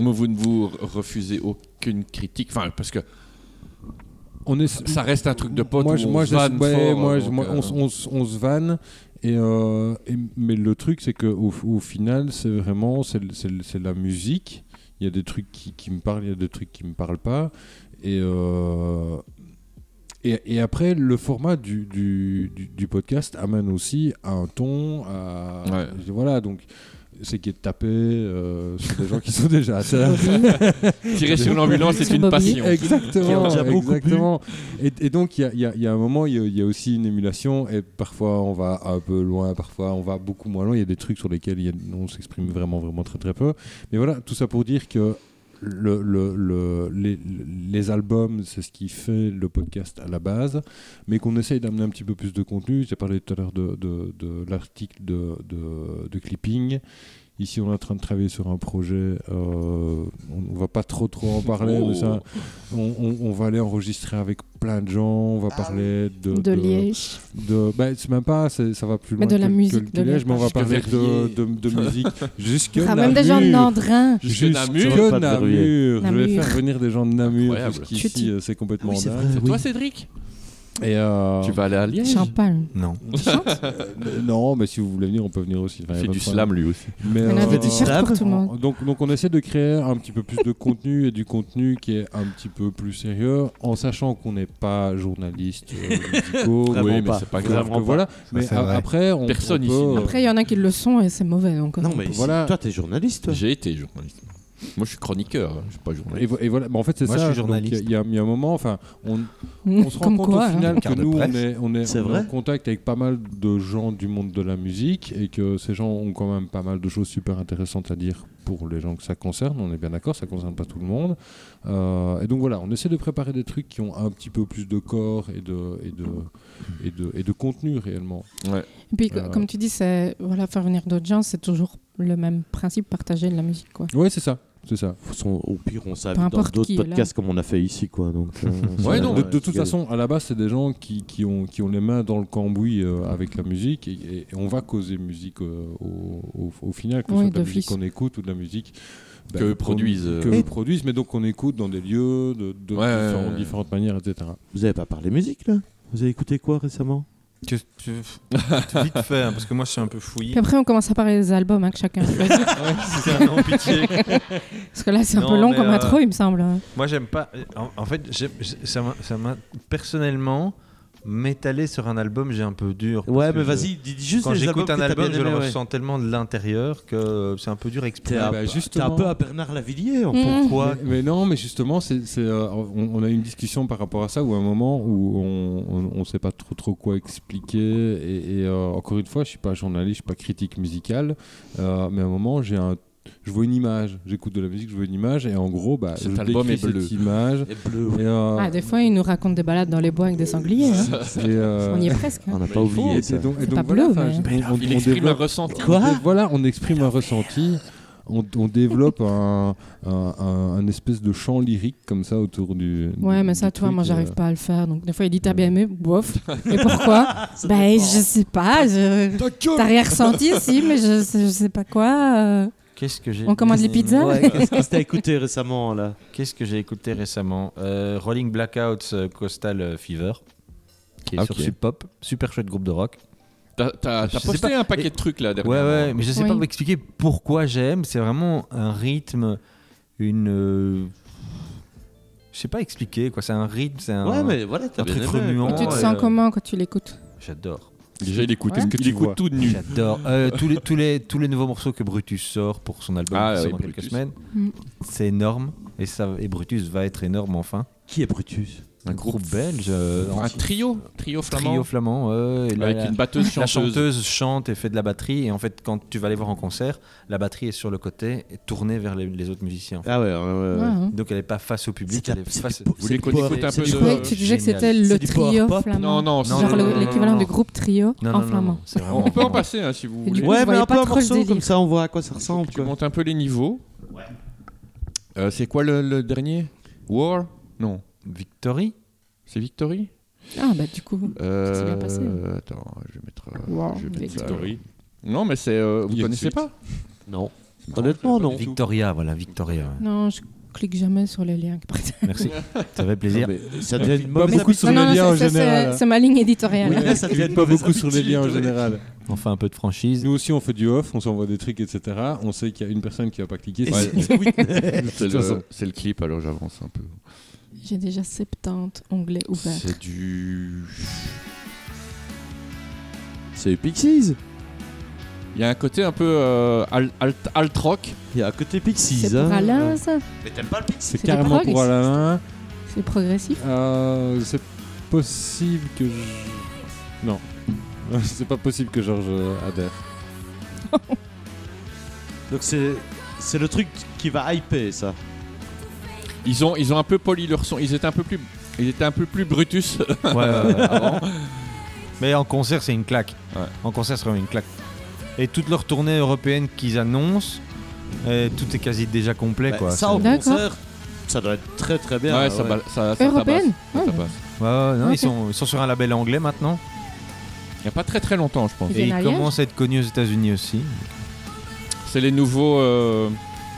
Mais vous ne vous refusez aucune critique. Enfin, parce que On est, ça reste un truc de pote. moi, où je- on moi, se je- vanne ouais, fort, moi, donc, je- moi, euh, on, s- on s- on se vanne. Et, euh, et- mais le truc, c'est qu'au au final, c'est vraiment c'est le- c'est le- c'est la musique. Il y a des trucs qui, qui me parlent, il y a des trucs qui me parlent pas. Et, euh, et, et après, le format du, du, du- du podcast amène aussi à un ton. À, Ouais. je dis, Voilà, donc c'est qui est tapé euh, sur des gens qui sont déjà à (laughs) terre. Tirer sur (laughs) l'ambulance, c'est Sur une Bobby. passion. Qui ont Exactement. déjà beaucoup exactement. Et, et donc, il y a, il y a- il y a un moment, il y a- il y, a aussi une émulation, et parfois on va un peu loin, parfois on va beaucoup moins loin. Il y a des trucs sur lesquels il y a- on s'exprime vraiment, vraiment très, très peu. Mais voilà, tout ça pour dire que le, le- le- les, les albums, c'est ce qui fait le podcast à la base, mais qu'on essaye d'amener un petit peu plus de contenu. J'ai parlé tout à l'heure de, de- de l'article de, de- de clipping. Ici, on est en train de travailler sur un projet. euh, on ne va pas trop trop en parler, mais ça, Oh. on, on- on va aller enregistrer avec plein de gens. On va parler de, Ah De Liège. de- bah, c'est même pas, c'est- ça va plus loin. Mais de la que- que musique, de le Liège, mais on va Jusque parler de, Verrier. de- de musique (laughs) jusque Ah, même des gens de Namur. Nandrin. Jusque Jusque Namur. Namur. Pas de verrouiller. Je vais Namur. faire venir des gens de Namur. Incroyable. Parce qu'ici, Chutis. euh, c'est complètement Oui, c'est dingue. vrai. C'est oui. toi, Cédric Et euh, Tu vas aller à Liège Champagne. Non. euh, non, mais si vous voulez venir, on peut venir aussi. Enfin, y a C'est pas du de problème. slam, lui aussi. Mais, euh, On a des t-shirts pour tout le monde. donc, donc on essaie de créer un petit peu plus de contenu et du contenu qui est un petit peu plus sérieux en sachant qu'on n'est pas journaliste (laughs) euh, musicaux, Vraiment oui, mais pas. c'est pas Vraiment grave que pas. voilà mais c'est a- vrai. après on, Personne on peut, ici. euh, Après, il y en a qui le sont et c'est mauvais. Donc, Non, mais voilà. toi, t'es journaliste, toi. J'ai été journaliste. Moi, je suis chroniqueur, hein, je suis pas journaliste. Et, vo- et voilà, mais en fait, c'est Moi, je ça. suis Donc, journaliste. Il y, a- il y a un moment, enfin, on, on se rend Comme compte quoi, au hein. final que Carte de nous, on presse. est, on est, C'est on est vrai. en contact avec pas mal de gens du monde de la musique et que ces gens ont quand même pas mal de choses super intéressantes à dire pour les gens que ça concerne. On est bien d'accord, ça concerne pas tout le monde. Euh, et donc voilà, on essaie de préparer des trucs qui ont un petit peu plus de corps et de, et de, et de, et de contenu réellement. hein. Et puis, co- Euh. comme tu dis, c'est voilà, faire venir d'autres gens, c'est toujours le même principe, partager de la musique, quoi. Ouais, c'est ça. C'est ça. Faut son- Au pire, on Peu s'invite dans importe d'autres qui est là. podcasts comme on a fait ici, quoi. Donc, euh, Ouais, c'est- non, de, de toute c'est- façon, à la base, c'est des gens qui, qui ont, qui ont les mains dans le cambouis euh, avec la musique et, et- et on va causer musique euh, au, au- au final, que ce Oui, soit de la d'office. musique qu'on écoute ou de la musique bah, Que qu'on- produisent, euh, Que Et- produisent, mais donc on écoute dans des lieux, de, de Ouais, ouais, différentes, ouais. différentes manières, etc. Vous avez pas parlé musique, là Vous avez écouté quoi récemment Que- tu- Vite fait, hein, parce que moi je suis un peu fouillé. Puis après, on commence à parler des albums hein, que (laughs) chacun choisit. C'est un pitié. parce que là, c'est un Non, peu long mais, comme euh, intro, il me semble. hein. Moi, j'aime pas. euh, En, en fait, j'aime- j'ai- ça m'a- ça m'a- personnellement m'étaler sur un album, j'ai un peu dur. parce Ouais, que mais je- vas-y, dis dis juste Quand les j'écoute albums un que t'as album, bien je le aimés, ouais. ressens tellement de l'intérieur que c'est un peu dur à T'es exprimer. à- bah, t'es justement. un peu à Bernard Lavillier, hein, en Mm. fait. Pourquoi Mais, mais non, mais justement, c'est c'est, euh, on, on a eu une discussion par rapport à ça, où à un moment où on ne sait pas trop, trop quoi expliquer. Et, et, euh, encore une fois, je suis pas journaliste, je suis pas critique musicale, euh, mais à un moment, j'ai un, je vois une image, j'écoute de la musique, je vois une image, et en gros, bah, Cet je album décris est bleu. cette image. bleu. Et, euh, Ah, des fois, ils nous racontent des balades dans les bois avec des sangliers. hein. et, euh, On y est presque. hein. On n'a pas il oublié et ça. donc- et C'est donc pas voilà, bleu, enfin, mais- je- on- Il on exprime un développe- ressenti. Quoi on dé- Voilà, on exprime un ressenti. On, on développe un, un, un- un espèce de chant lyrique comme ça autour du. Ouais, du- mais du ça, toi, moi, truc, j'arrive euh. pas à le faire. Donc, des fois, il dit T'as bien aimé (laughs) Bof. Et pourquoi Ben, je sais pas. je- T'as rien ressenti, (laughs) si, mais je, sais- je sais pas quoi. euh. Qu'est-ce que j'ai On commande les pizzas Ouais, qu'est-ce que t'as écouté récemment, là Qu'est-ce que j'ai écouté récemment Euh, Rolling Blackouts euh, Coastal euh, Fever, qui est Ah, sur ok. Sub Pop, super chouette groupe de rock. T'as- T'as Je t'as sais posté pas. un paquet de trucs là derrière. Ouais, ouais, mais je sais Oui. pas vous expliquer pourquoi j'aime. C'est vraiment un rythme, une. euh, Je sais pas expliquer quoi. C'est un rythme, c'est un, Ouais, mais voilà, un t'as truc bien aimé. remuant. Tu te et, sens euh, comment quand tu l'écoutes J'adore. Déjà, il écoute, Qu'est-ce il que tu écoute vois tout de nu. J'adore. Euh, tous, les, tous, les, tous les nouveaux morceaux que Brutus sort pour son album Ah, qui oui, sort dans quelques Brutus. semaines, Mm. c'est énorme. Et, ça, et Brutus va être énorme enfin. Qui est Brutus Un groupe belge, euh, Un un trio, trio flamand, trio flamand. ouais, et là, avec là, une batteuse La chanteuse. chanteuse chante et fait de la batterie, et en fait, quand tu vas les voir en concert, la batterie est sur le côté et tournée vers les, les autres musiciens. en fait. Ah ouais, ouais, ouais, ouais. Ouais, hein. Donc elle n'est pas face au public, C'est de elle la- est c'est face. du pop- Vous c'est voulez du qu'on pop. écoute un c'est peu du Je de. croyais que tu disais que Génial. c'était le euh, C'est du trio power pop flamand. Non, non, c'est- Non, Genre non, non, le- non, l'équivalent non. du groupe trio Non, en non, non, flamand. non, c'est (laughs) vraiment- On peut en passer hein, si vous Et du voulez. coup, je Ouais, mais voyais un pas peu un trop le morceau délire. comme ça, on voit à quoi ça ressemble. Tu quoi. montes un peu les niveaux. Euh, c'est quoi le, le dernier War Non. Victory C'est Victory Ah, bah, du coup. Euh, s'est bien passé. Attends, je vais mettre. euh, War, je vais mettre ça. Victory. Non, mais c'est. euh, Il vous y a une connaissez suite. pas Non. Honnêtement, non. Victoria, voilà, Victoria. ouais. Non, je clique jamais sur les liens. (laughs) que prête- Merci. Ça fait plaisir. Ça devient une Pas (laughs) mauvaise beaucoup sur Non, les non, liens en ça- ça, général. hein. c'est c'est ma ligne éditoriale. Oui. ça devient une pas mauvaise beaucoup sur les habitude, liens en ouais. général. Ah, On fait un peu de franchise. Nous aussi, on fait du off, on s'envoie des trucs, etc. On sait qu'il y a une personne qui va pas cliquer. Et c'est- c'est- (laughs) oui. (laughs) C'est le, c'est le clip, alors j'avance un peu. J'ai déjà 70 onglets ouverts. C'est du. C'est les Pixies. Il y a un côté un peu euh, alt, alt- alt rock. Il y a à côté Pixies. C'est pour hein. Alain, ça C'est des carrément progs, pour ici. Alain. C'est progressif. Euh, c'est possible que je. Non. (laughs) c'est pas possible que Georges euh, adhère. Donc c'est c'est le truc qui va hyper ça. Ils ont, ils ont un peu poli leur son. Ils étaient un peu plus, ils étaient un peu plus Brutus. Ouais, ouais, ouais, avant. Mais en concert, c'est une claque. Ouais. En concert, c'est vraiment une claque. Et toute leur tournée européenne qu'ils annoncent, euh, tout est quasi déjà complet. Bah, quoi. ça en C'est- D'accord. concert, ça doit être très très bien. (laughs) ouais, ça, ouais. ba- ça, ça Européenne tabasse. Ça Ouais. tabasse. Ouais, ouais, non, Ok. ils, sont, ils sont sur un label anglais maintenant. Il n'y a pas très très longtemps, je pense. Ils Et viennent à ils Liège commencent à être connus aux États-Unis aussi. C'est les nouveaux. euh,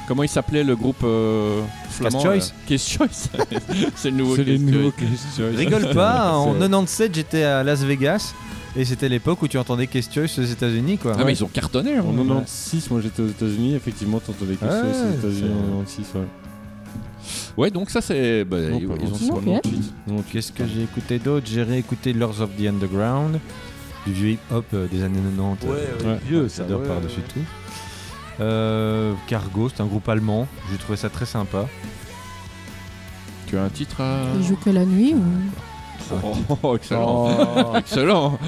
comment il s'appelait le groupe euh, flamand Case là Choice. Case Choice. (laughs) C'est le nouveau. C'est les Case nouveaux Choice. questions. (laughs) Rigole pas, en C'est- 97, j'étais à Las Vegas et c'était l'époque où tu entendais Case Choice aux États-Unis. quoi. Ah, mais ils ont cartonné. hein. En 96, moi j'étais aux États-Unis, effectivement, t'entendais quelque Ouais, chose aux États-Unis c'est- en 96, ouais. Ouais, donc ça c'est. bah, Non, ils, pas ils ont vraiment. sorti- Ok. Donc, Qu'est-ce que j'ai écouté d'autre J'ai réécouté Lords of the Underground, du vieux hip-hop euh, des années 90. Ouais, ouais, Ouais. vieux, ça j'adore ouais, par-dessus tout. Euh, Cargo, c'est un groupe allemand. J'ai trouvé ça très sympa. Tu as un titre à. Il joue que la nuit ou Oh, (laughs) oh, excellent. (laughs) Excellent.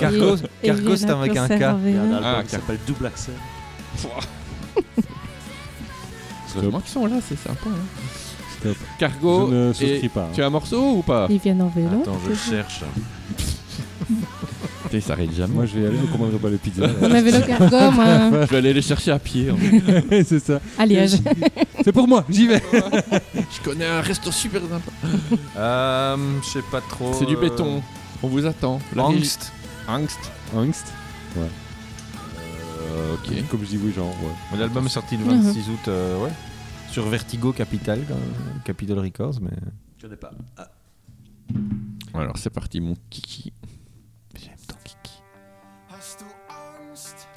Cargo, Et Cargo il c'est vient un mec un K. conserver. Il y a un album Ah, qui car- s'appelle Double Axel. C'est vraiment qu'ils sont là, c'est sympa. hein. Stop. Cargo, Je ne et souscris pas. hein. tu as un morceau ou pas Ils viennent en vélo. Attends, je le cherche. Putain, Il s'arrête jamais. Moi, je vais y aller, on commanderait pas les (laughs) pizzas. On a vélo cargo, (laughs) moi, Je vais aller les chercher à pied. en fait. c'est ça. à Liège. C'est pour moi, j'y vais. (laughs) Je connais un resto super sympa. Euh, je sais pas trop. C'est du euh, béton. On vous attend. La régie- Angst. Angst. Angst. Euh, ok. Comme je dis oui, genre, ouais. L'album est sorti le Mhm. 26 août, euh, ouais. Sur Vertigo Capital, euh, Capital Records, mais. Je connais pas. Alors c'est parti, mon kiki. J'aime ton kiki.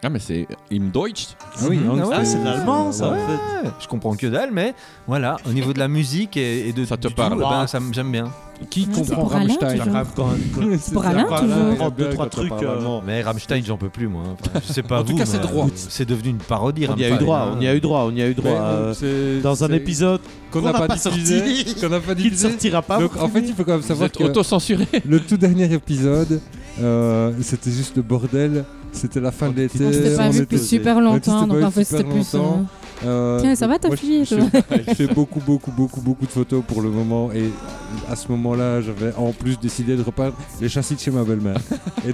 Ah, mais c'est Im Deutsch. Ah oui, Angst. Mhm. ouais, Ah, c'est de l'allemand, ça, Ouais. en fait. Je comprends que dalle, mais voilà, au niveau de la musique et, et de Ça te du tout, parle. eh ben, ça m- j'aime bien. Qui Ouais, c'est comprend pour Alain, Rammstein toujours. Pour Alain, toujours. Prends deux, trois trucs. euh, Mais Rammstein, j'en peux plus, moi. hein. Enfin, je sais pas En vous. tout cas, mais, c'est droit. euh, C'est devenu une parodie. On y a eu Rammstein, droit, hein. on y a eu droit, on y a eu droit. euh, Dans un épisode qu'on qu'on n'a n'a pas pas (laughs) diffusé, sorti. qu'on n'a pas qui ne diffusé. sortira pas. Donc en fait, il faut quand même Vous savoir êtes que auto-censuré. le tout dernier épisode, euh, c'était juste le bordel. C'était la fin de l'été. On s'était pas vu on était- Bah, depuis super on longtemps, s'était donc pas en vu fait super c'était plus. euh, longtemps. Euh, Tiens, ça va ta moi, je- fille, Je toi (laughs) je fais beaucoup, beaucoup, beaucoup, beaucoup de photos pour le moment. Et à ce moment-là, j'avais en plus décidé de repeindre les châssis de chez ma belle-mère. Et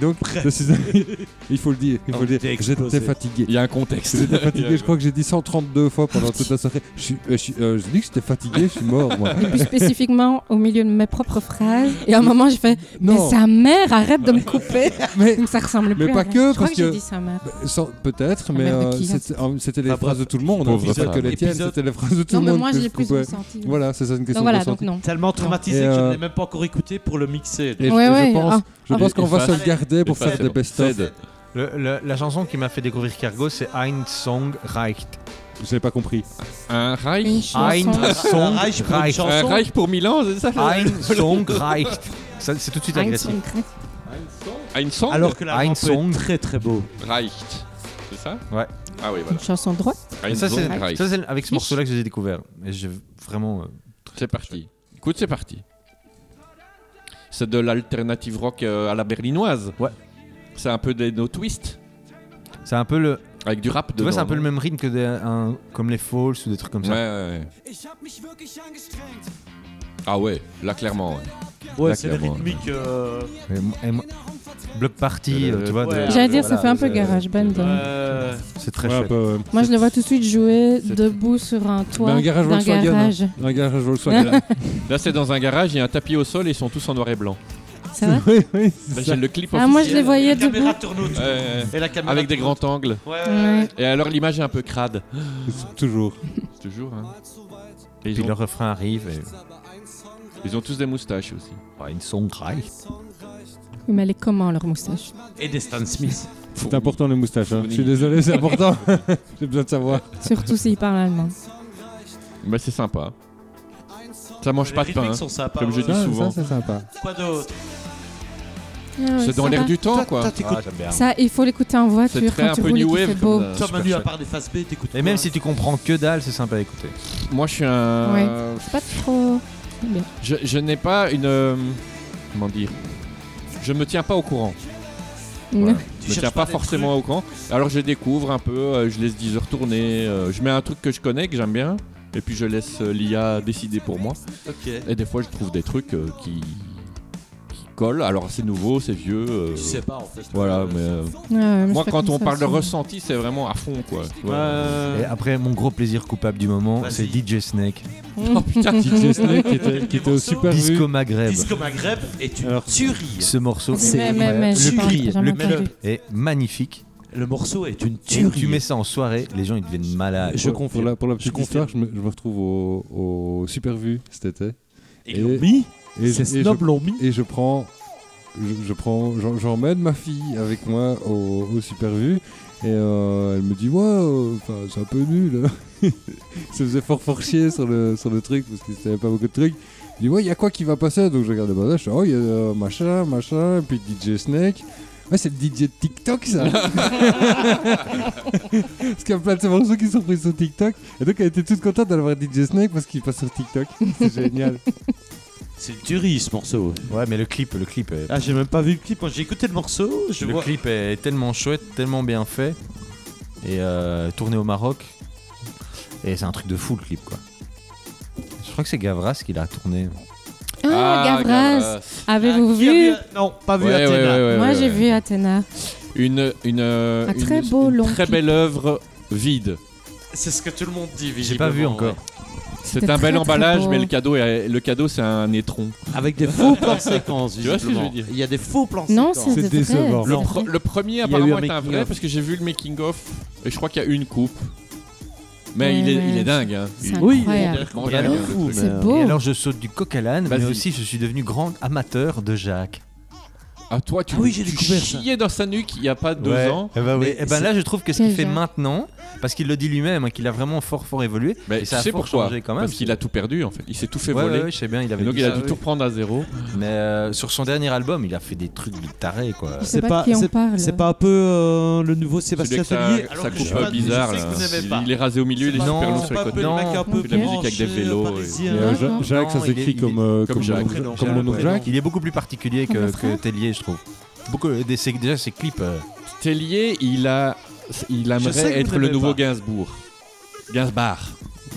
(laughs) donc, je suis allé- il faut le dire, il faut le dire. J'étais fatigué. (laughs) Il y a un contexte. J'étais fatigué, je crois que j'ai dit 132 fois (laughs) pendant toute la soirée. Je, suis, euh, je, suis- euh, je dis que j'étais fatigué, je suis mort (laughs) moi. Plus spécifiquement au milieu de mes propres (laughs) phrases. Et à un moment, j'ai fait Mais Non, sa mère, arrête (laughs) de me couper mais Donc ça ressemble Mais plus pas à rien. que, Je crois parce que j'ai que- dit sa mère. bah, sans- peut-être, La mais mère de euh, qui, hein c'était euh, c'était les Enfin, phrases de tout le monde, hein, Pauvre c'était pas femme. que les tiennes, Épisode. c'était les phrases de tout Non, le mais monde. moi que je l'ai je plus coupais. ressenti. Voilà, c'est ça une question Donc voilà, de donc ressenti. non. Tellement traumatisé Et, que je euh, ne l'ai même pas encore écouté pour le mixer. Et je- Ouais, et je, ouais, pense, ah, je ah. pense qu'on va Efface. se le garder pour Efface, faire c'est des bon. best-of. Cède. Le- le- la chanson qui m'a fait découvrir Cargo, c'est Ein Song Reicht. Je n'ai pas compris. (laughs) Un Reich. Une chanson. Song Reich pour une chanson. Un Reich pour Milan, c'est ça Ein Song Reicht. Ça, C'est tout de suite Heinz agressif. von Kraft. Ein Ah, Song Alors que la Ein rampe Song. est très très beau. Reicht. C'est ça Ouais. Ah oui, Une voilà. chanson droite. Ein Et ça, Song c'est Reich. ça, c'est avec ce morceau-là que je les ai découverts. Et j'ai vraiment. euh, C'est parti. Écoute, c'est parti. C'est de l'alternative rock euh, à la berlinoise. Ouais. C'est un peu des no twist C'est un peu le. avec du rap Tu vois, c'est un peu le dedans, même rythme que des, un- comme les Falls ou des trucs comme non ça. Ouais, ouais, ouais. Ah ouais, là clairement. ouais. Ouais, c'est une clairement. rythmique. euh, Et mo- et mo- Block Party, Euh, euh, tu vois. ouais. de- J'allais dire, ça voilà, fait un peu de- garage band. hein. euh, C'est très Ouais, un chouette. peu, euh, Moi je le vois tout de suite jouer c'est- debout sur un toit un garage d'un Volkswagen, hein. garage. un (laughs) garage Volkswagen. Là, c'est dans un garage, il y a un tapis au sol et ils sont tous en noir et blanc. Ça (laughs) va oui, oui, Là, c'est ça. J'ai le clip Ah, moi je les officiel. voyais La caméra debout. tourne autour. Ouais, ouais, ouais. Et la caméra avec des tourne grands angles. autour. Ouais, ouais, euh, ouais. Ouais. Et alors l'image est un peu crade. Toujours. Toujours, hein. Et Puis ils, le ont, refrain arrive. Et... ils ont tous des moustaches aussi. Ouais, une song Reicht. Oui, Mais elle est comment leur moustache Et des Stan Smith. C'est important les moustaches. hein. Je suis désolé, c'est important. (laughs) J'ai besoin de savoir. Surtout s'il parle allemand. Ah Mais Bah, c'est sympa. Ça mange pas de les pain. rythmiques hein. sont sympas. Comme je ouais. dis souvent. Ah, Ça, c'est sympa. Quoi d'autre C'est dans l'air du temps, quoi. Ça, il faut l'écouter en C'est voiture très quand un tu peu roules et new qu'il fait wave. beau. comme ça, Toi, super Manu, à chouette. part des face B, t'écoutes. Et même si tu comprends que dalle, c'est sympa à écouter. Moi, je suis un. Ouais. C'est pas trop. Bien. Je, je n'ai pas une. euh, Comment dire Je me tiens pas au courant. Voilà. Je me cherches tiens pas pas des forcément au courant. Alors je découvre un peu, euh, je laisse 10 heures tourner, euh, je mets un truc que je connais, que j'aime bien, et puis je laisse euh, l'IA décider pour moi. Ok. Et des fois je trouve des trucs euh, qui... qui collent. Alors c'est nouveau, c'est vieux. euh, Tu sais pas en fait. Voilà, mais euh, Ouais, ouais, mais moi je fais quand comme on ça parle de aussi. ressenti, c'est vraiment à fond quoi. Ouais. Euh, Et après, mon gros plaisir coupable du moment, Vas-y. c'est DJ Snake. Oh putain, DJ Snake qui était, qui était au super Disco rue. Maghreb. Disco Maghreb est une Alors- tuerie. Ce morceau, Mais- mais- mais- mais je le pense que cri, j'ai jamais le entendu. clip est magnifique. Le morceau est une Tu, tuerie. Ah, mets ça en soirée, les gens ils deviennent malades. Je Pour confirme. la, pour la petite confirme. histoire, je me, je me retrouve au, au super vue cet été. Et ils l'ont mis. Et Ces je- et snobs je- l'ont mis. et je prends je, je prends j'en- j'emmène ma fille avec moi au, au super vu et euh, elle me dit ouais euh, enfin c'est un peu nul (laughs) ça faisait fort fort chier sur le sur le truc parce qu'il savait pas beaucoup de trucs je dis ouais il y a quoi qui va passer donc je regarde le bazar je fais oh il y a euh, machin machin et puis DJ Snake Ouais, c'est le DJ de TikTok, ça. parce qu'il y a plein de morceaux qui sont pris sur TikTok. Et donc, elle était toute contente d'avoir DJ Snake parce qu'il passe sur TikTok. C'est génial. C'est une tuerie ce morceau. Ouais, mais le clip, le clip, est- Ah, j'ai même pas vu le clip. Moi, J'ai écouté le morceau. Je le vois. clip est tellement chouette, tellement bien fait, et euh, tourné au Maroc, et c'est un truc de fou le clip quoi. Je crois que c'est Gavras qui l'a tourné. Ah, Gavras Avez-vous Ah, qui a vu Non, pas vu Ouais, ouais, Athéna. ouais, ouais, Moi, ouais, j'ai ouais. vu Athéna. Une, une, euh, Un une- très beau une long très clip. belle œuvre vide. C'est ce que tout le monde dit. J'ai pas vu visiblement, encore. C'est C'était un bel très, très emballage, beau. mais le cadeau, est- le cadeau, c'est un étron. ouais. Avec des faux plans séquences. Tu vois ce que je veux visiblement. dire Il y a des faux plans Non, séquences. c'est C'est vrai, décevant. c'est Le, vrai. pre- le premier a eu apparemment un est un making vrai of. parce que j'ai vu le making of et je crois qu'il y a une coupe. Mais Ouais, il, est, ouais. il est dingue. Hein. C'est Il- incroyable. Oui, il est complètement Il y a dingue, hein. de le fou, truc. mais- C'est beau. Et alors je saute du coq à l'âne, mais Vas-y. aussi je suis devenu grand amateur de Jacques. Ah toi tu, Ah oui, j'ai tu découvert ça. chiais dans sa nuque il y a pas deux Ouais. ans. Eh ben, oui. Mais Eh ben là, je trouve que ce Quel qu'il fait Jacques maintenant, parce qu'il le dit lui-même, hein, qu'il a vraiment fort fort évolué. Mais et tu ça a sais fort pourquoi changé quand même. Parce qu'il a tout perdu en fait. Il s'est tout fait Ouais, voler. ouais, ouais, je sais bien, il Et avait donc dit il a ça, dû oui. tout reprendre à zéro. Mais euh, sur son dernier album, il a fait des trucs de taré quoi. Je sais pas, de qui on c'est- parle. C'est pas un peu euh, le nouveau Celui Sébastien avec sa, Tellier sa alors que je coupe suis pas- bizarre je sais que là. vous n'aimez Il, pas. il est rasé au milieu, il est pas- Non, super long c'est sur pas les un peu côtés. le Non. mec un peu Fais de la musique avec des branché, vélos, parisien. Et, euh, D'accord. Ja- Jacques, ça Non, il est- s'écrit il est- comme, euh, comme comme, Jacques. mon- Prénom, comme Jacques, mon nom prénom. Jacques. Il est beaucoup plus particulier Comment que, ça que Tellier, je trouve. Beaucoup, euh, des- c'est- déjà, ses clips. euh, Tellier il a il Je sais que aimerait vous être le n'aimez nouveau pas. Gainsbourg. Gainsbar.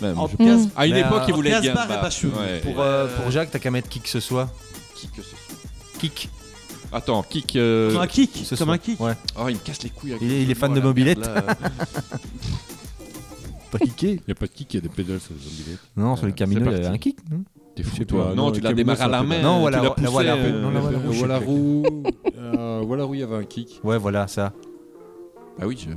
Même, En je- cas, Mm. À une Oh, Mais, époque euh, il voulait être Gainsbar est Gainsbar. pas chevelu Ouais. pour, euh, pour Jacques, t'as qu'à mettre qui que ce soit. Qui que ce soit. Kick. Attends, kick. euh, Comme un kick. ce Comme soir. un kick. Ouais. Oh, il me casse les couilles. avec Il est- les il est jeux fan mots, de la mobilette. merde, (laughs) là. T'as (laughs) kické Il n'y a pas de kick, il y a des pédales sur les mobilettes. Non, sur Euh, le Camino, c'est il y avait parti. un kick. non T'es fou, Je sais toi. pas, Non, non, tu avec l'as la démarré à Camino, la ça fait main. pas. Non, voilà, tu l'as la poussé, voilà, euh, non, la voilà. Walaroo, je sais Wallaroo. euh, Wallaroo, il y avait un kick. Ouais, voilà, ça. Ah oui, je...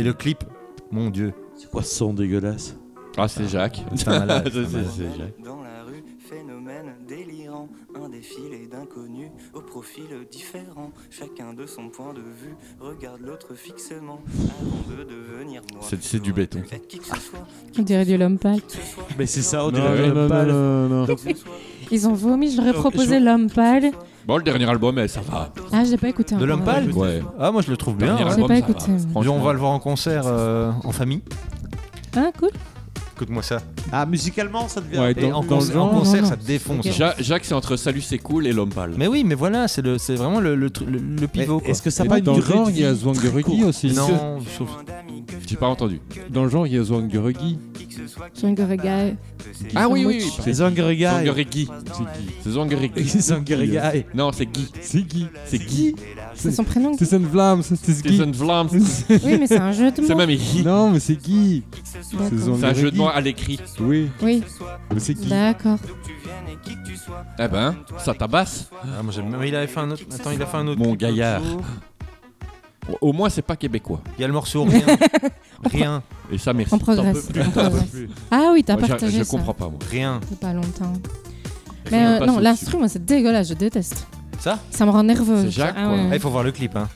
Et le clip, mon dieu. C'est quoi ce son dégueulasse Ah, c'est Jacques. C'est un (laughs) malade, Ça, c'est un c'est- malade. c'est Jacques. Dans la rue, phénomène délirant, un défilé d'inconnus au profil différent, chacun de son point de vue, regarde l'autre fixement avant de devenir moi. C'est- c'est du béton. Être qui que (laughs) ce soit, On dirait du l'homme pâle. qui que ce soit, Mais c'est ça, on Non, dirait non, même pas non, le- non, non, non. qui que ce soit, Ils ont vomi, j'aurais Donc, proposé je- l'homme pâle. Bon, le dernier album, eh, ça va. Ah, je l'ai pas écouté De encore. l'homme pâle Ouais. Ah, moi je le trouve bien. Dernier hein. J'ai album, pas ça écouté. va. moi. Genre, Franchement. on va le voir en concert euh, en famille. Ah, cool. Écoute-moi ça. Ah, musicalement, ça devient. Ouais, Et dans- en, en- dans le conce- en genre- concert, Non, non, ça te défonce. ok. hein. Ja- Jacques, c'est entre Salut, c'est cool et L'homme pâle. Mais oui, mais voilà, c'est le, c'est vraiment le, le, tru- le- le pivot. Est-ce que ça Et a pas une dans le durée genre, de il y a vie Zwangerugi aussi. Non, j'ai sauf- moins d'amis que je J'ai pas entendu. connais que Dans le de genre, il y a personnes Zwangerugi. pas, qui que ce soit qui Jungle t'a pas, Reggae. que c'est Ah oui, Guy. oui, oui. Les Zangeregai. Zangeregui. C'est (laughs) Zangeregui. Les Zangeregai. Non, c'est Guy. C'est Guy. C'est Guy. C'est son prénom. C'est Sen Vlam, ça, c'est Guy. Stephen Vlam. Oui, mais c'est un jeu de C'est mots. même Guy. Non, mais c'est Guy. C'est D'accord. C'est un jeu de Zangeregui. mots à l'écrit. Oui, Oui, mais c'est Guy. d'accord. Eh ben, ça tabasse. Ah, moi, j'aime- mais il avait fait un autre. Attends, il a fait un autre. Mon clip l'autre gaillard. jour. Au- Au moins, c'est pas québécois. Il y a le morceau rien. rien, Et ça, merci. On progresse. on progresse. Ah oui, t'as Moi, je- partagé Je ça. comprends pas, moi. rien. Il y a pas longtemps. Mais Rien euh, passe non, au-dessus. l'instru, moi, c'est dégueulasse, je déteste. Ça Ça me rend nerveuse. C'est Jacques, Ah quoi. Ah, ouais. Il faut voir le clip. Hein.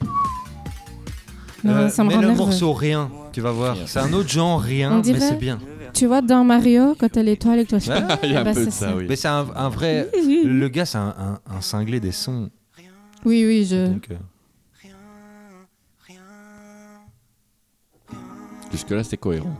Non, Euh, ça me mais rend le nerveuse. morceau rien, tu vas voir. Rien. C'est un autre genre On rien, mais dirait- c'est bien. Tu vois, dans Mario, quand t'as l'étoile et que toi, je Ouais. (laughs) Il y a Eh un ben, peu de c'est ça, ça. oui. Mais c'est un, un vrai. Oui, Le gars, c'est un, un- un cinglé des sons. oui, je. Donc, euh, Jusque-là, c'est cohérent.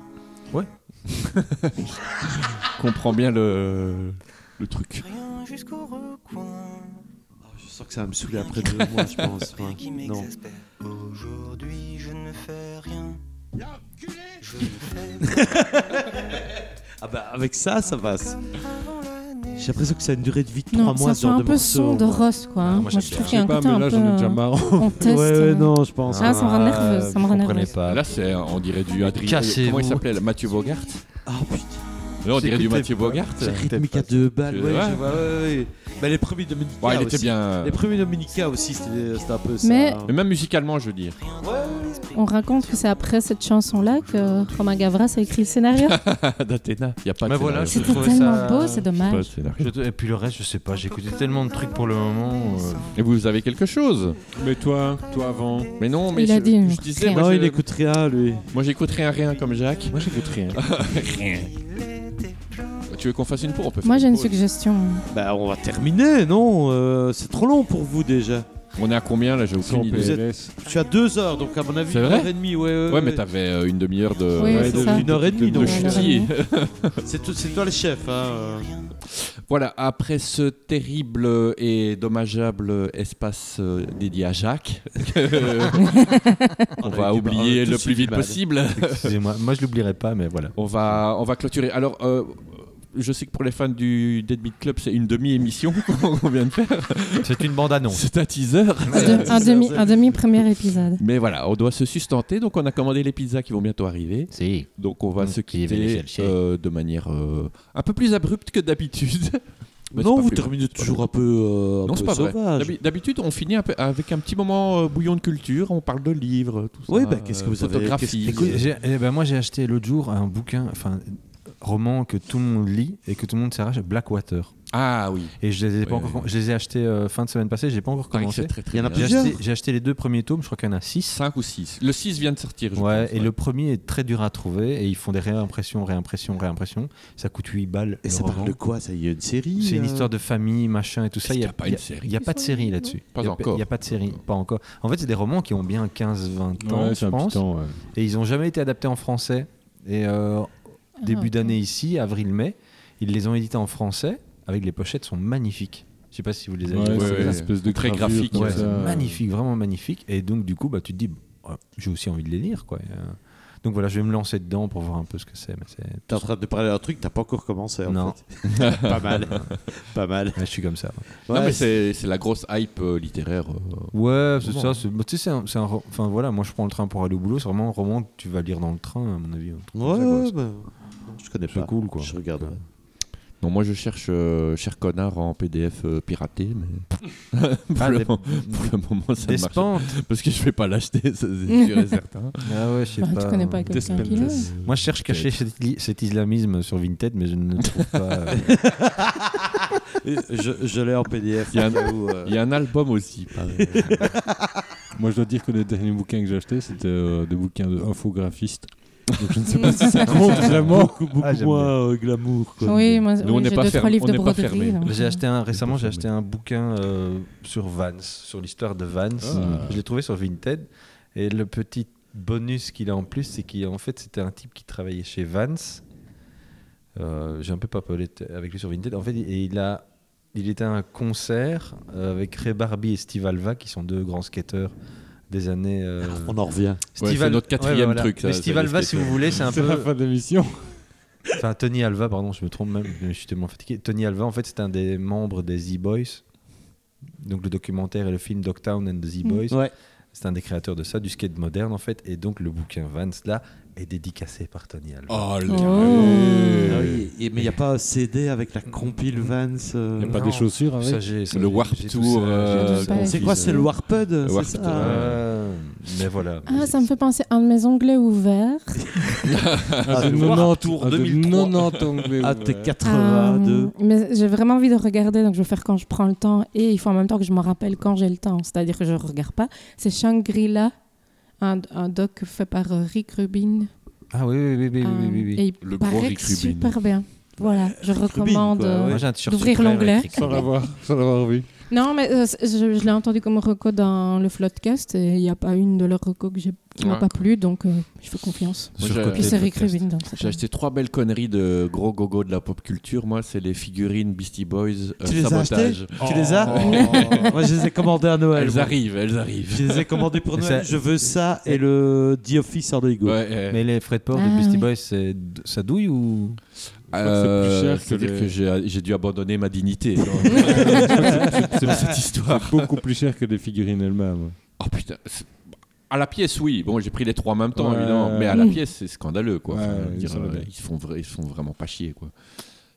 Ouais. (laughs) Je comprends bien le, le truc. Rien jusqu'au recoin. Oh, Je sens que ça va me saouler après deux mois, je (laughs) pense. Rien ouais. qui Non. m'exaspère. Aujourd'hui, je ne fais rien. Je ne fais Ah bah, avec ça, ça passe. comme avant l'année. J'ai l'impression que ça a une durée de vie de Non, trois mois, ça ce fait genre un de peu son morceau. de Ross, quoi. hein. moi, moi, j'aime je bien. trouve Je qu'il y a sais un pas, côté mais un là, peu. j'en ai déjà euh, marre. On teste. Ouais, ouais, euh, non, je pense. Ah, ça me rend nerveuse, vous ça me rend comprenez nerveuse. pas. Là, c'est, on dirait du Adrien. Cassez-vous. Comment il s'appelait là, Mathieu Bogart Ah putain. Là, on dirait du J'écoutais Mathieu pas. Bogart. J'ai Ouais, rythmique Rythmique à deux balles, Tu ouais, vois je vois, ouais, ouais. Bah, les premiers Dominica. il était aussi. bien. Les premiers Dominica aussi, c'était c'était un peu ça. Mais- Mais même musicalement, je veux dire. On raconte que c'est après cette chanson-là que Romain Gavras a écrit le scénario. D'Athéna. Il n'y a pas Mais de scénario. voilà, je C'était trouvais tellement ça- beau, c'est Pas de dommage. scénario. Je te- Et puis le reste, je sais pas, j'ai écouté tellement de trucs pour le moment. euh, Et vous avez quelque chose Mais toi, toi avant. Mais non, mais Il a je, dit je disais, rien. moi, Non, je- il écoute rien, lui. moi j'écoute rien, rien comme Jacques. Moi, j'écoute rien. Tu veux qu'on fasse une pause On peut faire Moi, j'ai une pause. suggestion. Bah, on va terminer, non euh, C'est trop long pour vous déjà. On est à combien là J'ai Sans aucune idée. PLS. Je suis à 2 heures, donc à mon avis, C'est une vrai heure et demie. Ouais, ouais, Ouais, mais t'avais euh, une demi-heure de. Ouais, c'est de- ça. Une heure et de- demie, Euh, de donc. chutille. C'est tout- c'est toi le chef. Hein. Voilà, après ce terrible et dommageable espace euh, dédié (laughs) à Jacques, on On va a eu du mal. On oublier a tous le eu plus du vite bah, mal. possible. (laughs) Excusez-moi, moi je l'oublierai pas, mais voilà. On va, on va clôturer. Alors, euh, je sais que pour les fans du Deadbeat Club, c'est une demi-émission (laughs) qu'on vient de faire. C'est une bande-annonce. C'est un teaser. De- un demi, un demi premier épisode. Mais voilà, on doit se sustenter, donc on a commandé les pizzas qui vont bientôt arriver. Donc on va Mm. se vais les quitter chercher. euh, de manière euh, un peu plus abrupte que d'habitude. (laughs) Bah, Mais c'est non, pas vous plus grave. terminez toujours un peu, euh, un Non, peu c'est pas vrai. sauvage. D'habi- D'habitude, on finit un peu avec un petit moment euh, bouillon de culture. On parle de livres, tout ça. Oui, bah, qu'est-ce que vous avez- photographie, qu'est-ce que- euh, J'ai- eh ben moi j'ai acheté l'autre jour un bouquin, enfin roman que tout le monde lit et que tout le monde s'arrache, Blackwater. Ah oui. Et je les ai, pas Ouais, encore, ouais. je les ai achetés euh, fin de semaine passée, j'ai pas encore Pareil que commencé. c'est très, très Il y en a bien. plusieurs. J'ai plusieurs. acheté, j'ai acheté les deux premiers tomes, je crois qu'il y en a six. 5 ou 6. Le 6 vient de sortir. je Ouais, pense, et le premier est très dur à trouver et ils font des réimpressions, réimpressions, réimpressions. Ça coûte 8 balles. Et le ça parle roman. de quoi Ça y est, une série C'est une euh histoire de famille, machin et tout ça. Est-ce Il qu'il y y a a, pas il y a- une série il y a pas de série là-dessus. Pas Il y a- encore. Il n'y a pas de série, Pas pas encore. En fait, c'est des romans qui ont bien 15-20 ans, Ouais, je c'est un pense. petit temps. ouais. Et ils n'ont jamais été adaptés en français. Et euh, début ok. d'année ici, avril-mai, ils les ont édités en français. Avec les pochettes sont magnifiques. Je sais pas si vous les avez. Ouais, vues. c'est ouais. une espèce de Très gravure graphique, comme ouais. ça. magnifique, vraiment magnifique. Et donc du coup, bah tu te dis, oh, j'ai aussi envie de les lire, quoi. Et, euh, donc voilà, je vais me lancer dedans pour voir un peu ce que c'est. Mais c'est T'es en train de parler d'un truc, t'as pas encore commencé. En Non. fait. pas mal. pas mal. Ouais, je suis comme ça. non, Ouais, mais c'est c'est la grosse hype euh, littéraire. euh, Ouais, c'est Bon. ça. c'est- bah, Tu sais, c'est un, c'est un ro- Enfin voilà, moi je prends le train pour aller au boulot. C'est vraiment un roman que tu vas lire dans le train, à mon avis. un truc Ouais, comme ça, quoi. ouais, bah, non, je connais C'est pas. cool, quoi. Je regarde. ouais. Non, moi je cherche euh, Cher Connard en PDF euh, piraté, mais. pour, Ah, le, des- moment- pour le moment, ça ne marche pas. Despentes. Parce que je vais pas l'acheter, ça, c'est sûr et certain. Ah ouais, je sais Ah, pas. tu connais Euh, pas quelqu'un qui l'a Moi, je cherche cacher cet, li- cet islamisme sur Vinted, mais je ne le trouve pas. euh, Et je je l'ai en PDF. Il y a un- au cas où, euh, Il y a un album aussi, pareil. Moi, je dois dire que les derniers bouquins que j'ai achetés, c'était euh, des bouquins d'infographistes. Donc, je ne sais pas si ça compte vraiment. Beaucoup, beaucoup Ah, j'aime moins euh, glamour. Quoi. Oui, moi, Nous, on oui, n'est j'ai pas deux, fermé- trois livres on de n'est pas fermé. broderie. donc, j'ai euh, acheté un récemment. J'ai acheté un bouquin euh, sur Vance, sur l'histoire de Vance. Ah. Je l'ai trouvé sur Vinted. Et le petit bonus qu'il a en plus, c'est qu'en fait, c'était un type qui travaillait chez Vance. Euh, j'ai un peu papelé t- avec lui sur Vinted. En fait, il- et il a, il était à un concert euh, avec Ray Barbie et Steve Alva, qui sont deux grands skateurs des années. euh, On en revient. Ouais, Ah, c'est Al- notre quatrième voilà. truc, ça, euh, Mais c'est Steve les Alva, si skateurs. vous voulez, c'est (laughs) un C'est peu. la fin de l'émission. Enfin, Tony Alva, pardon, je me trompe même, je suis tellement fatigué. Tony Alva, en fait, c'est un des membres des Z-Boys. Donc, le documentaire et le film Dogtown and the Z-Boys. Ouais. C'est un des créateurs de ça, du skate moderne, en fait. Et donc, le bouquin Vance, là, est dédicacé par Tony Alva. Oh, le- Oh. Ah oui, et- mais il n'y a pas un CD avec la compile Vans. euh, Il n'y a pas Non. des chaussures hein, avec Ça, j'ai- ça, Le j'ai- Warp j'ai tout Tour, ça, euh, j'ai tout ça. qu'on C'est quoi C'est le Warped Warped, c'est ouais. ça Euh, Mais voilà. Ah, ça me fait penser à un de mes onglets ouverts. Ah, un Ah, de 90 Ah, tour 90 (laughs) anglais. Ah, t'es 82. Euh, mais j'ai vraiment envie de regarder, donc je vais faire quand je prends le temps. Et il faut en même temps que je me rappelle quand j'ai le temps, c'est-à-dire que je ne regarde pas. C'est Shangri-La, un, un doc fait par euh, Rick Rubin. Ah oui, oui, oui, oui, Euh, oui, oui, oui. Et il Le gros paraît Rick que Rubin. super bien. Voilà, je recommande. quoi, euh, Moi, j'ai un t-shirt D'ouvrir secret l'onglet. avec Rick Sans Rubin. l'avoir sans l'avoir vu. Non, mais euh, c'est- je, je l'ai entendu comme reco dans le Floodcast et il n'y a pas une de leurs recos que j'ai- qui m'a Ouais. pas plu, donc euh, je fais confiance. Moi, Sur j'ai- Copy Puis c'est Rick podcast. Rubin. donc ça J'ai va. acheté trois belles conneries de gros gogo de la pop culture. Moi, c'est les figurines Beastie Boys euh, Tu les as achetées sabotage. Tu les as (laughs) Moi, je les ai commandés à Noël. Elles moi. arrivent, elles arrivent. Je les ai commandés pour Et ça- Noël. Je veux ça et le The Office en Lego. Ouais, euh, Mais les frais de port Ah, de Beastie oui. Boys, c'est- ça douille ou euh, c'est plus cher que C'est-à-dire les- que j'ai j'ai dû abandonner ma dignité. dans- dans cette histoire. (laughs) Beaucoup plus cher que des figurines elles-mêmes. Oh putain. c'est- À la pièce, oui. Bon, j'ai pris les trois en même temps, Ouais. évidemment. Mais à la Mm. pièce, c'est scandaleux, quoi. Ouais, Enfin, je veux ils dire, sont euh, là. ils, se font vra- ils se font vraiment pas chier, quoi.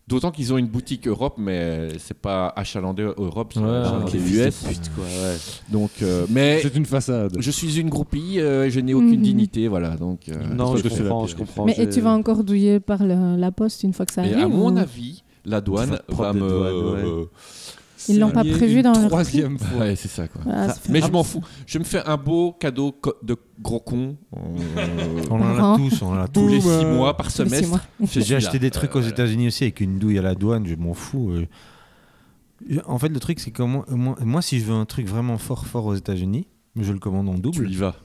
D'autant qu'ils ont une boutique Europe, mais c'est pas achalandé Europe, c'est Ouais, achalandé ok. US. Donc, euh, mais C'est une façade. je suis une groupie, euh, je n'ai aucune Mhm. dignité, voilà. Donc, euh, Non, je Je fais la comprends, pire. je comprends. mais et j'ai- tu vas encore douiller par le- la poste une fois que ça Et arrive à mon ou- avis, la douane te prendre va des me. douanes, Ils l'ont pas Saluer prévu une dans leur troisième euh, fois. ouais, c'est ça quoi. Ah, ça fait- Mais je m'en fous. Je me fais un beau cadeau co- de gros con euh, (laughs) On en Laurent. a tous, on en a tous. tous les Boum. six mois par tous les six semestre. mois. Je suis J'ai acheté là. des trucs aux États-Unis aussi avec une douille à la douane, je m'en fous. euh. En fait, le truc, c'est que moi, moi, moi, si je veux un truc vraiment fort, fort aux États-Unis, je le commande en double. Tu y vas.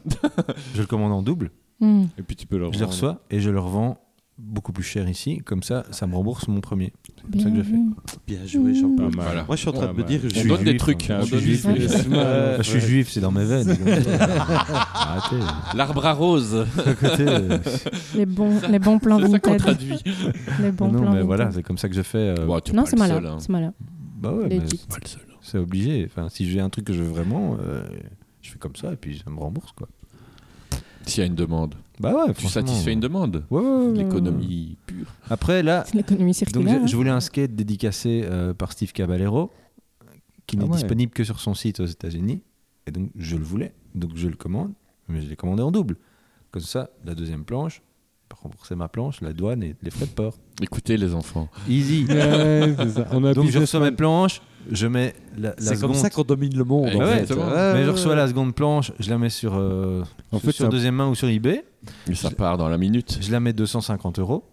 je le commande en double. Hmm. Et puis tu peux le Je le revendre. reçois et je le revends beaucoup plus cher ici. Comme ça, ça me rembourse mon premier. C'est comme Bien ça que je vu. fais. Bien joué, Jean-Paul. Pas Mmh. mal. Moi, je suis en train Pas de me mal. dire, je On suis donne des juif. trucs. hein, on je donne suis des juif, mais- trucs. Ah, je suis juif, c'est dans mes veines. euh, (laughs) Arrêtez. (laughs) L'arbre à (laughs) rose. À côté, euh, Les bons, les bons plans C'est ça qu'on vintage. traduit. Les bons non, plans mais voilà, vintage. c'est comme ça que je fais. euh, Bon, t'es Non, pas c'est le malin. seul, hein. C'est malin. Bah ouais, mais Legit. c'est pas le seul. C'est obligé. Enfin, si j'ai un truc que je veux vraiment, euh, je fais comme ça et puis ça me rembourse quoi. S'il y a une demande. Bah ouais, Tu satisfais une demande. Ouais, Euh, ouais, ouais. L'économie pure. Après là, C'est l'économie donc circulaire. hein. je, je voulais un skate dédicacé euh, par Steve Caballero, qui Ah n'est ouais. disponible que sur son site aux États-Unis. Et donc je le voulais, donc je le commande, mais je l'ai commandé en double. Comme ça, la deuxième planche, pour rembourser ma planche, la douane et les frais de port. Écoutez, les enfants. Easy. Ouais, c'est ça. On a donc je business reçois mes planches, je mets la, la C'est comme seconde. ça qu'on domine le monde. Eh en Ah ouais, fait. Exactement. mais je reçois la seconde planche, je la mets sur, euh, En fait, sur ça- deuxième main ou sur eBay. Mais ça part dans la minute. Je la mets 250 euros.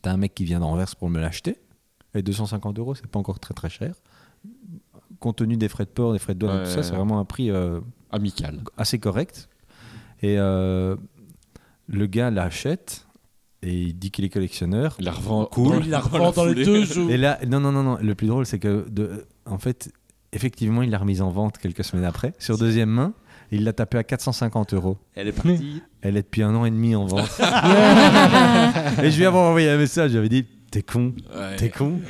T'as un mec qui vient d'Anvers pour me l'acheter. Et 250 euros, c'est pas encore très très cher. Compte tenu des frais de port, des frais de douane et Ouais, tout ouais, ça, c'est ouais. vraiment un prix euh, Amical. assez correct. Et euh, le gars l'achète et il dit qu'il est collectionneur. Il la revend. Cool. dans- Il la revend dans les foulée. deux jours. Et là, non, non, non, non, le plus drôle, c'est que, de, en fait, effectivement, il l'a remise en vente quelques semaines après, sur deuxième main. et Il l'a tapé à 450 euros. Elle est partie. Elle est depuis un an et demi en (laughs) vente. et je lui avais envoyé un message, j'avais dit T'es con, Ouais. t'es con,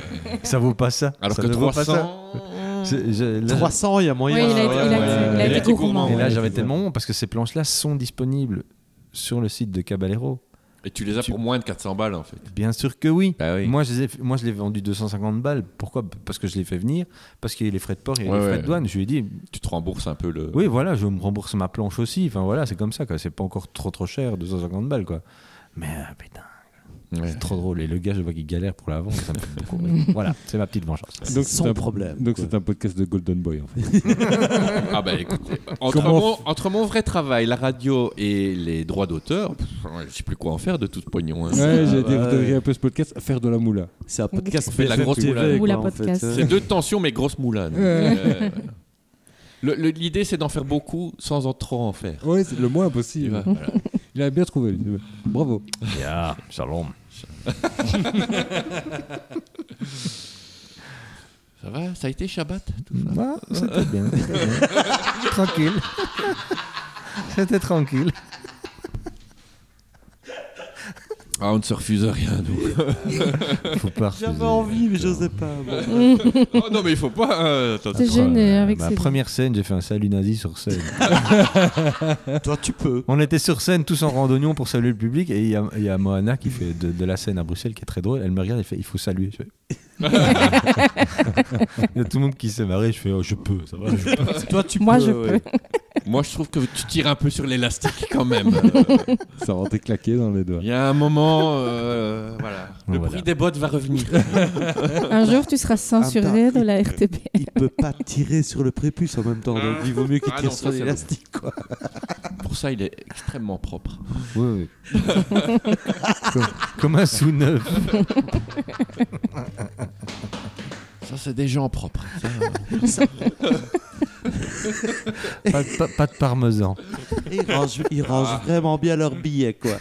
ça vaut pas ça. Alors ça que ne vaut pas 300. ça. C'est- je- là, 300, il y a Oui, moyen. il a, été- ouais, il a, ouais, été- il a ouais. été gourmand. Et là, ouais. j'avais tellement honte parce que ces planches-là sont disponibles sur le site de Caballero. Et tu les as pour moins de 400 balles en fait. Bien sûr que oui. Bah oui. Moi, je les ai- moi, je l'ai vendu 250 balles. Pourquoi Parce que je l'ai fait venir, parce qu'il y a les frais de port, il y a Ouais, les frais ouais. Bah. de douane. Je lui ai dit Tu te rembourses un peu le. Oui, voilà, je me rembourse ma planche aussi. Enfin, voilà, c'est comme ça, quoi. C'est pas encore trop, trop cher, 250 balles, quoi. Mais euh, putain. Ouais. C'est trop drôle. Et le gars, je vois qu'il galère pour la vendre. ça me fait beaucoup rire. voilà, c'est ma petite vengeance. (laughs) Donc, Donc son c'est un- problème. Donc quoi. c'est un podcast de Golden Boy en fait. Ah bah (laughs) écoutez, entre, Comment- mon, entre mon vrai travail, la radio et les droits d'auteur, pff, je sais plus quoi en faire de tout ce pognon. hein. Ah, Ouais, j'ai bah dit, vous ouais. devriez un peu ce podcast faire de la moula. C'est un On podcast fait de la BFM grosse TV, moulade. quoi, Ou la en fait. podcast. euh. C'est deux tensions mais grosses moulanes. Euh, le- le- L'idée c'est d'en faire beaucoup sans en trop en faire. Ouais, c'est le moins Tu possible. vois, voilà. Il a bien trouvé. lui. Bravo. Yeah, shalom. Ça va Ça a été Shabbat tout ça c'était bien. c'était bien. tranquille. C'était tranquille. Ah, on ne se refuse rien, nous. Faut pas refuser. J'avais envie, mais j'osais pas. Bah, bon. (laughs) oh non, mais il faut pas. hein, attends. T'es gêné avec euh, Ma ces- première scène, j'ai fait un salut nazi sur scène. (laughs) Toi, tu peux. On était sur scène tous en randonnion pour saluer le public et il y a- il y, a Moana qui fait de, de la scène à Bruxelles qui est très drôle. Elle me regarde et fait il faut saluer. Je fais- (laughs) il y a tout le monde qui s'est marré. Je fais oh, je peux, ça va. je peux. Toi, tu Moi, peux. je ouais. (laughs) Moi, je trouve que tu tires un peu sur l'élastique (laughs) quand même. Euh, Ça rentre claqué dans (laughs) les doigts. Il y a un moment, euh, voilà. Le Voilà. prix des bottes va revenir. Un jour, tu seras censuré de la RTP. Il peut pas tirer sur le prépuce en même temps. Donc, il vaut mieux qu'il Ah tire non, sur ça, c'est bon. l'élastique, quoi. Pour ça, il est extrêmement propre. Oui, oui. comme, comme un sous neuf. Ça, c'est des gens propres. Ça, Pas, de- pas- pas de parmesan. Et Ils rangent, ils rangent Ah. vraiment bien leurs billets, quoi.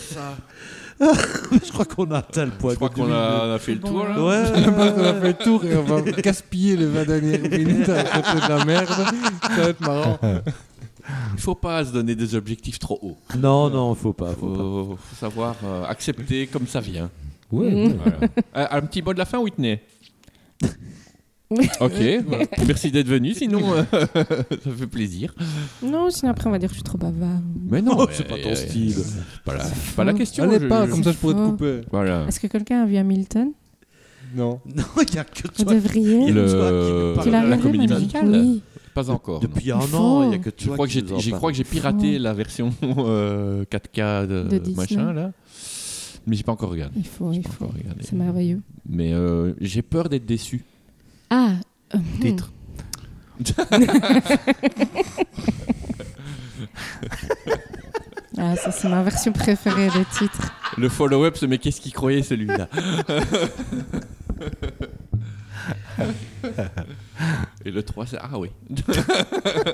(laughs) je crois qu'on a atteint le point. je crois de qu'on vue. a, on a fait le tour là. Ouais, (laughs) ouais, On a ouais. fait le tour et on va gaspiller les 20 dernières minutes à raconter de la merde. Ça va être marrant. Il faut pas se donner des objectifs trop hauts. non, non, faut pas. Il Faut pas. faut, faut savoir euh, accepter comme ça vient. Ouais, Mm. Voilà. (laughs) Euh, un petit mot de la fin, Whitney Oui. Ok, voilà. merci d'être venu, sinon euh, (laughs) ça fait plaisir. Non, sinon après, on va dire que je suis trop bavard. Mais non, Oh, c'est pas ton style. C'est pas la, c'est pas la question. Allez, Hein je- pas, je- comme ça je pourrais te fort. couper. Voilà. Est-ce que quelqu'un a vu Hamilton Non. Non, il y a que Vous toi. devriez. Il- Le- Toi qui nous Tu parles. l'as la regardé, comédie Manu musicale Oui. Pas encore. non. Depuis un Faut. an, il y a que toi. Je crois que qui j'ai, nous en j'ai- parle. (laughs) crois que j'ai piraté la version euh, 4K de, De Disney. machin là, mais j'ai pas encore regardé. Il faut, J'ai il pas faut. encore regardé. C'est merveilleux. Mais euh, j'ai peur d'être déçu. Ah, euh, titre. ah, ça c'est ma version préférée des titres. Le follow-up, c'est mais qu'est-ce qu'il croyait celui-là le 3, c'est. Ah oui.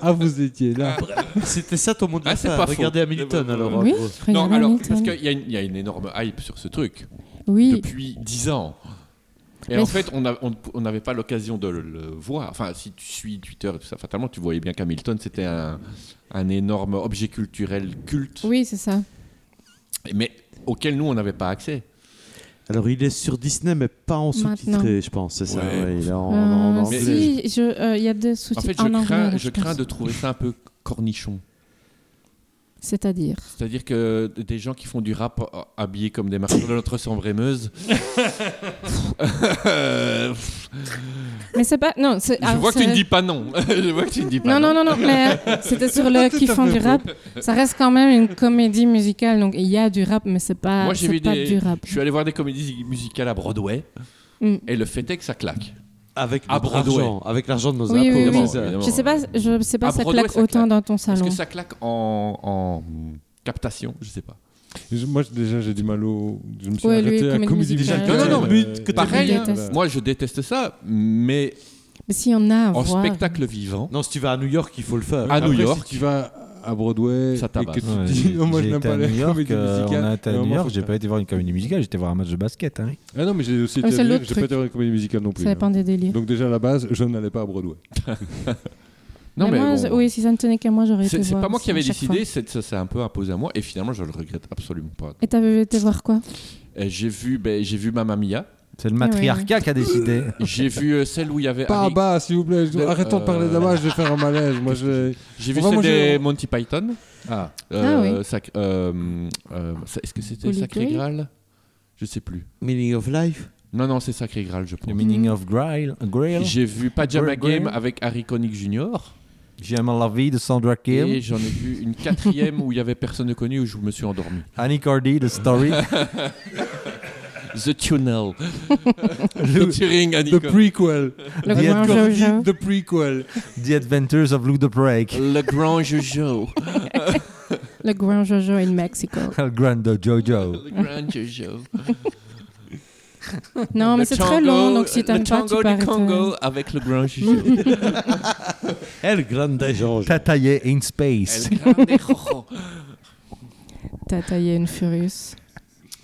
Ah, vous étiez là. C'était ça ton monde de Ah, la c'est femme. pas faux. Regardez Hamilton Eh ben, alors. hein. euh, en Oui, gros. Non, Regardez alors, Hamilton. parce qu'il y, a une- hein. il y a une énorme hype sur ce truc. Oui, Depuis 10 ans. Et Mais en f- fait, on a- on on n'avait pas l'occasion de le, le voir. Enfin, si tu suis Twitter et tout ça, fatalement, tu voyais bien qu'Hamilton, c'était un, un énorme objet culturel culte, oui c'est ça. mais auquel nous, on n'avait pas accès. Alors, il est sur Disney, mais pas en Maintenant. sous-titré, je pense. C'est ça. Ouais. ouais, il est en, en- en Euh, anglais. si, je- euh, il y a des En sous-titres fait, en je crains, anglais, je pense. crains de trouver ça un peu cornichon. C'est-à-dire C'est-à-dire que des gens qui font du rap euh, habillés comme des marcheurs de notre sombre (laughs) émeuse. Mais c'est pas... Non, c'est... je alors, vois que tu c'est- ne dis pas non. (laughs) je vois que tu ne dis pas Non, non, non, non, (laughs) mais euh, c'était sur le qui font du rap. Ça reste quand même une comédie musicale, donc il y a du rap, mais c'est pas, Moi, j'ai c'est vu pas des- du rap. Je suis allé voir des comédies musicales à Broadway Mm. et le fait est que ça claque. Avec À notre Ah, Broadway. argent, avec l'argent de nos Oui, oui, impôts. oui. C'est- évidemment. Je sais pas, je sais pas, À ça Broadway, claque ça autant claque. dans ton Est-ce salon. que ça claque en, en captation Je sais pas. Je- Moi, je- déjà, j'ai du mal au. Je me suis Ouais, arrêté lui, à comédie comédie musicale. musicale. Non, non, non, euh, but que Pareil, tu hein, détestes. moi je déteste ça, mais Mais s'il y en a à en voir. spectacle vivant, Non, si tu vas à New York, il faut le faire. à Après, New si York. tu vas à Broadway Ça et que tabasse. tu Ouais, dis non, moi je j'ai n'aime été pas à les New York, comédies euh, musicales. on a été à Non, New moi, York, faut j'ai pas faire. été voir une comédie musicale, j'étais voir un match de basket. hein. Ah non, mais j'ai aussi Ouais, été c'est à New York, l'autre j'ai pas truc. été voir une comédie musicale non plus. hein. Ça hein. dépend des délires. Donc déjà à la base, je n'allais pas à Broadway. Ah, Non, mais moi, bon. je- oui, si ça ne tenait qu'à moi, j'aurais été C'est c'est voir. pas moi qui aussi, avais à chaque décidé, fois. c'est ça s'est un peu imposé à moi et finalement je le regrette absolument pas. Et t'avais été (laughs) voir quoi Et J'ai vu, ben, j'ai vu Mamma Mia, C'est le matriarcat qui (laughs) a décidé. j'ai vu euh, celle où il y avait Pas à Harry- bas, s'il vous plaît. je- Euh, Arrêtons de parler d'abas, je vais faire un malaise. Moi, je. J'ai vu On va celle manger- des Monty Python. Ah. Euh, Ah oui. sac- euh, euh, ça- Est-ce que c'était Holy Sacré Grail Graal Je sais plus. Meaning of Life. Non, non, c'est Sacré Graal, je pense. The meaning of Grail. Grail. J'ai vu Pajama Grail, Grail. Game avec Harry Connick Jr. J'aime la vie de Sandra Et Kim. j'en ai vu une quatrième où il y avait personne de connu où je me suis endormi. Annie Cordy, (laughs) The Story. The (laughs) Tunnel. Le- Featuring Annie The Cordy. prequel. Le The grand Edgar Jojo. The prequel. The Adventures of Luke the Break. Le Grand Jojo. Le grand Jojo in (laughs) Mexico. El Grande Jojo. Le Grand Jojo. Non, mais Le c'est très tango- long, donc si le t'aimes pas, tu tango peux du arrêter. Congo avec le Grand (laughs) Jojo. Elle grande gens. Tataillé in Space. El Grande Jojo. T'as taillé une Furious.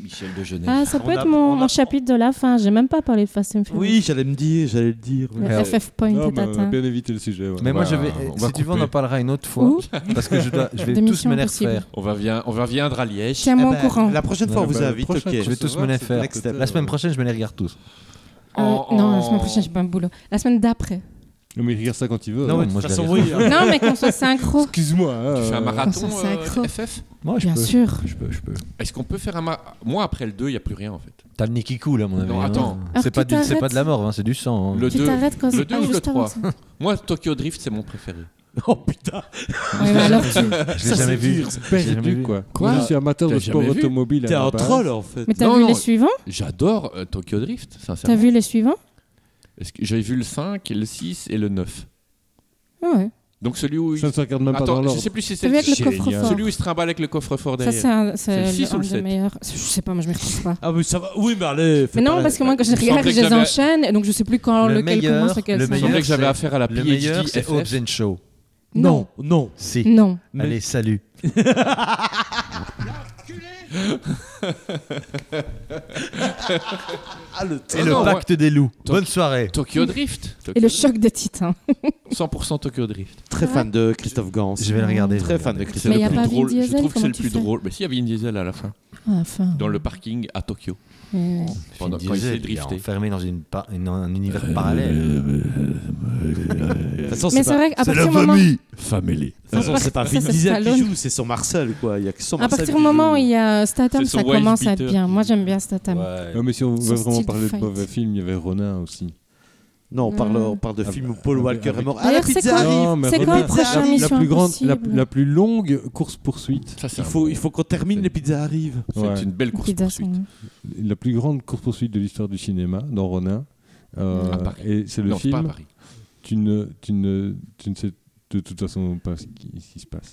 Michel de Genève. Ah, ça On peut a- être on mon, a- mon chapitre de la fin. J'ai même pas parlé de Fast and Furious. Oui, j'allais me dire, j'allais le dire. Le Ouais. FF Point Non, est mais on a atteint. bien évité le sujet. ouais. Mais moi, va- je vais. on Si va tu veux, on en couper. parlera une autre fois. Ou, Parce que je, dois, je vais (laughs) Des tous missions me les impossibles. refaire. On va, vien- on va viendre à Liège. Eh Tiens-moi au ben, courant. La prochaine fois, on Ouais, vous bah, invite. prochain ok. Je vais tous me Recevoir, les c'est faire. next step. La semaine prochaine, je me les regarde tous. Euh, en- Non, la en- semaine prochaine, j'ai pas un boulot. La (laughs) semaine d'après. Mais il regarde ça quand il veut. Non, hein. mais de Moi, toute façon, oui. hein. non, mais qu'on soit synchro. Excuse-moi. hein, Tu fais un euh, marathon Oh, ça, c'est euh, accro. FF Moi, je Bien peux. sûr. Je peux, je peux. Est-ce qu'on peut faire un marathon Moi, après le 2, il n'y a plus rien en fait. T'as le nez qui coule, à mon avis. Non, hein. attends. Alors, C'est pas, tu du- c'est t'arrêtes. pas de la mort, hein, c'est du sang. hein. Le Tu 2. t'arrêtes quand le c'est deux ah, ou le juste avant trois ça. Moi, Tokyo Drift, c'est mon préféré. Oh putain. Ouais, mais alors, tu- (laughs) Je l'ai jamais vu. Père J'ai jamais Duc, vu. quoi. Quoi Moi, je suis amateur T'as de sport jamais vu automobile. à T'es la un base. troll en fait. Mais t'as Non, vu non. les suivants J'adore euh, Tokyo Drift, T'as sincèrement. vu les suivants Est-ce que- J'ai vu le 5, et le 6 et le 9. Ah Ouais. Donc celui où. il- Je ne regarde même pas dans Attends, je l'ordre. sais plus si c'est T'as vu avec le celui coffre-fort où il se trimballe avec le coffre-fort Ça, derrière. c'est un, C'est le c'est six le- ou un le des sept meilleurs. Je sais pas, moi, je m'y retrouve pas. Ah oui, ça va. Oui, mais allez. fais Mais non, pas parce la- que moi, quand je les Il me regarde, semblait je que les j'avais- enchaîne, donc je sais plus quand Le lequel meilleur- commence, lequel Il le s'en va. meilleur- semblait que j'avais c'est- affaire à la Le PhD meilleur, c'est FF. Hobbs and Show. Non, non. Si. Non. Mais- Allez, salut. Ah, le Et Ah le non, pacte des loups. Bonne soirée. Tokyo Drift. Et Tokyo- le choc des titans. 100% Tokyo Drift. Très fan de Christophe Gans. Je vais le regarder. Très fan de C'est Christophe Mais le y a plus pas Vin drôle. Je Diesel, trouve que c'est comment le tu plus fais drôle. Mais s'il y avait Vin Diesel à la fin, Ah, enfin. dans le parking à Tokyo, Ouais. pendant quand il s'est drifté. Enfermé dans une par- une- un univers parallèle. De toute façon, c'est Mais c'est pas, vrai qu'à partir du moment. Family. de toute façon, c'est pas Ça, Vin c'est Diesel qui Stallone. joue, c'est son Marcel quoi. Il y a que son À Marcel. partir qui du moment joue. où il y a euh, Statham, C'est son ça commence à être wife-beater. bien. Moi, j'aime bien Statham. Non, mais si on Son veut vraiment style de parler de fight. mauvais films, il y avait Ronin aussi. Non, on parle, Mm. on parle de Ah films où bah, Paul avec- Walker est avec- mort. Ah, la D'ailleurs, c'est pizza quoi, arrive. Non, mais c'est Ronin, quoi la- le prochain la- la Mission plus grande, la, Impossible la plus longue course poursuite. Ça, c'est Il un faut, bon- il faut qu'on termine les pizzas arrivent. C'est Ouais. une belle course Pizza poursuite. Song. La plus grande course poursuite de l'histoire du cinéma dans Ronin. Euh, À Paris. et c'est le Non, c'est pas à film. Paris. Tu ne, tu ne, tu ne sais de toute façon pas ce qui, ce qui se passe.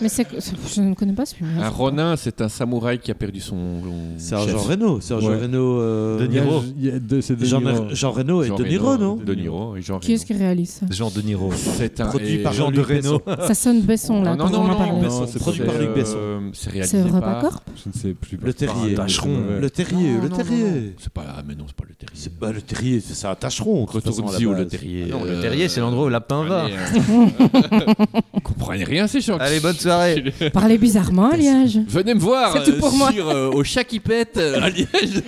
Mais c'est que- je ne connais pas ce film. Un ronin, c'est un samouraï qui a perdu son. son C'est un chef. Jean Reno, c'est un Jean Ouais. Reno. euh, De Niro. Il y a deux- c'est De Jean, Niro. Jean Reno et Jean De Niro, non De Niro et Jean Qui est-ce Reno. qui réalise (laughs) ça Jean De Niro. C'est un Produit et- par Jean Jean de Luc Reno. Ça sonne Besson là. Ah, non, quand non, on en non, parlait. Besson, c'est produit C'est, par Luc euh, Besson. C'est C'est réalisé par. Repacorp (laughs) Je ne sais plus. Le Terrier. Par un Tâcheron. ouais. Le Terrier, Non, le non, Terrier. non, non. C'est pas là, mais non, c'est pas le terrier. C'est- bah, le Terrier, c'est c'est un tâcheron. de toute façon, à la Retourne-y au base. le terrier. Non, le euh, terrier, c'est l'endroit où lapin va. allez, (laughs) euh, comprenez rien, ces gens. Allez, (laughs) bonne soirée. Parlait bizarrement à Liège. Venez me voir C'est tout pour moi. sur, euh, au chat qui pète euh, à Liège.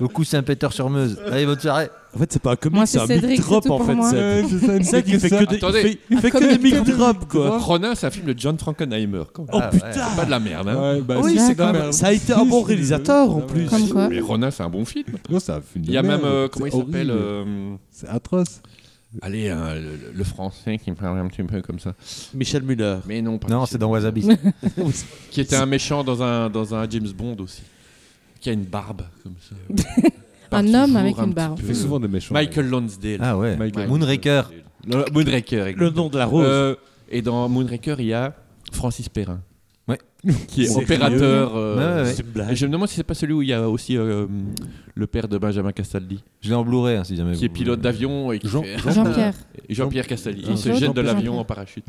Au coup, (laughs) Saint-Péter-sur-Meuse. Allez, bonne soirée. En fait, c'est pas un Moi, comic, c'est c'est un Cédric, big c'est drop tout en pour fait. moi. Zed. Ouais, c'est ça, Zed, il fait ça. que des, il Attendez. fait, il fait Un que des comic big drop. drops quoi. Ronin, c'est un film de John Frankenheimer. quand même. Oh Ah, ouais. putain C'est Pas de la merde. hein. Ouais, bah, Oui, si, c'est de la quand merde. même- ça a été un bon réalisateur, en plus. Comme quoi Mais Ronin, c'est un bon film. Non, ça a fait une Il y a merde. même. euh, comment il C'est s'appelle horrible. euh, C'est atroce. Allez, hein, le, le- le français qui me parle un petit peu comme ça. Michel Muller. Mais non, pas Non, c'est dans Wasabi. Qui était un méchant dans un, dans un James Bond aussi. Qui a une barbe comme (laughs) ça. Barbe Un qui homme s'ouvre avec un une petit barbe. Il peu. fait souvent des méchants. Michael Lonsdale. (laughs) Ah ouais. Michael. Moonraker. Le- Moonraker. exactement. Le nom de la rose. Euh, et dans Moonraker, il y a Francis Perrin. Ouais. Qui est Sérieux opérateur. euh, Ouais, ouais, ouais. c'est une blague. Et je me demande si c'est pas celui où il y a aussi euh, le père de Benjamin Castaldi, Je l'ai en Blu-ray, hein, si jamais. qui est vous- pilote d'avion et qui Jean- fait- Jean-Pierre. Et Jean-Pierre Castaldi. Ah, il se Jean- jette de Jean-Pierre. l'avion en parachute.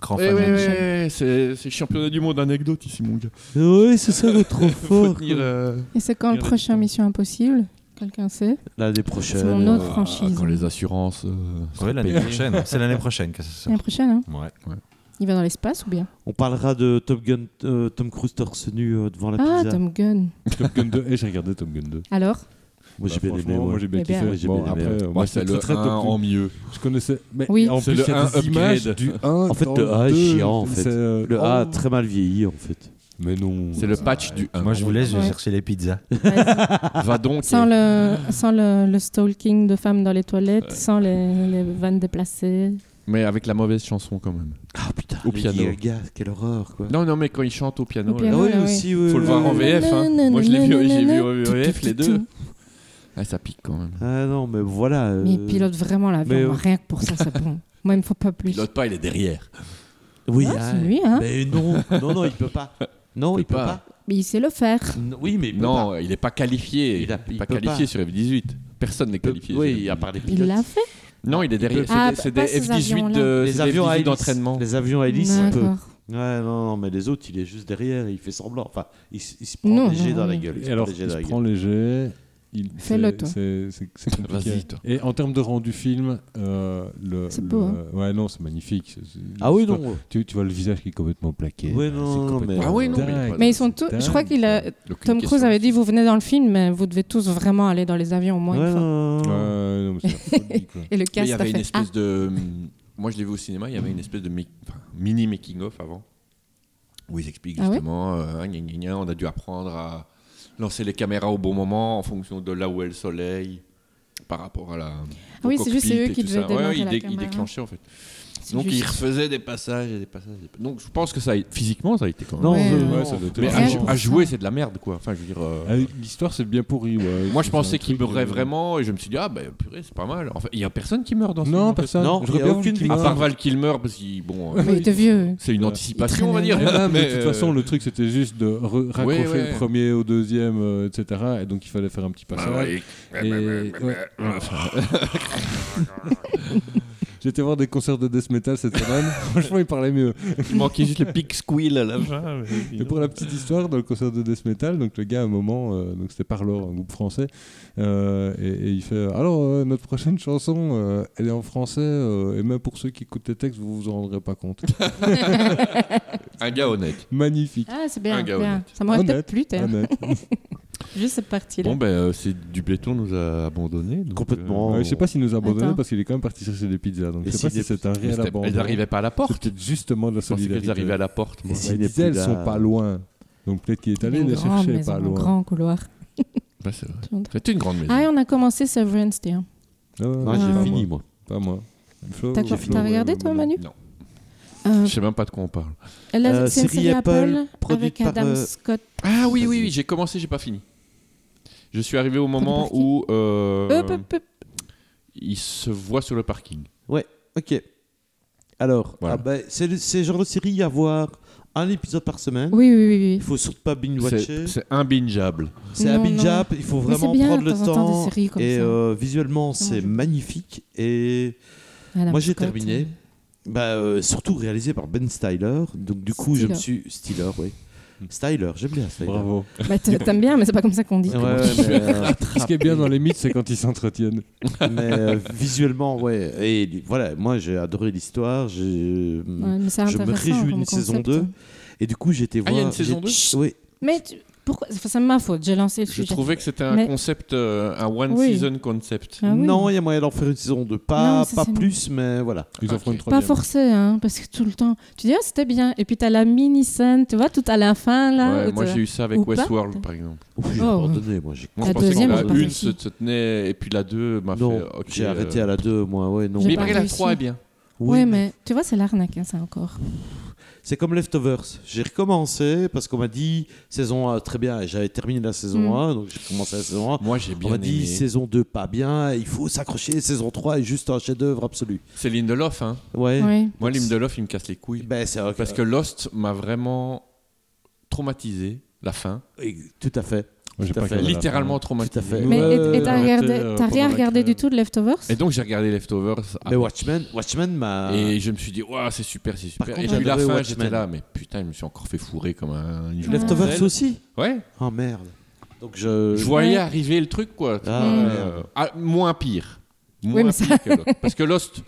Grand Ouais, fan. ouais, ouais, c'est c'est championnat du monde anecdote ici, mon gars. Oui, c'est ça (laughs) le trop Faut fort. tenir, euh, Et c'est quand le prochain Mission Impossible Quelqu'un sait L'année C'est prochaine. euh, mon autre Ah, franchise. Quand les assurances. euh, Ouais, l'année prochaine. C'est l'année prochaine que ça sort. L'année prochaine, hein Ouais. Il va dans l'espace ou bien On parlera de Tom Gun, euh, Tom Cruise torse nu euh, devant la Ah, pizza. Tom Gunn. Top Gun 2. Et j'ai regardé Top Gun 2. (laughs) Alors Moi j'ai Bah, bien aimé. franchement, Moi ouais. j'ai bien Eh bien. Moi, kiffé. j'ai Bon, bien aimé, après, ouais. euh, moi Moi, j'étais c'est très le très 1 Top Gun. en mieux. Je connaissais. Mais Oui. en C'est plus, le il y a des 1 images upgrade. du 1. En fait, le 1 est chiant, en fait. Le A a très mal vieilli en fait. oh. Mais non. C'est le patch (laughs) du 1. Ah, Moi, je vous laisse, je vais Ouais. chercher les pizzas. Vas-y. Va donc. Sans, et- le, sans le, le stalking de femmes dans les toilettes, sans les, les vannes déplacées. Mais avec la mauvaise chanson quand même. Ah putain. Au mais piano. il- Regarde, quelle horreur quoi. Non, non, mais quand il chante au piano. Au là, piano. Ah oui, là, oui. aussi, oui. Faut le oui, voir en oui. VF, hein. Moi, je l'ai vu, j'ai vu en VF, les deux. Ah, ça pique quand même. Ah non, mais voilà. euh, Mais il pilote vraiment l'avion, mais, moi, euh, rien que pour ça, c'est bon. Moi, il me faut pas plus. Pilote Ben. pas, oh. il est derrière. Oui, Ah, ah, c'est lui, hein. Mais non, non, non, il peut pas. Non, Il il, peut peut pas. pas. Mais il sait le faire. Non, Oui, mais il peut non, pas. il est pas qualifié. Il a- est il pas peut qualifié pas. sur F-18. Personne n'est Il peut- qualifié. sur Oui, F-18. à part les Il pilotes. Euh, l'a fait Non, il est derrière. Ah, C'est pas des, ces c'est des F-18 avions-là. de, Les c'est des avions à F-18 hélice. d'entraînement. Les avions à hélice, il peut. D'accord. Ouais, non, non, mais les autres, il est juste derrière, il fait semblant. Enfin, il, s- il se prend Non, des jets non, dans la non. gueule. Il Et se alors, prend des jets il dans se la prend gueule. les jets. il- Fais-le, c'est- toi. c'est- C'est c'est compliqué. Vas-y, toi. Et en termes de rendu film, euh, le. C'est le- beau, hein. Ouais, non, c'est magnifique. C'est- c'est- Ah oui, l'histoire- non. Tu, tu vois le visage qui est complètement plaqué. Ouais, C'est non, non, complètement mais- Ah oui, non, mais- dingue. Mais ils sont tous. C'est Je crois dingue, qu'il a. ça. Tom Cruise avait dit vous venez dans le film, mais vous devez tous vraiment aller dans les avions au moins Ouais, une fois. non, Oh. non, Ouais, non. non, mais c'est la (laughs) folie, quoi. Et Mais le il y cast a avait une fait ah, espèce de. hum, Moi, je l'ai vu au cinéma, il y avait une espèce de mi- enfin, mini making-of avant, où ils expliquent Ah ouais justement, euh, gna gna gna, on a dû apprendre à lancer les caméras au bon moment en fonction de là où est le soleil, par rapport à la. au Ah oui, c'est juste, cockpit c'est eux et qui tout devaient ça. démarrer Ouais, la ils, ils caméra. déclenchaient en fait. c'est Donc, juste. ils refaisaient des passages et des passages. et des- Donc, je pense que ça a... physiquement, ça a été quand même. Non, Ouais, non, ouais, non. ça doit être Mais c'est à, vrai. jou- à jouer, c'est de la merde quoi. Enfin, je veux dire. euh, Ah, L'histoire, c'est bien pourri. ouais. Moi, je C'est pensais un qu'il truc, mourrait euh, vraiment et je me suis dit, ah ben purée, c'est pas mal. En fait, il y a personne qui meurt dans ce film, Non, en fait. personne. Non, J'aurais il y a bien voulu aucune qu'il À meure. part Val Kilmer, parce qu'il. Bon. euh, Mais il était vieux. C'est une Ouais. anticipation, on va dire. (laughs) Mais non, Eh ben, mais de toute euh, façon, le truc c'était juste de re- raccrocher ouais. le premier au deuxième, euh, etc. Et donc il fallait faire un petit bah, passage. ouais. Et- ouais. (laughs) J'étais voir des concerts de death metal cette semaine. (laughs) Franchement, ils parlaient mieux. Il manquait juste le pic squeal à la fin. Et pour la petite histoire, dans le concert de death metal, donc le gars à un moment, euh, donc c'était Parlor, un groupe français, euh, et, et il fait alors euh, notre prochaine chanson, euh, elle est en français euh, et même pour ceux qui écoutent les textes, vous vous en rendrez pas compte. Un gars honnête. Magnifique. Ah, c'est bien. Un gars bien. honnête. Ça m'aurait peut-être Honnête. plu, t'es- honnête. juste cette partie-là. Bon, ben, euh, c'est du béton nous a abandonnés. donc, euh, Complètement. Ouais, je sais pas s'il nous a abandonné Attends. parce qu'il est quand même parti chercher des pizzas. Donc Et je s'il sais pas si est- c'est un euh, mais réel c'était- abandon. elles arrivaient pas à la C'est porte. peut-être justement de la Je pensais qu'elles solidarité. arrivaient à la porte. moi. Et Ouais, s'il il n'est disait, plus elles là- sont pas loin. Donc peut-être qu'il est allé Une les grande chercher maison, pas un loin. grand couloir. Ouais, c'est vrai. C'était une grande maison. Ah, et on a commencé Severance, tiens. Ah, ouais, Moi, ouais, Ah. j'ai pas fini, moi. moi. Pas moi. Flo, T'as ou quoi- Flo, t'as ouais, regardé, ouais, toi, ouais. Manu Non. Euh, Je sais même pas de quoi on parle. elle a- Euh, C'est une série série Apple, Apple, produite avec Adam par, euh, Scott. Ah oui, oui, oui, j'ai commencé, j'ai pas fini. Je suis arrivé au moment parti. où euh, Hop, hop, hop. il se voit sur le parking. Ouais, ok. Alors, Voilà. ah ben, c'est le- c'est le genre de série à voir un épisode par semaine. Oui, oui, oui. oui. Il faut surtout pas C'est binge-watcher. c'est imbingeable. C'est Non, un non. binge-up, il faut Mais vraiment c'est bien, prendre le de temps en temps, des temps. séries comme Et ça. euh, visuellement, c'est je- magnifique. Et À la moi, j'ai mascotte. terminé. Bah, euh, surtout réalisé par Ben Styler. Donc, du coup, je me Styler. suis. Styler, oui. Styler, j'aime bien Styler. Bravo. Bah, t'a- T'aimes bien, mais c'est pas comme ça qu'on dit. Ouais, ouais, mais, euh, Ce qui est bien dans les mythes, c'est quand ils s'entretiennent. mais, euh, visuellement, ouais. Et li- voilà, moi, j'ai adoré l'histoire. j'ai- Ouais, mais c'est je me intéressant réjouis comme d'une saison concept. 2. Et du coup, j'ai été Ah, voir. il y a une saison j'ai- 2? Chut, Oui. Mais tu- pourquoi enfin, C'est ma faute, j'ai lancé le Je sujet. trouvais que c'était un Mais- concept, euh, un one Oui. season concept. Ah oui. Non, il y a moyen d'en faire une saison 2. Pas, Non, ça, pas c'est- plus, mais voilà. Ils en font une Pas troisième. forcé, hein, parce que tout le temps. Tu dis, ah, c'était bien. Et puis t'as la mini-scène, tu vois, tout à la fin, là. Ouais, où moi t'as- j'ai eu ça Ah, ou avec pas. Westworld par exemple. Oui, j'ai Oh. abandonné, moi. J'ai Moi La je pensais que deuxième, la on une est parti. se se tenait et puis la deux m'a fait. Non, ok, j'ai euh, arrêté à la 2, moi, ouais, non. J'ai Mais pas par contre la réussi. 3 est bien. Oui, ouais, mais tu vois, c'est l'arnaque, hein, ça encore. C'est comme Leftovers. J'ai recommencé parce qu'on m'a dit saison 1, très bien, et j'avais terminé la saison Mm. 1, donc j'ai commencé la saison 1. Moi j'ai On bien m'a aimé. dit saison 2, pas bien, il faut s'accrocher, saison 3 est juste un chef-d'œuvre absolu. C'est Lindelof. Hein. Ouais. Ouais. Moi Lindelof il me casse les couilles. Ben, c'est Parce que Lost m'a vraiment traumatisé, la fin. Et- Tout à fait. Moi, j'ai Tout à pas fait. regardé la Littéralement Tout à traumatisé. fait. Mais et- et t'as Ouais, regardé- arrêtez, euh, t'as rien pendant regardé la- du tout de Leftovers Et donc j'ai regardé Leftovers. Mais Watchmen, Watchmen m'a. Et je me suis dit, waouh, c'est super, c'est super. Par et contre, puis la j'adorais fin, Watchmen. j'étais là, mais putain, je me suis encore fait fourrer comme un. Leftovers aussi Ouais, Oh merde. Donc je. je voyais Ouais. arriver le truc, quoi. Euh, Ah, Mm. merde. Euh, ah, moins pire. Moins Oui, mais ça- pire que Lost. Parce que Lost,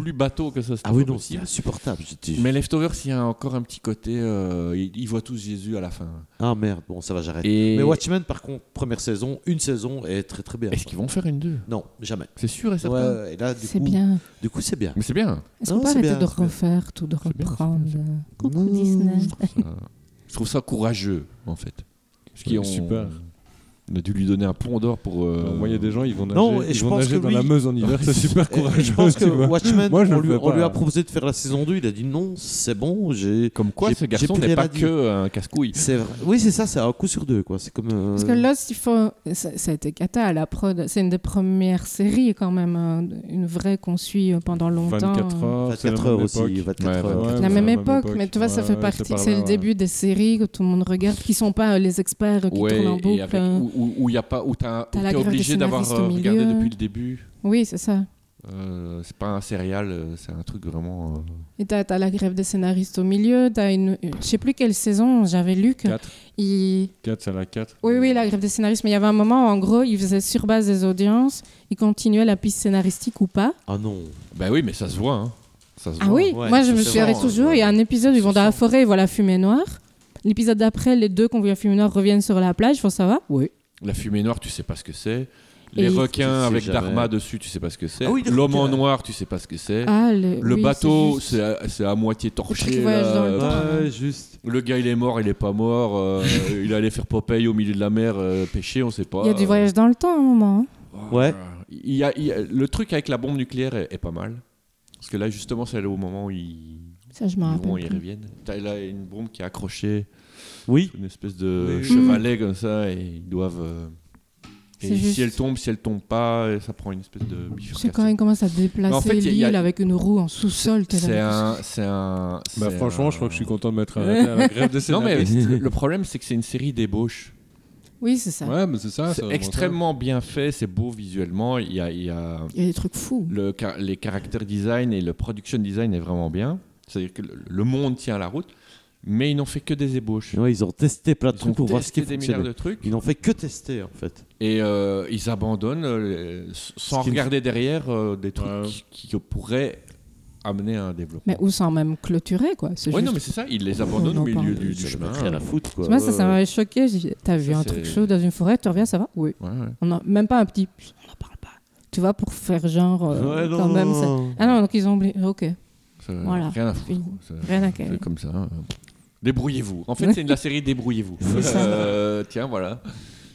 plus bateau que ça, c'était Ah oui, pas non, c'est possible. insupportable. J'étais- Mais Leftovers, il y a encore un petit côté. euh, ils, ils voient tous Jésus à la fin. Ah merde, bon, ça va, j'arrête. Et Mais Watchmen, par contre, première saison, une saison est très très bien. est-ce qu'ils vont faire une 2 Non, jamais. C'est sûr et Ouais, certain. et là, du C'est coup, bien. du coup, c'est bien. Mais c'est bien. Est-ce Non, qu'on peut c'est arrêter bien, de c'est bien. refaire tout, de bien, c'est reprendre bien, c'est euh, Coucou Non. Disney. Je trouve ça courageux, en fait. Parce qu'ils Ouais, ont- super. On a dû lui donner un pont d'or pour. euh, Euh, Moi, il y a des gens, ils vont nager, Non, et ils je vont pense nager que dans lui- la Meuse en hiver. C'est super Et- et courageux. je pense que (laughs) tu vois. Watchmen, Moi, je on, le lui, fais on pas. lui a proposé de faire la saison 2, il a dit non, c'est bon, j'ai. (laughs) Comme quoi, J'ai- ce j'ai garçon plus n'est rien à pas dire. que un casse-couille. C'est vrai. Oui, c'est ça, c'est un coup sur deux, quoi. C'est comme. euh, Parce que Lost, il faut... ça, ça a été cata à la prod. C'est une des premières séries, quand même, hein, une vraie qu'on suit euh, pendant longtemps. 24 heures. Ah, c'est la 24 même heures aussi, époque. 24 Ouais, heures. la 24 Ouais, même c'est la même époque, époque. mais tu vois, ça Ouais, fait ouais, partie, c'est que par c'est là, le ouais. début des séries que tout le monde regarde, qui sont pas euh, les experts euh, qui tournent en et boucle. avec, euh. où, où- où il y a pas, où t'as- T'as où la t'es grève des obligé d'avoir scénaristes au euh, regardé milieu. depuis le début. Oui, c'est ça. Euh, c'est pas un serial, euh, c'est un truc vraiment. euh, Et t'as t'as la grève des scénaristes au milieu, t'as une... Je sais plus quelle saison, j'avais lu que... Quatre. ils- 4, c'est la 4. Oui, oui, la grève des scénaristes, mais il y avait un moment où, en gros, ils faisaient sur base des audiences, ils continuaient la piste scénaristique ou pas. Ah non. Bah oui, mais ça se voit. Hein. Ça se Ah voit. oui, Ouais, moi je ça me se souviendrai sent, toujours, il y a un épisode où ils vont dans la forêt, ils voient la fumée noire. L'épisode d'après, les deux qu'on voit la fumée noire reviennent sur la plage, faut savoir. Oui. La fumée noire, tu sais pas ce que c'est. Les Et- Tu requins sais avec jamais. Dharma dessus, tu sais pas ce que c'est. Ah oui, les L'homme en requins. noir, tu sais pas ce que c'est. Ah, le, Le oui, bateau, euh, c'est c'est juste- à, c'est à moitié qui torché. voyage dans le là. temps. Ouais, juste. Le gars, il est mort, il est pas mort. euh, (laughs) il allait faire Popeye au milieu de la mer, euh, pêcher, on sait pas. Il y a du euh, voyage dans le temps hein. à un moment. Ouais. Ah. Il y a- il y a- le truc avec la bombe nucléaire est, est pas mal. Parce que là, justement, c'est au moment où ils, Ça, je ils m'en vont, rappelle. ils plus. reviennent. T'as là une bombe qui est accrochée, Oui. une espèce de Oui. chevalet comme ça, et ils doivent. euh, C'est et juste- si elle tombe, si elle tombe pas, et ça prend une espèce de C'est quand bifurcation. ils commencent à Mais déplacer en fait, il y a- l'île avec une roue en sous-sol. t'es là, C'est mais un. C'est un. Bah, c'est franchement, un- je crois que je suis content de m'être arrêté à la grève des Non, mais scénaristes. le problème, c'est que c'est une série d'ébauches. Oui, c'est ça. Ouais, mais c'est Ah, ça. c'est ça, extrêmement bien fait, c'est beau visuellement. Il y a- il y a Il y a des trucs fous. le car- les caractères design et le production design est vraiment bien. C'est-à-dire que le, le monde tient la route, mais ils n'ont fait que des ébauches. Ouais, ils ont testé plein de Ils ont trucs pour voir ce testé qui des milliards fonctionnait. de trucs Ils n'ont fait que tester, en fait. et euh, ils abandonnent euh, les- sans Ce qui- regarder derrière euh, des trucs Ouais. qui, qui pourraient amener à un développement. Mais ou sans même clôturer, quoi. C'est Ouais, juste- non, mais c'est ça, ils les abandonnent au On en milieu parle. du, du Ils en avaient chemin. Euh, rien à foutre, quoi. Moi, ça, ça Ouais, m'avait choqué. J'ai dit, T'as vu Ça, un c'est- truc chaud dans une forêt, tu reviens, ça va Oui. Ouais, ouais. On a... Même pas un petit. On n'en parle pas. Tu vois, pour faire genre. euh, Ouais, non, quand non, même, non, ça- non. Ah non, donc ils ont oublié. Ok. Ça- Voilà. Rien à foutre. Fini. quoi. Ça- Rien à C'est carrer. comme ça. hein. Débrouillez-vous. En fait, c'est de la série Débrouillez-vous. Euh, tiens, voilà.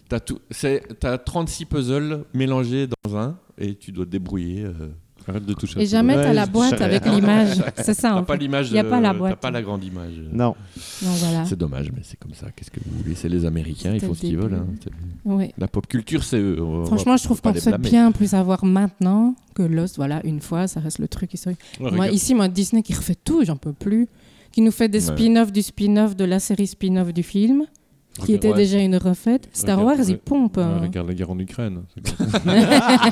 T'as tout- c'est- t'as 36 puzzles mélangés dans un et tu dois te débrouiller. euh. Arrête de toucher. Et jamais t'as la boîte avec l'image. C'est ça. T'as en pas fait. l'image. Y a pas la euh, T'as boîte. Ah. pas la grande image. Non. Non, voilà. C'est dommage, mais c'est comme ça. Qu'est-ce que vous voulez C'est les Américains, ils C'était font ce qu'ils débile. veulent. hein. C'est- Ouais. La pop culture, c'est eux. On va- Franchement, je trouve faut pas qu'on les se blâmer. bien plus avoir maintenant que Lost. Voilà, une fois, ça reste le truc historique. Ouais, moi, regarde. ici, moi, Disney qui refait tout, j'en peux plus. Qui nous fait des Ouais. spin-offs du spin-off de la série spin-off du film, qui Regarde, était ouais. déjà une refaite. Star Regarde, Wars, ils ouais. pompent. hein. Ouais, regarde la guerre en Ukraine. C'est comme ça.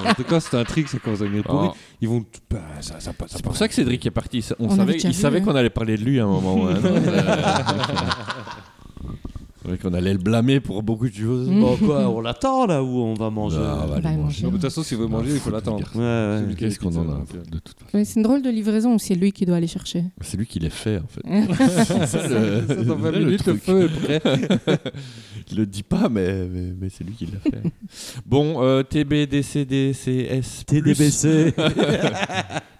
en tout cas, c'est un trick, c'est quand ça vient de pourrir. Oh. Ils vont. tout- bah, ça, ça, passe- ça C'est passe. pour ça que Cédric est parti. Ça- On On avait savait, déjà il vu, savait hein. qu'on allait parler de lui à un moment. hein. (laughs) ou à un autre. Euh, ouais, qu'on allait le blâmer pour beaucoup de choses. Mm. Bon, quoi, on (laughs) l'attend là où on va manger. Ah, on va On aller va manger. Oh, Non, mais de toute façon, si vous voulez manger, il faut l'attendre. Ouais, ouais. Celui qui Qu'est-ce qu'on en a donc, euh, de toute façon Ouais, c'est une drôle de livraison où c'est lui qui doit aller chercher. C'est lui qui les fait en fait. Ça, le- ça, dans 20 le minutes, le truc. feu est prêt. (laughs) Il le dit pas, mais, mais, mais c'est lui qui l'a fait. bon, euh, TBDCDCS. TDBC,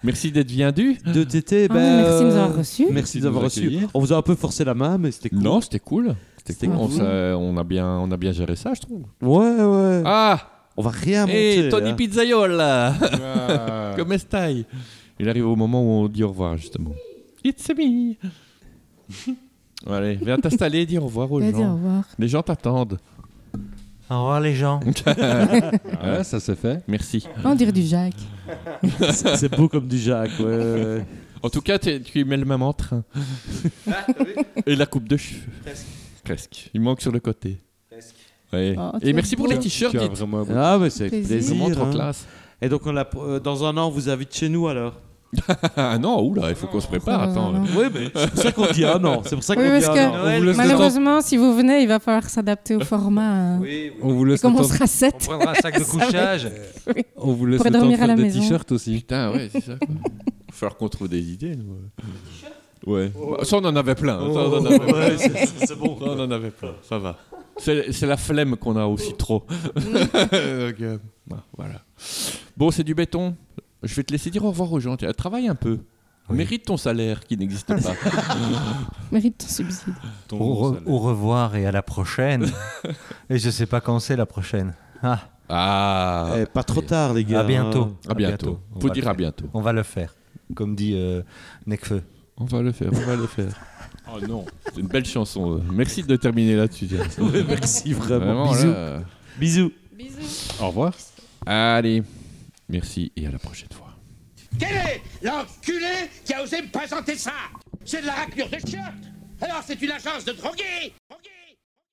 Merci d'être venu. 2TT, Ah, ben, merci de nous avoir euh, reçus. Merci de de nous avoir nous reçus. accueillir. On vous a un peu forcé la main, mais c'était cool. Non, c'était cool. C'était C'était cool. On, cool. s'est- on a bien, on a bien géré ça, je trouve. Ouais, ouais. Ah, On va rien monter. hey, Tony hein. Pizzaiola. (laughs) Comme estai. Ah. Il arrive au moment où on dit au revoir, justement. It's me. Allez, viens t'installer, dis au revoir aux Vas-y, au gens. revoir. Les gens t'attendent. Au revoir les gens. Ah, ça se fait. (laughs) Merci. Ah, On dirait du Jacques. (laughs) C'est c'est beau comme du Jacques, ouais, ouais. (laughs) En tout cas, t'es- tu y mets le même entrain. Et la coupe de cheveux. Presque. Il manque sur le côté. Presque. Oh, tu Et es merci pour beau. les t-shirts. Tu as Dites. vraiment un beau- Ah, mais c'est Plaisir. plaisir. Vraiment trop hein. classe. Et donc, on l'a- euh, dans un an, on vous invite chez nous alors (laughs) Ah non, oula, il faut qu'on se prépare. Oh, non, Attends. non. Oui, mais c'est pour ça qu'on dit un an. C'est pour ça qu'on Oui, dit parce un an. que malheureusement, si vous venez, il va falloir s'adapter au format. hein. On vous Et laisse le comme on temps de- sera sept, prendra un (laughs) sac de couchage. on vous laisse pourrait le temps de dormir à la faire des maison. t-shirts aussi. Putain, ouais, c'est ça. Quoi. (laughs) Faut falloir qu'on trouve des idées. Nous. Ouais. Bah, ça, on en avait plein. Ça, on en avait plein. Ouais, c'est- c'est c'est bon. Ça, on en avait plein. Ça va. C'est c'est la flemme qu'on a aussi trop. (laughs) Donc, euh, bah, voilà. Bon, c'est du béton. Je vais te laisser dire au revoir aux gens. Tiens, Travaille un peu. Mérite ton salaire qui n'existe (laughs) pas. mérite ton subside. Ton Au, re- salaire. au revoir et à la prochaine. et je sais pas quand c'est la prochaine. Ah, Ah, Eh, pas trop tard, les gars. à bientôt. hein. à bientôt. On Faut va dire le à faire. bientôt. On va le faire. Comme dit euh, Necfeu. On va le faire, on va le faire. Oh non. C'est une belle chanson. euh. Merci de terminer là-dessus. tiens. (laughs) Ouais, hein. (laughs) merci, vraiment. Vraiment, là. Bisous. Bisous. Au revoir. Allez, merci et à la prochaine fois. Quel est l'enculé qui a osé me présenter ça C'est de la raclure de chiottes Alors c'est une agence de drogués